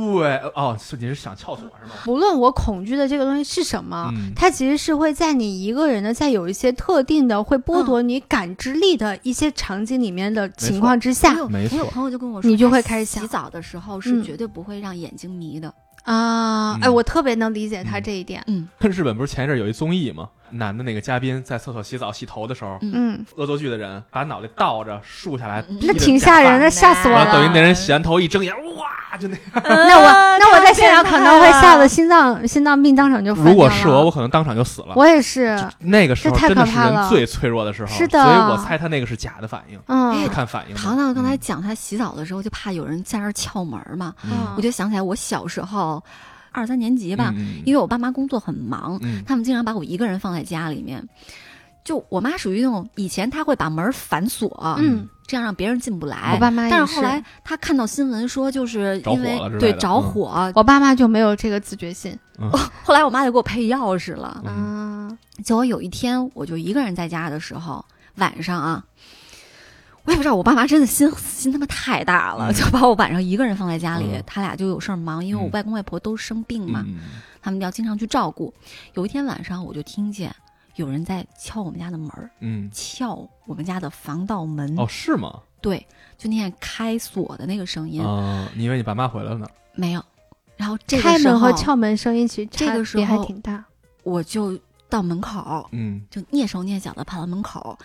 哦，是你是想撬锁是吗？
无论我恐惧的这个东西是什么，
嗯
它其实是会在你一个人的，在有一些特定的会剥
嗯
夺你感知力的一些场景里面的情况之
我
下
有
没
我有
错
朋友就跟我说，
你就
他
会开始想
洗澡的时候
嗯
是绝对不会让眼睛迷的。
啊，哎，
嗯
我特别能理解他
嗯
这一点。
嗯，
日本不是前一阵有一综艺吗？男的那个嘉宾在厕所洗澡洗头的时候，
嗯，
恶作剧的人把脑袋倒着竖下来
嗯，
那挺吓人的，吓死我
然后啊等于
了。
那人洗完头一睁眼，哇，就那。
嗯
那我那我在现场可
啊
能会吓得
得
心脏心脏病当场就翻
如果
掉
是
了
我，我，可能当场就死了。
我也是，
嗯
那个时候
这太
真的
可
是
怕
人
了
最脆弱的时候，
是的
所以我猜他那个是假的反应，
嗯
是看反应的。
哎糖糖刚才讲他洗澡的时候就怕有人在那儿撬门儿嘛，
嗯
我就想起来我小时候二三年级
对
哦吧，
啊嗯
因为我爸妈工作很忙，
嗯
他们经常把我一个人放在家里面。就我妈属于那种以前她会把门儿反锁，
嗯，
这样让别人进不来。
我爸妈也
但
是
是后来她看到新闻说，就是
着火
因为
了之类
对
的
着
嗯
火，
我爸妈就没有这个自觉性。
后来我妈就给我配钥匙了。
嗯
嗯
结果有一天我就一个人在家的时候，晚上啊，我也不知道我爸妈真的心心他妈太大了，
嗯
就把我晚上一个人放在家里，
嗯
他俩就有事儿忙，因为我
嗯
外公外婆都生病嘛，
嗯
他们要经常去照顾。有一天晚上，我就听见有人在敲我们家的门儿，
嗯，
撬我们家的防盗门。
哦，是吗？
对，就那天开锁的那个声音、
哦啊，你以为你爸妈回来了呢？
没有。然后这个
开
时
门
候
和撬门声音其实
这
差
个时
别还
候
挺大。
我就到门口，
嗯，
就蹑手蹑脚的跑到门口，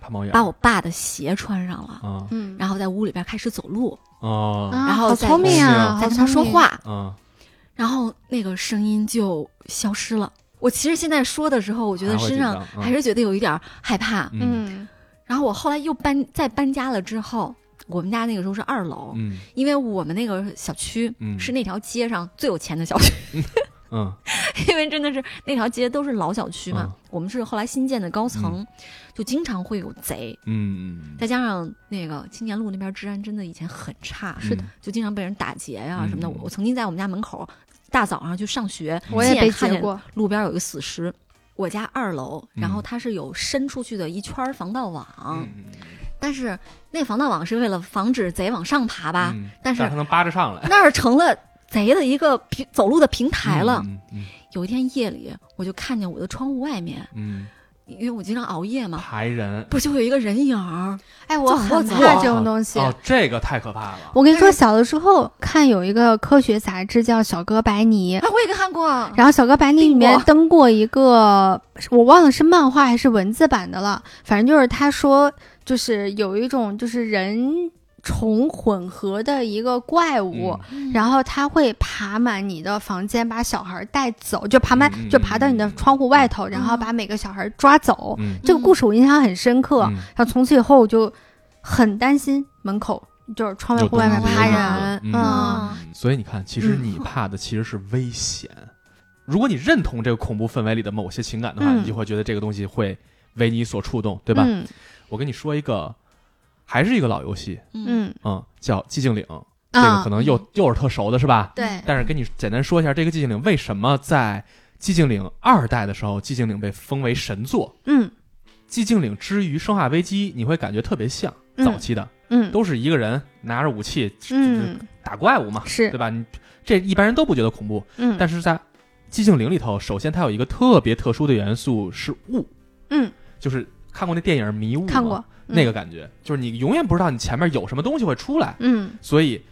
怕猫眼
把我爸的鞋穿上了，
啊
嗯，
然后在屋里边开始走路，
啊
啊
然后
好
再
聪明啊，
在
好
跟他
聪
说
明。
话，
啊！
然后那个声音就消失了。我其实现在说的时候，我觉得
还会
身
紧
上
张嗯
还是觉得有一点害怕。
嗯
嗯
然后我后来又搬再搬家了之后，我们家那个时候是二楼，
嗯
因为我们那个小区
嗯
是那条街上最有钱的小区，
嗯
因为真的是那条街都是老小区嘛。
嗯
我们是后来新建的高层，就经常会有贼。
嗯，
再加上那个青年路那边治安真的以前很差，
是的
就经常被人打劫呀、什么的。
嗯嗯嗯
我曾经在我们家门口大早上去上学，
我也
亲眼
被
看
劫
见
过，
路边有一个死尸。我家二楼，然后
嗯
它是有伸出去的一圈儿防盗网，
嗯
但是那防盗网是为了防止贼往上爬吧？，
嗯
但是
他能扒着上来
那儿成了贼的一个平走路的平台了。
嗯嗯
有一天夜里，我就看见我的窗户外面，
嗯，
因为我经常熬夜
嗯
嘛，
排人
不就有一个人影儿？
哎，我
很
很
不
怕
错
这种东西。
哦，这个太可怕了。
我跟你说，
但是
小的时候看有一个科学杂志叫《小哥白尼》，
啊，我也看过。
然后《小哥白尼》里面
订过
登过一个，我忘了是漫画还是文字版的了，反正就是他说，就是有一种就是人虫混合的一个怪
嗯
物。
嗯
然后它会爬满你的房间，把小孩带走，就爬满，
嗯嗯
就爬到你的窗户外头，然后
嗯
把每个小孩抓走。
嗯，
这个故事我印象很深刻，
嗯
然后从此以后我就很担心门口就是窗外
有
户外面
东西
爬
有
人，
东
嗯，
西
啊，
所以你看，其实
嗯
你怕的其实是危险。如果你认同这个恐怖氛围里的某些情感的话，
嗯
你就会觉得这个东西会为你所触动，对吧？
嗯
我跟你说一个，还是一个老游戏，
嗯，
嗯，
嗯，叫《寂静岭》，这
啊，
个可能又、又是特熟的，是吧？
对，
但是跟你简单说一下，这个《寂静岭》为什么在《寂静岭二代》的时候，《寂静岭》被封为神作，
嗯
《寂静岭》之于《生化危机》，你会感觉特别像
嗯
早期的，
嗯
都是一个人拿着武器
嗯
打怪物嘛，
是
对吧？你这一般人都不觉得恐怖，
嗯，
但是在寂静岭里头，首先它有一个特别特殊的元素是雾，
嗯，
就是看过那电影《迷雾》吗
看过、嗯
那个感觉，就是你永远不知道你前面有什么东西会出来，
嗯
所以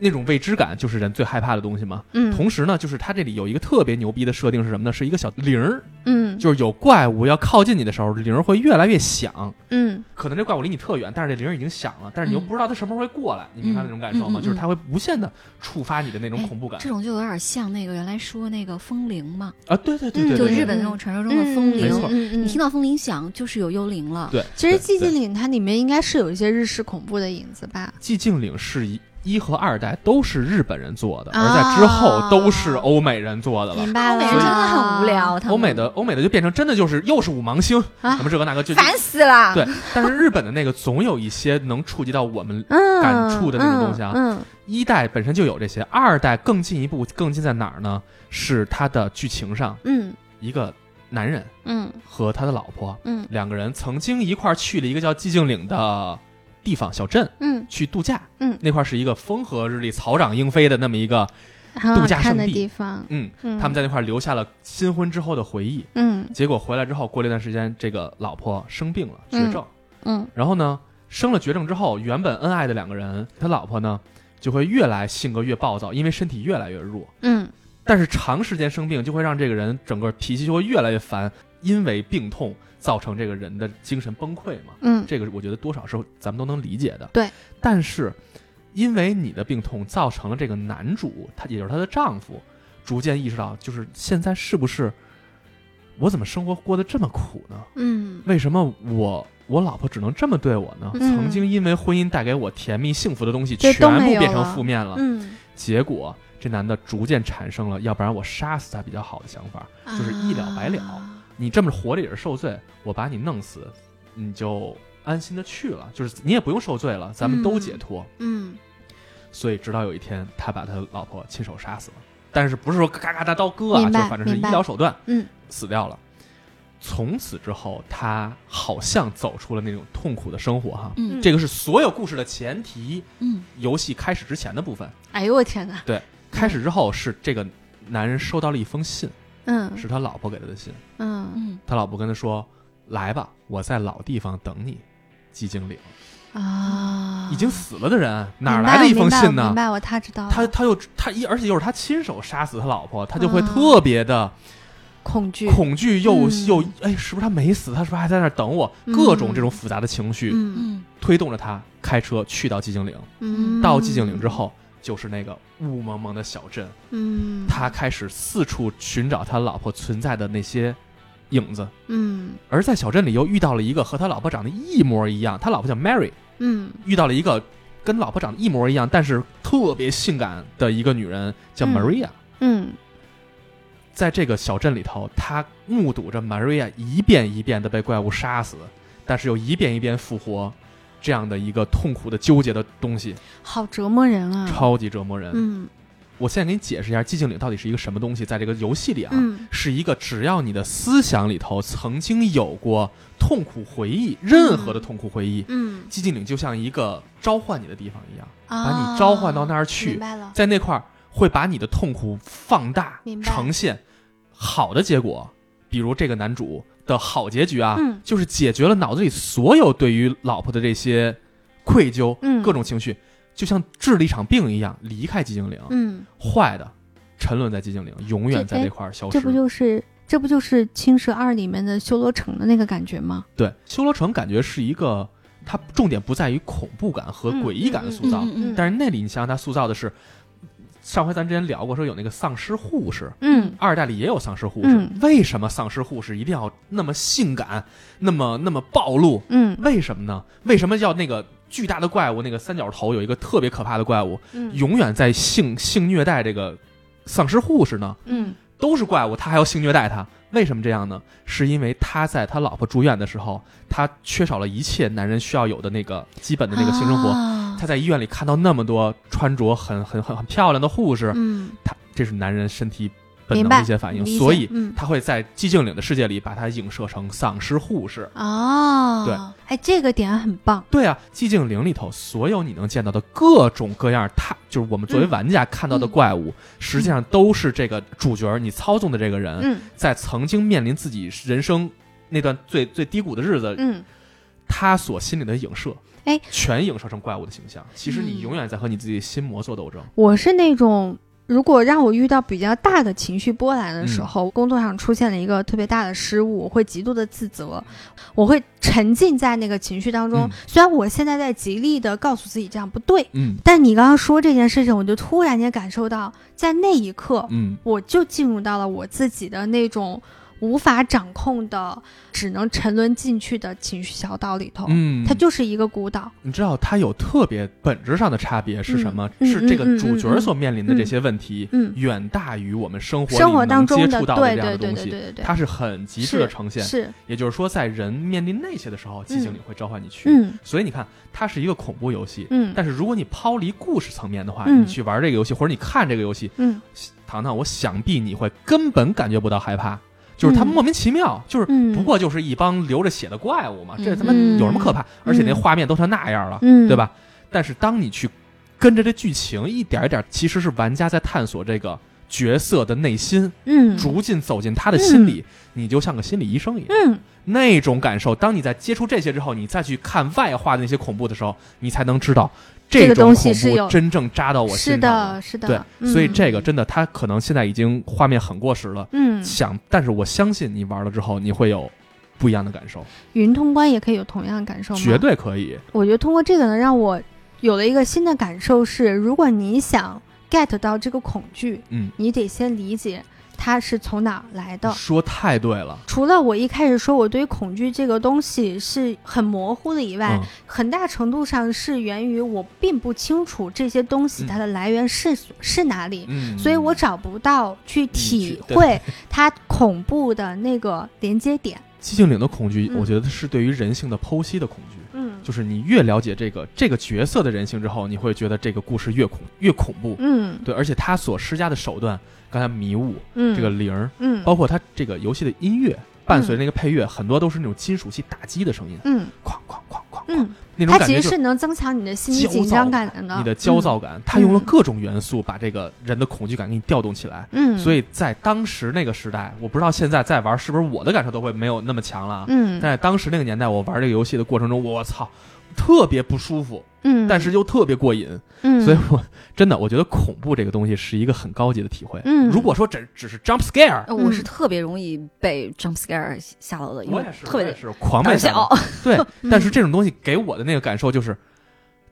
那种未知感就是人最害怕的东西嘛。
嗯
同时呢，就是它这里有一个特别牛逼的设定是什么呢？是一个小铃儿，
嗯
就是有怪物要靠近你的时候，铃儿会越来越响。
嗯
可能这怪物离你特远，但是这铃儿已经响了，但是你又
嗯
不知道它什么时候会过来，你明白那种感受吗？
嗯嗯嗯
就是它会无限的触发你的那种
哎
恐怖感
这种就有点像那个原来说那个风铃嘛，
啊！对对对对，
就
对
日
对
本那种传说中的风
没
铃。
错
嗯
你听
到。
到风铃响，就是有幽灵了。
对，
其实
对
寂
对
静岭它里面应该是有一些日式恐怖的影子吧？
寂静岭是一一和二代都是日本人做的，
啊
而在之后都是欧美人做的了。
明白
欧
了，
美人真的很无聊，他们
欧美的欧美的就变成真的就是又是五芒星，
啊
什么这个那个就
烦死了。
对，但是日本的那个总有一些能触及到我们。
嗯，
感触的那种东西啊
嗯，
一代本身就有这些，二代更进一步，更进在哪儿呢？是它的剧情上，
嗯
一个男人
嗯
和他的老婆
嗯
两个人曾经一块儿去了一个叫寂静岭的地方小镇
嗯
去度假，
嗯
那块儿是一个风和日丽、草长莺飞的那么一个，
嗯，很好
度假
看
胜
的
地
地方，
嗯，
嗯，
他们在那块儿留下了新婚之后的回忆。
嗯
结果回来之后，过了一段时间，这个老婆生病了，绝症。
嗯
然后呢，生了绝症之后，原本恩爱的两个人，他老婆呢就会越来性格越暴躁，因为身体越来越弱。
嗯
但是长时间生病就会让这个人整个脾气就会越来越烦，因为病痛造成这个人的精神崩溃嘛。
嗯
这个我觉得多少是咱们都能理解的。
对，
但是因为你的病痛造成了这个男主，他也就是她的丈夫，逐渐意识到，就是现在是不是我怎么生活过得这么苦呢？
嗯
为什么我我老婆只能这么对我呢？
嗯
曾经因为婚姻带给我甜蜜幸福的东西，
这
全
都
部
没有
变成
了
负面了。
嗯，
结果这男的逐渐产生了，要不然我杀死他比较好的想法。就是一了百了
啊
你这么活着也是受罪，我把你弄死，你就安心的去了，就是你也不用受罪了，咱们都解脱。
嗯
所以直到有一天，他把他老婆亲手杀死了，但是不是说嘎嘎大刀割啊，
明
就
白
反正是医
明白
疗手段，
嗯，
死掉了。从此之后，他好像走出了那种痛苦的生活哈。
嗯
这个是所有故事的前提，
嗯，
游戏开始之前的部分，
哎呦我天哪，
开始之后是这个男人收到了一封信，
嗯
是他老婆给他的信。
嗯
嗯，
他老婆跟他说：“来吧，我在老地方等你，寂静岭。”
啊，
已经死了的人，哪来的一封信呢
明白，明？白我他知道了
他他又他一，而且又是他亲手杀死他老婆，他就会特别的
恐惧，
恐惧又，
嗯
又哎，是不是他没死？他是不是还在那儿等我？各种这种复杂的情绪、
嗯
嗯，
推动着他开车去到寂静岭。
嗯，
到寂静岭之，后，就是那个雾蒙蒙的小镇，
嗯，
他开始四处寻找他老婆存在的那些影子。
嗯
而在小镇里又遇到了一个和他老婆长得一模一样，他老婆叫 Mary，
嗯
遇到了一个跟老婆长得一模一样，但是特别性感的一个女人叫
嗯
Maria。
嗯
在这个小镇里头，他目睹着 Maria 一遍一遍的被怪物杀死，但是又一遍一遍复活，这样的一个痛苦的纠结的东西，
好折磨人啊，
超级折磨人。
嗯
我现在给你解释一下寂静岭到底是一个什么东西，在这个游戏里啊，
嗯
是一个只要你的思想里头曾经有过痛苦回忆，任何的痛苦回忆，
嗯，
寂静岭就像一个召唤你的地方一样，把
把
你召唤到那儿
啊哦明
去，
白了，
在那块儿会把你的痛苦放大
明白
呈现。好的结果，比如这个男主的好结局啊，
嗯
就是解决了脑子里所有对于老婆的这些愧疚、
嗯
各种情绪，就像治了一场病一样，离开寂静岭。
嗯，
坏的沉沦在寂静岭，永远
这哎
在这块儿消失
这。不就是这不就是《青蛇二》里面的修罗城的那个感觉吗？
对，修罗城感觉是一个，它重点不在于恐怖感和
嗯
诡异感的塑
嗯
造，
嗯
但是那里你想想，它塑造的是，上回咱之前聊过，说有那个丧尸护士，
嗯
二代里也有丧尸护士，
嗯
为什么丧尸护士一定要那么性感，那么那么暴露？
嗯
为什么呢？为什么要那个巨大的怪物，那个三角头有一个特别可怕的怪物，
嗯
永远在性性虐待这个丧尸护士呢？
嗯
都是怪物，他还要性虐待他，为什么这样呢？是因为他在他老婆住院的时候，他缺少了一切男人需要有的那个基本的那个性生活。
啊
哦
他在医院里看到那么多穿着很很很很漂亮的护士，
嗯，
他这是男人身体本
明
能
白
的一些反应，
理解
所以
嗯
他会在寂静岭的世界里把它影射成丧尸护士。
哦，
对，
哎，这个点很棒，
对啊，寂静岭里头所有你能见到的各种各样，他就是我们作为
嗯
玩家看到的
嗯
怪物，实际上都是这个主角儿你操纵的这个人，
嗯
在曾经面临自己人生那段最最低谷的日子，
嗯
他所心里的影射，
哎，
全影射成怪物的形象。其实你
嗯
永远在和你自己心魔做斗争。
我是那种，如果让我遇到比较大的情绪波澜的
嗯
时候，工作上出现了一个特别大的失误，我会极度的自责，我会沉浸在那个情绪当中。
嗯
虽然我现在在极力的告诉自己这样不对，
嗯
但你刚刚说这件事情，我就突然间感受到，在那一刻，
嗯，
我就进入到了我自己的那种。无法掌控的，只能沉沦进去的情绪小岛里头，
嗯，
它就是一个孤岛。
你知道它有特别本质上的差别是什么？
嗯
是这
嗯嗯
个主角所面临的这些问题，
嗯嗯
远大于我们生活
生活
里
当
能接
中
触到
对
这样
对
的
对
东
对
西。
对对
它是很极致的
是
呈
对，
现，
是，
也就是说，在人面临那些的时候，寂静里会召唤你去。
嗯
所以你看，它是一个恐怖游戏，
嗯
但是如果你抛离故事层面的话，
嗯
你去玩这个游戏或者你看这个游戏，
嗯
糖糖，我想必你会根本感觉不到害怕，就是它
嗯
莫名其妙，就是
嗯，
不过就是一帮流着血的怪物嘛，这他妈
嗯
有什么可怕？而且那画面都成那样了，
嗯
对吧？但是当你去跟着这剧情一点一点，其实是玩家在探索这个角色的内心，
嗯
逐渐走进他的心里，你就像个心理医生一样。
嗯
那种感受，当你在接触这些之后，你再去看外化的那些恐怖的时候，你才能知道
这个
种
东西
恐
是
怖
有
真正扎到我
是
心上了。
的，是的，
对，
嗯、
所以这个真的，它可能现在已经画面很过时了。
嗯，
想，但是我相信你玩了之后，你会有不一样的感受，
云通关也可以有同样的感受吗？
绝，对可以。
我觉得通过这个呢，让我有了一个新的感受是，如果你想 get 到这个恐惧，
嗯，
你得先理解它是从哪儿来的。
说太对了，
除了我一开始说我对恐惧这个东西是很模糊的以外，
嗯
很大程度上是源于我并不清楚这些东西
嗯
它的来源是、是哪里，
嗯，
所以我找不到去体
对
会它恐怖的那个连接点。
寂静岭的恐惧，
嗯
我觉得是对于人性的剖析的恐惧。
嗯
就是你越了解这个这个角色的人性之后，你会觉得这个故事越恐越恐怖。
嗯
对，而且他所施加的手段，刚才迷雾
嗯，
这个铃儿，
嗯
包括它这个游戏的音乐，伴随着那个配乐，很多都是那种金属器打击的声音，
嗯
哐哐哐哐哐，
嗯，
那种
它
感
其
觉
实
就是
是嗯能增强你的心理
焦躁
紧张感的，
你的焦躁感。它用了各种元素把这个人的恐惧感给你调动起来。
嗯，嗯，
所以在当时那个时代，我不知道现在再玩是不是我的感受都会没有那么强了啊。
嗯
但是当时那个年代，我玩这个游戏的过程中，我操，特别不舒服，
嗯，
但是又特别过瘾。
嗯，
所以我真的我觉得恐怖这个东西是一个很高级的体会。
嗯
如果说只只是 jump scare，
呃我是特别容易被 jump scare 吓到的，因
我
为
也是
特别
我也
的
是狂
胆
被
儿
吓
小
到。。对，但是这种东西给我的那个感受就是，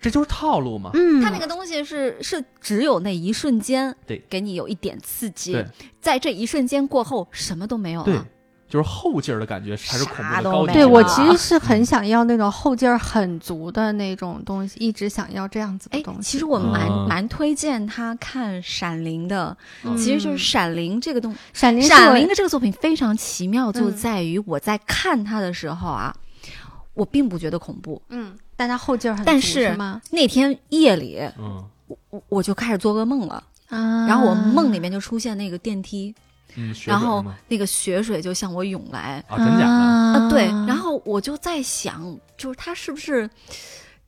这就是套路嘛。
嗯，
它那个东西是是只有那一瞬间，
对
给你有一点刺激
对，
在这一瞬间过后什么都没有
对
了。，
就是后劲儿的感觉才是恐怖
嗯啥
的
都
高级。
没
对
有
我
了
其实是很想要那种后劲儿很足的那种东西，一直想要这样子的
哎
东西。，
其实我蛮
啊
蛮推荐他看《闪灵》的，
嗯
其实就是《闪灵》这个东，
闪灵
《
是
闪
我
灵》的这个作品非常奇妙，就
嗯
在于我在看它的时候啊，我并不觉得恐怖。
嗯，但它后劲儿很足，
但
是
是
吗？
那天夜里，
嗯
我我就开始做噩梦了，
啊，
然后我梦里面就出现那个电梯，
嗯，学
然
者
后
嘛
那个血水就向我涌来，
啊，真假的？
啊
啊，对，然后我就在想，就是他是不是，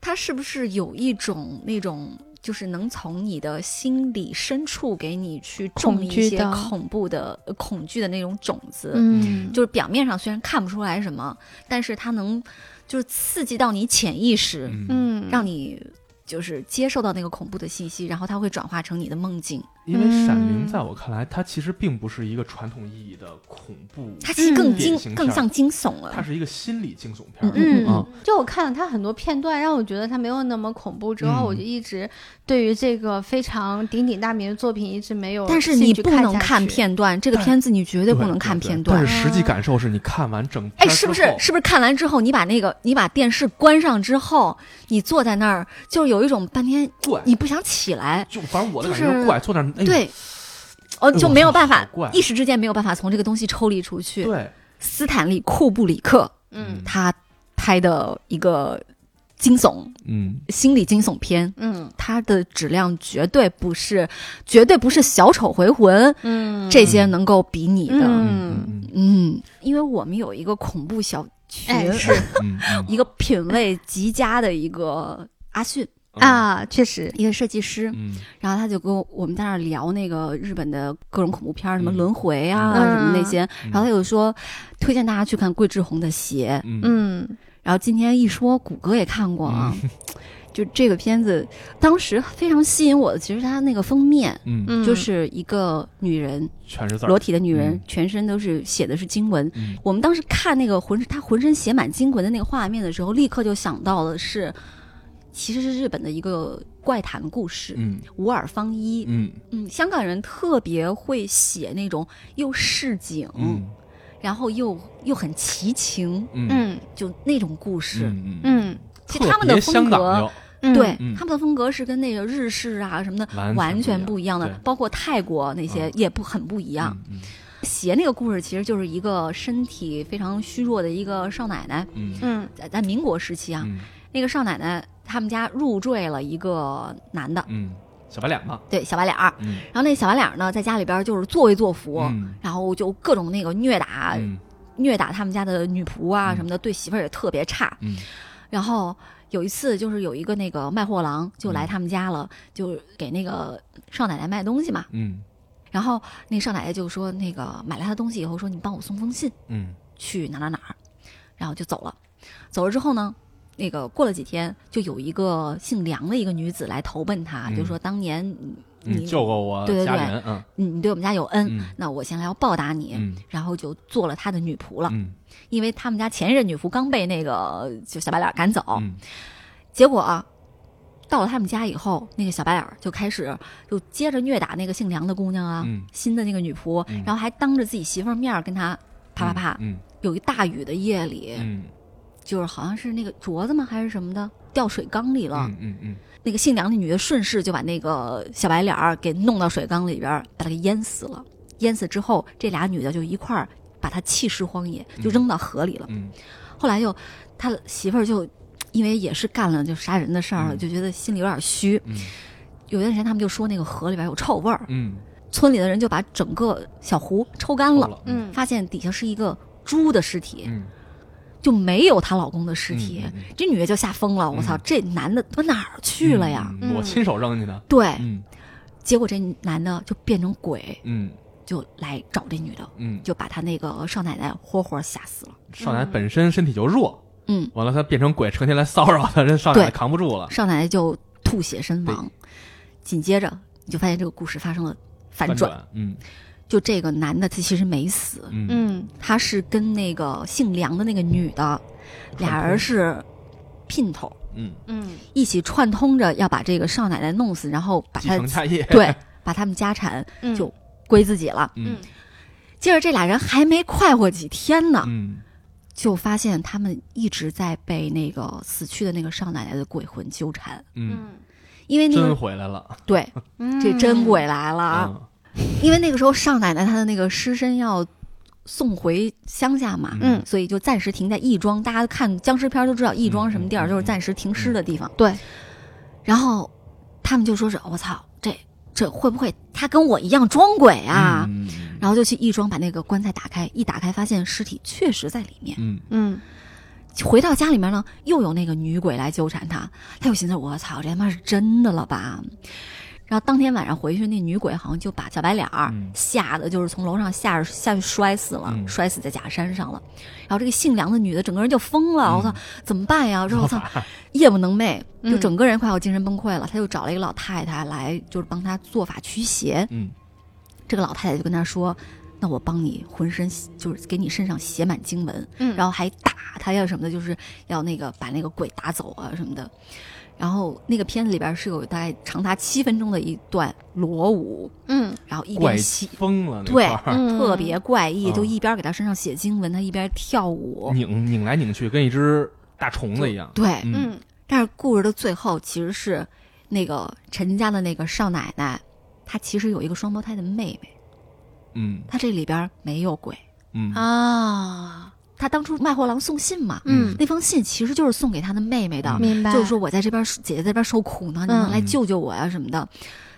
他是不是有一种那种，就是能从你的心里深处给你去种
恐
一
惧
些
的
恐怖的、呃恐惧的那种种子。
嗯，
就是表面上虽然看不出来什么，但是它能就是刺激到你潜意识，
嗯，
嗯，
让你就是接受到那个恐怖的信息，然后它会转化成你的梦境。
因为《闪灵》
嗯
在我看来，它其实并不是一个传统意义的恐怖，
它其实更
嗯
惊
典型，
更
片儿
像惊悚了。
它是一个心理惊悚片儿。
嗯，
啊
就我看了他很多片段，让我觉得他没有那么恐怖。之后、
嗯
我就一直对于这个非常鼎鼎大名的作品一直没有兴趣
但
下
是
去，
你不能看片段，这个
但
片子你绝对不
对
能
对
看
对
片段
但。是实际感受是你看完整
哎，
片儿
是不
之
是
后
是不是看完之后，你把那个你把电视关上之后，你坐在那儿，就是有一种半天
怪？
你不想起来，
就反正我的
就
感觉
是
怪，坐那儿哎呦哎
对，哦，就没有办
好
法
怪，
一时之间没有办法从这个东西抽离出去。
对，
斯坦利库布里克
嗯
他拍的一个惊悚
嗯，
心理惊悚片。
嗯
它的质量绝对不是，绝对不是《小丑回魂》
嗯
这些能够比拟的。
嗯
嗯
嗯，因为我们有一个恐怖小群，
哎是
嗯嗯
一个品味极佳的一个阿迅，
嗯
啊，确实，
一个设计师，
嗯
然后他就跟我我们在那儿聊那个日本的各种恐怖片儿，什么
嗯
轮回啊，
嗯
什么那些，
嗯
然后他就说推荐大家去看桂志红的鞋，
嗯
嗯
然后今天一说谷歌也看过啊。 就这个片子，当时非常吸引我的，其实它那个封面
嗯，
嗯，
就是一个女人，
全是字儿
裸体的女人，
嗯
全身都是写的是经文，
嗯
我们当时看那个浑身他浑身写满经文的那个画面的时候，立刻就想到了是，其实是日本的一个怪谈故事，
嗯
无耳方一。
嗯
嗯，香港人特别会写那种又市井，
嗯
然后又又很奇情，
嗯
嗯
就那种故事。
嗯嗯，
嗯
其实他们的风格，
嗯
对、
嗯
他们的风格是跟那个日式啊什么的
完全
完全
不
不一样的
对，
包括泰国那些
嗯
也不很不一
一
样。，鞋那个故事其实就是一个身体非常虚弱的一个少奶奶，
嗯嗯
嗯
在在民国时期啊，
嗯
那个少奶奶他们家入赘了一个男的，
嗯，小白脸嘛，
对小白脸儿，
嗯，
然后那小白脸儿呢在家里边就是作威作福。
嗯
然后就各种那个虐打、
嗯
虐打他们家的女仆啊
嗯
什么的，对媳妇儿也特别差。
嗯
然后有一次就是有一个那个卖货郎就
嗯
来他们家了，就给那个少奶奶卖东西嘛。
嗯
然后那少奶奶就说那个买了他东西以后说你帮我送封信，
嗯
去哪哪哪儿，然后就走了。走了之后呢，那个过了几天，就有一个姓梁的一个女子来投奔他，
嗯
就说当年你
嗯，
你
救过我家人啊，
你你对我们家有恩，
嗯
那我现在要报答你。
嗯
然后就做了他的女仆了，
嗯
因为他们家前任女仆刚被那个就小白脸赶走，
嗯
结果啊，到了他们家以后，那个小白脸就开始就接着虐打那个姓梁的姑娘啊，
嗯
新的那个女仆，
嗯
然后还当着自己媳妇儿面儿跟她啪啪啪。
嗯
有一大雨的夜里，
嗯
就是好像是那个镯子吗还是什么的掉水缸里了。
嗯嗯
那个姓梁的女的顺势就把那个小白脸儿给弄到水缸里边儿，把她给淹死了。淹死之后，这俩女的就一块儿把她弃尸荒野，就扔到河里了。
嗯
后来又他媳妇儿就因为也是干了就杀人的事儿了，
嗯
就觉得心里有点虚。
嗯
有段时间他们就说那个河里边有臭味儿，
嗯，
村里的人就把整个小湖抽干了，
了，
嗯
发现底下是一个猪的尸体，
嗯，
就没有她老公的尸体。
嗯嗯
这女的就吓疯了，我操，
嗯
这男的都哪儿去了呀？哎
嗯我亲手扔你的，
对，
嗯
结果这男的就变成鬼，
嗯
就来找这女的，
嗯，
就把她那个少奶奶活活吓死了。
少男本身身体就弱，
嗯，
完了他变成鬼，成天来骚扰他，人少奶奶
对
扛不住了，
少奶奶就吐血身亡。紧接着你就发现这个故事发生了反
反
转，
转，嗯
就这个男的他其实没死，
嗯
嗯
他是跟那个姓梁的那个女的，俩人是姘头，
嗯，
嗯
一起串通着要把这个少奶奶弄死，然后把
继
她
承家业，
对把他们家产
嗯，
就归自己了。
嗯
接着这俩人还没快活几天呢，
嗯，
就发现他们一直在被那个死去的那个少奶奶的鬼魂纠缠，
嗯，
嗯
因为那
真
个
回来了
对
嗯，
这真鬼来了啊！！因为那个时候少奶奶她的那个尸身要送回乡下嘛，
嗯
所以就暂时停在亦庄。大家看僵尸片都知道亦庄什么地
嗯嗯
儿，
嗯
就是暂时停尸的地方。
对，
然后他们就说是我操，这这会不会他跟我一样装鬼啊？
嗯，嗯
然后就去亦庄把那个棺材打开，一打开发现尸体确实在里面。
嗯
嗯
回到家里面呢，又有那个女鬼来纠缠他，他又寻思我操，这他妈是真的了吧？然后当天晚上回去，那女鬼好像就把小白脸儿
嗯
吓得就是从楼上下下去摔死了，
嗯
摔死在假山上了。然后这个姓梁的女的整个人就疯了，
嗯
我操，怎么办呀？我说 我操，夜不能寐，就
嗯
整个人快要精神崩溃了。他就找了一个老太太来，就是帮他做法驱邪。
嗯
这个老太太就跟他说：“那我帮你浑身就是给你身上写满经文，
嗯，
然
后
后还打他呀什么的，就是要那个把那个鬼打走啊什么的。然后那个片子里边是有大概长达七分钟的一段裸舞，
嗯
然后一
嗯，
边
怪
写
疯了那
对
块儿，
嗯
特别怪异，
嗯
就一边给他身上写经文，他一边跳舞。
拧拧来拧去，跟一只大虫子一样，
对，
嗯
嗯
但是故事的最后其实是那个陈家的那个少奶奶，她其实有一个双胞胎的妹妹，
嗯
她这里边没有鬼
嗯，
啊。她当初卖货郎送信嘛，
嗯
那封信其实就是送给她的妹妹的。
嗯
啊明白，
就是说我在这边姐姐在这边受苦呢，你
嗯
能来救救我呀、什么的。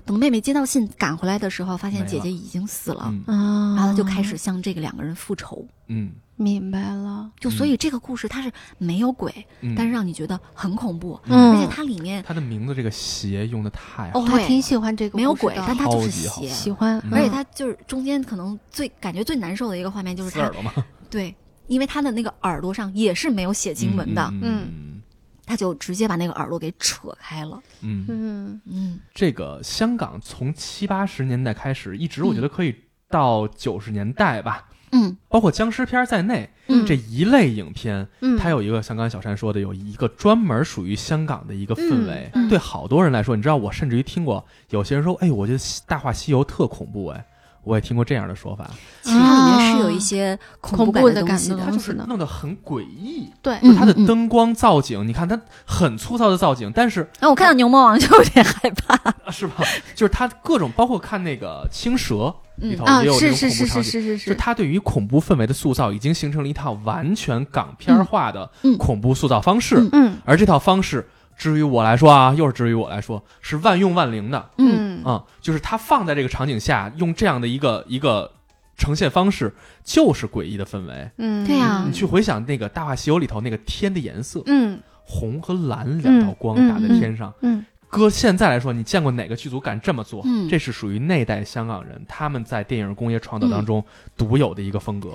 等妹妹接到信赶回来的时候，发现
没
姐
了
姐已经死了，
嗯
啊，
然后就开始向这个两个人复仇。
嗯
明白了，
就所以这个故事它是没有鬼，
嗯，
但是让你觉得很恐怖，
嗯
而且它里面
他的名字这个邪用的太好
我
哦
还
对
挺喜欢这个
没有
故事
鬼，
的
但它就是
超级
邪。
喜欢，
嗯
而且它就是中间可能最感觉最难受的一个画面就是
刺耳
它
朵嘛，
对，因为它的那个耳朵上也是没有写经文的，
嗯
它就直接把那个耳朵给扯开了。
嗯嗯，
嗯
嗯，
这个香港从七八十年代开始，一直我觉得可以到九十年代吧，
嗯
包括僵尸片在内，
嗯
这一类影片，
嗯，
它有一个像刚才小山说的，有一个专门属于香港的一个氛围。
嗯嗯
对好多人来说，你知道，我甚至于听过有些人说：“哎，我觉得《大话西游》特恐怖。”哎，我也听过这样的说法，
其实它里面是有
啊
一些恐
恐怖
怖感
的
东
感
西
觉
的。
它
东
就
西
是
呢，
弄得很诡异。
对，
嗯
它的灯光造景，你看它很粗糙的造景，但是啊
那、我看到牛魔王就有点害怕。
是 吧？就是它各种，包括看那个青蛇
嗯
里头
啊
也有那
是
种
是
恐
是是
怖场景。
是是，
就是它对于恐怖氛围的塑造，已经形成了一套完全港片化的
嗯嗯
恐怖塑造方式。
嗯
嗯
而这套方式，至于我来说啊，又是至于我来说，是万用万灵的啊、
嗯，
嗯
嗯就是它放在这个场景下，用这样的一个一个呈现方式，就是诡异的氛围。
嗯，
对呀
你去回想那个《大话西游》里头那个天的颜色，
嗯
红和蓝两道光打在天上，
嗯
搁现在来说，你见过哪个剧组敢这么做？
嗯
这是属于那代香港人他们在电影工业创造当中独有的一个风格。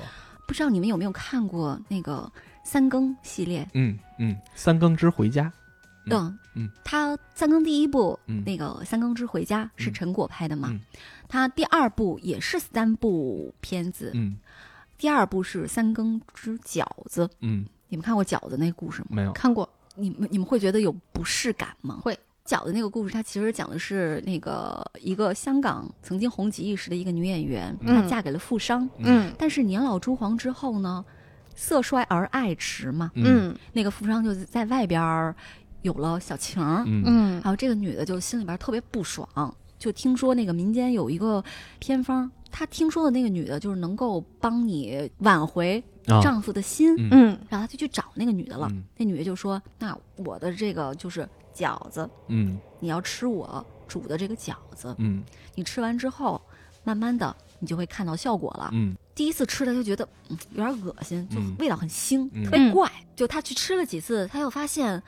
不知道你们有没有看过那个三更系列？
嗯嗯，三更之回家，嗯
嗯
嗯，
他三更第一部、
嗯
那个《三更之回家》是
嗯
陈果拍的嘛？
嗯
他第二部也是三部片子，
嗯
第二部是《三更之饺子》。
嗯，
你们看过饺子那个故事吗？
没有，
看过，
你们你们会觉得有不适感吗？
会。
饺子那个故事，它其实讲的是那个一个香港曾经红极一时的一个女演员，
嗯
她嫁给了富商，
嗯
但是年老珠黄之后呢，色衰而爱弛嘛，
嗯
嗯
那个富商就在外边儿有了小情儿，
嗯
嗯
然后这个女的就心里边儿特别不爽，就听说那个民间有一个偏方，她听说的那个女的就是能够帮你挽回
啊
丈夫的心，
嗯
嗯
然后她就去找那个女的了，
嗯
那女的就说：“那我的这个就是饺子，
嗯
你要吃我煮的这个饺子，
嗯
你吃完之后，慢慢的你就会看到效果了。”
嗯
第一次吃的就觉得嗯有点恶心，就
嗯
味道很腥，
嗯
特别怪。就她去吃了几次，她又发现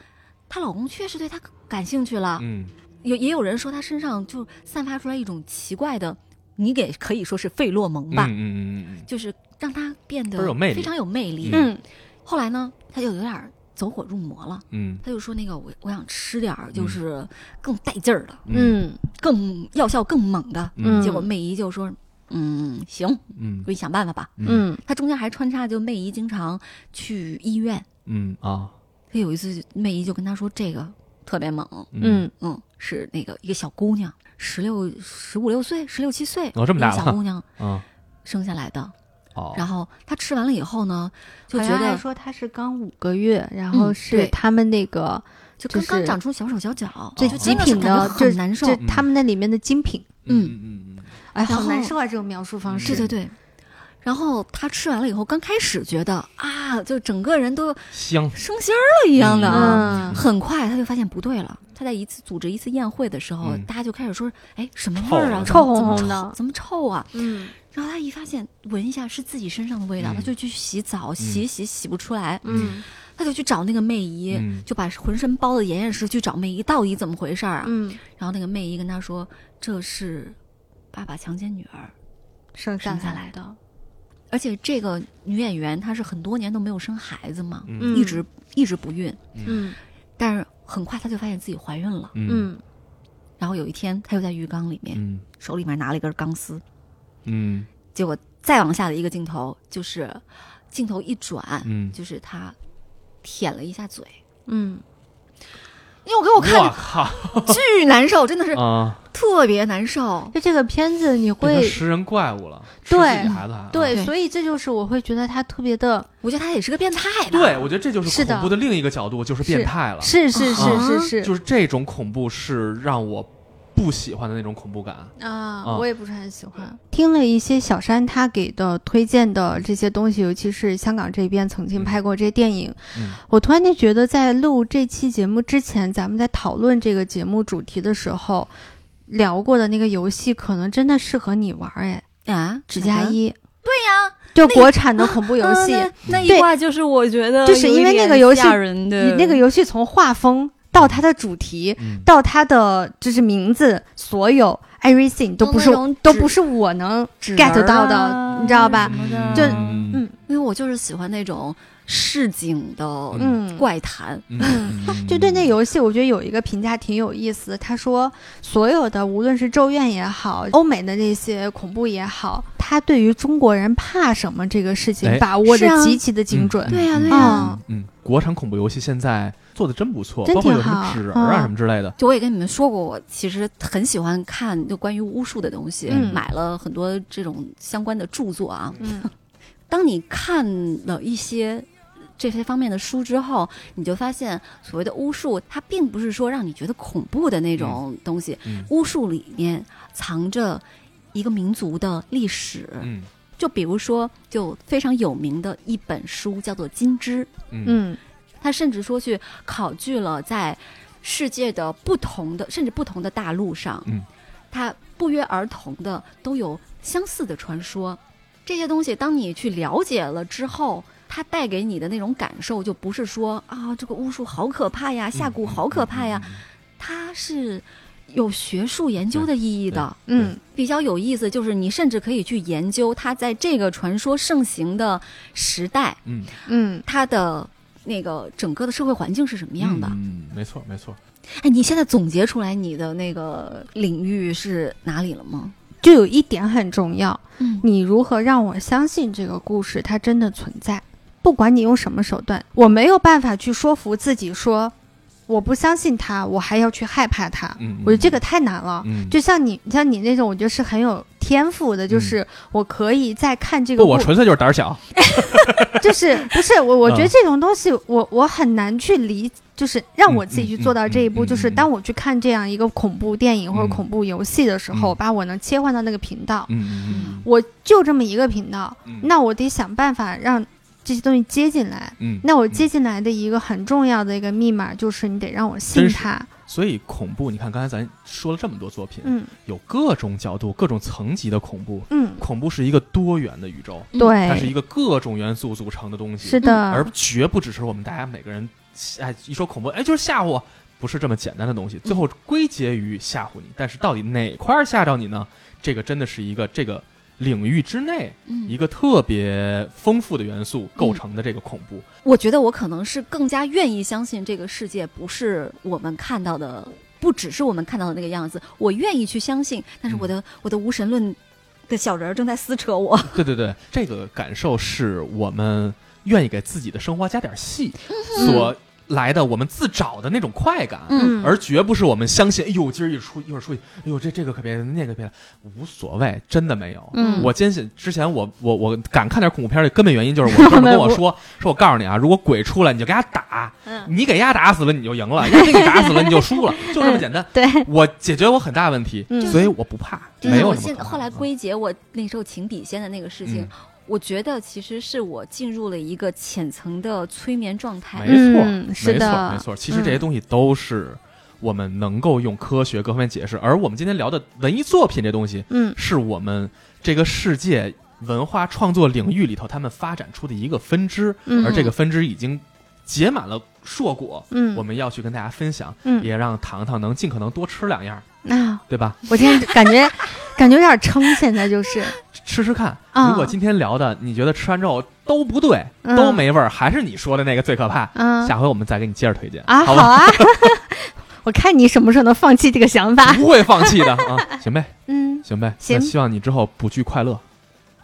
她老公确实对她感兴趣了。
嗯
有也有人说她身上就散发出来一种奇怪的，你给可以说是费洛蒙吧，
嗯嗯嗯嗯
就是让她变
倍
得
儿有魅力
非常有魅力。
嗯
嗯
后来呢，她就有点走火入魔了。
嗯
他就说那个我我想吃点儿就是更带劲儿的、
嗯
更药效更猛的。
嗯
结果媚姨就说：“嗯，行，
嗯
我给你想办法吧。”
嗯
嗯
他中间还穿插就媚姨经常去医院，
嗯啊
他有一次媚姨就跟他说这个特别猛，
嗯
嗯，是那个一个小姑娘，十六十五六岁，十六七岁，
哦这么
一个
大了
小姑娘
啊
生下来的。
哦
然后她吃完了以后呢，就
好
觉
像还
得
说他是刚五个月，然后
嗯
是
对
他们那个
就
就
刚刚
是
长出小手小脚，
最
就
极
真的是
品的
感觉，
就
很难受
就。他们那里面的精品，
嗯嗯
哎，
然
好难
后
受啊！这种描述方式，
对对对。然后她吃完了以后，刚开始觉得啊，就整个人都
嗯香
升仙儿了一样的啊。
嗯
很快她就发现不对了。她在一次组织一次宴会的时候，
嗯
大家就开始说：“哎，什么
臭
味儿啊？
了
怎
臭
么怎么
烘烘的
怎么臭啊？”
嗯
然后他一发现闻一下是自己身上的味道，
嗯
他就去洗澡，洗洗洗不出来，
嗯
他就去找那个媚姨，
嗯
就把浑身包的严严实实去找媚姨，到底怎么回事儿啊？
嗯，
然后那个媚姨跟他说：“这是爸爸强奸女儿
生下
生下来的，而且这个女演员她是很多年都没有生孩子嘛，
嗯
嗯
一直一直不孕，
嗯
但是很快她就发现自己怀孕了。
嗯
嗯
然后有一天，她又在浴缸里面，
嗯
手里面拿了一根钢丝，
嗯
结果再往下的一个镜头就是镜头一转，
嗯，
就是他舔了一下嘴，
嗯，
因为我给我看
哇靠
着巨难受，真的是
啊，
特别难受。
就这个片子你
变成
会
食人怪物了，吃
对
自己孩子还
对，
对
所以这就是我会觉得他特别的，
我觉得他也是个变态吧。
对，我觉得这就是
是的
恐怖的另一个角度，就是变态了，
是是是是
就是是这种恐怖是让我不喜欢的那种恐怖感。
啊，
啊
我也不是很喜欢。听了一些小山他给的推荐的这些东西，尤其是香港这边曾经拍过这些电影，
嗯
我突然就觉得，在录这期节目之前，咱们在讨论这个节目主题的时候，聊过的那个游戏，可能真的适合你玩儿哎，
啊，
《指甲
一
衣》。对呀，就国产的恐怖游 戏，
嗯那那
对
一挂就是我觉得
就是因为那个游
有一
戏
点吓人
你
的
那个游戏从画风到它的主题，
嗯
到它的就是名字，所有 everything 都不是
那种
都
纸
不是我能
指纹
get
儿
到的
啊，
你知道吧？
么的
就
嗯
因为我就是喜欢那种市井的
嗯，
怪谈。
嗯嗯
就对那游戏，我觉得有一个评价挺有意思的。他说，所有的无论是《咒怨》也好，
嗯
欧美的那些恐怖也好，他对于中国人怕什么这个事情
哎
把握
是
的
啊
极其的精准。
对呀对
呀
嗯嗯，嗯国产恐怖游戏现在做的真不错，
真
包括
挺
有什么
好
纸人儿啊
嗯
什么之类的。
就我也跟你们说过，我其实很喜欢看就关于巫术的东西，
嗯
买了很多这种相关的著作啊。
嗯
当你看了一些这些方面的书之后，你就发现所谓的巫术，它并不是说让你觉得恐怖的那种东西。
嗯
巫术里面藏着一个民族的历史，
嗯
就比如说，就非常有名的一本书叫做《金枝》，
嗯
嗯
它甚至说去考据了在世界的不同的，甚至不同的大陆上，
嗯
它不约而同的都有相似的传说。这些东西，当你去了解了之后，它带给你的那种感受，就不是说啊，这个巫术好可怕
嗯
呀，下蛊好可怕呀，，它是有学术研究的意义的。
嗯
比较有意思，就是你甚至可以去研究它在这个传说盛行的时代，
嗯，
嗯，
它的那个整个的社会环境是什么
一
样的。
嗯，没错没错。
哎，你现在总结出来你的那个领域是哪里了吗？
就有一点很重要，
嗯
你如何让我相信这个故事它真的存在？不管你用什么手段，我没有办法去说服自己说我不相信它，我还要去害怕它。
嗯，
我觉得这个太难了。
嗯，
就像你像你那种，我觉得是很有天赋的，就是我可以在看这个
嗯不，我
故
纯粹就是胆儿小。
就是不是我，我觉得
嗯
这种东西，我我很难去理，就是让我自己去做到这一步。
嗯嗯嗯嗯
就是当我去看这样一个恐怖电影或者
嗯
恐怖游戏的时候，
嗯
把我能切换到那个频道，
嗯嗯
我就这么一个频道，
嗯，
那我得想办法让这些东西接进来。
嗯，
那我接进来的一个很重要的一个密码就是你得让我信
真是
它。
所以恐怖，你看刚才咱说了这么多作品，
嗯
有各种角度、各种层级的恐怖。
嗯，
恐怖是一个多元的宇宙，它是一
对，
个各种元素组成的东西，
是的，
而绝不只是我们大家每个人，哎，一说恐怖，哎，就是吓唬我，不是这么简单的东西。最后归结于吓唬你，但是到底哪块儿吓着你呢？这个真的是一个这个领域之内
嗯
一个特别丰富的元素构成的这个恐怖。
我觉得我可能是更加愿意相信这个世界不是我们看到的，不只是我们看到的那个样子。我愿意去相信，但是我的、我的无神论的小人儿正在撕扯 我。
对对对，这个感受是我们愿意给自己的生活加点戏所来的，我们自找的那种快感。
嗯，
而绝不是我们相信，哎呦，今儿一出一会儿出去，哎呦，这这个可别，那个可别，无所谓，真的没有。
嗯
我坚信，之前我我我敢看点恐怖片儿的根本原因就是我哥 们儿跟我说，说我告诉你啊，如果鬼出来你就给他打，
嗯
你给丫打死了你就赢了，丫给你打死了你 就输了，就这么简单。
嗯对，
我解决我很大问题，
嗯
所以我不怕，
就是
没有
我
什么
现
可怕的。
后来归结我那时候情笔仙的那个事情，
嗯
我觉得其实是我进入了一个浅层的催眠状态。
没错，
嗯
没
是
错，
的
没错。其实这些东西都是我们能够用科学各方面解释，而我们今天聊的文艺作品这东西，
嗯
是我们这个世界文化创作领域里头他们发展出的一个分支，
嗯
而这个分支已经结满了硕果。
嗯，
我们要去跟大家分享，
嗯
也让糖糖能尽可能多吃两样，
啊，
对吧？
我今天感觉感觉有点撑，现在就是
吃吃看。
啊
如果今天聊的你觉得吃完之后都不对，
嗯
都没味儿，还是你说的那个最可怕，
嗯
下回我们再给你接着推荐，
啊，
好
好
吧？
啊， 我看你什么时候能放弃这个想法。
不会放弃的啊！行呗，
嗯，
行呗，
行
那希望你之后补剧快乐。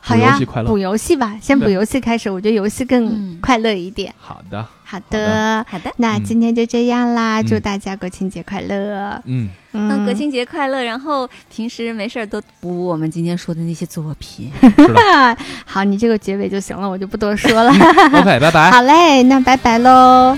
好呀
游戏快，乐
补游戏吧，先补
对
游戏开始，我觉得游戏更
嗯
快乐一点。
好的，
好
的
的，
好的，
那
嗯
今天就这样啦，
嗯
祝大家国庆节快乐！
嗯，
嗯
那国庆节快乐！然后平时没事儿多补我们今天说的那些作品。
是的
好，你这个结尾就行了，我就不多说了。
，OK，拜拜。
好嘞，那拜拜喽。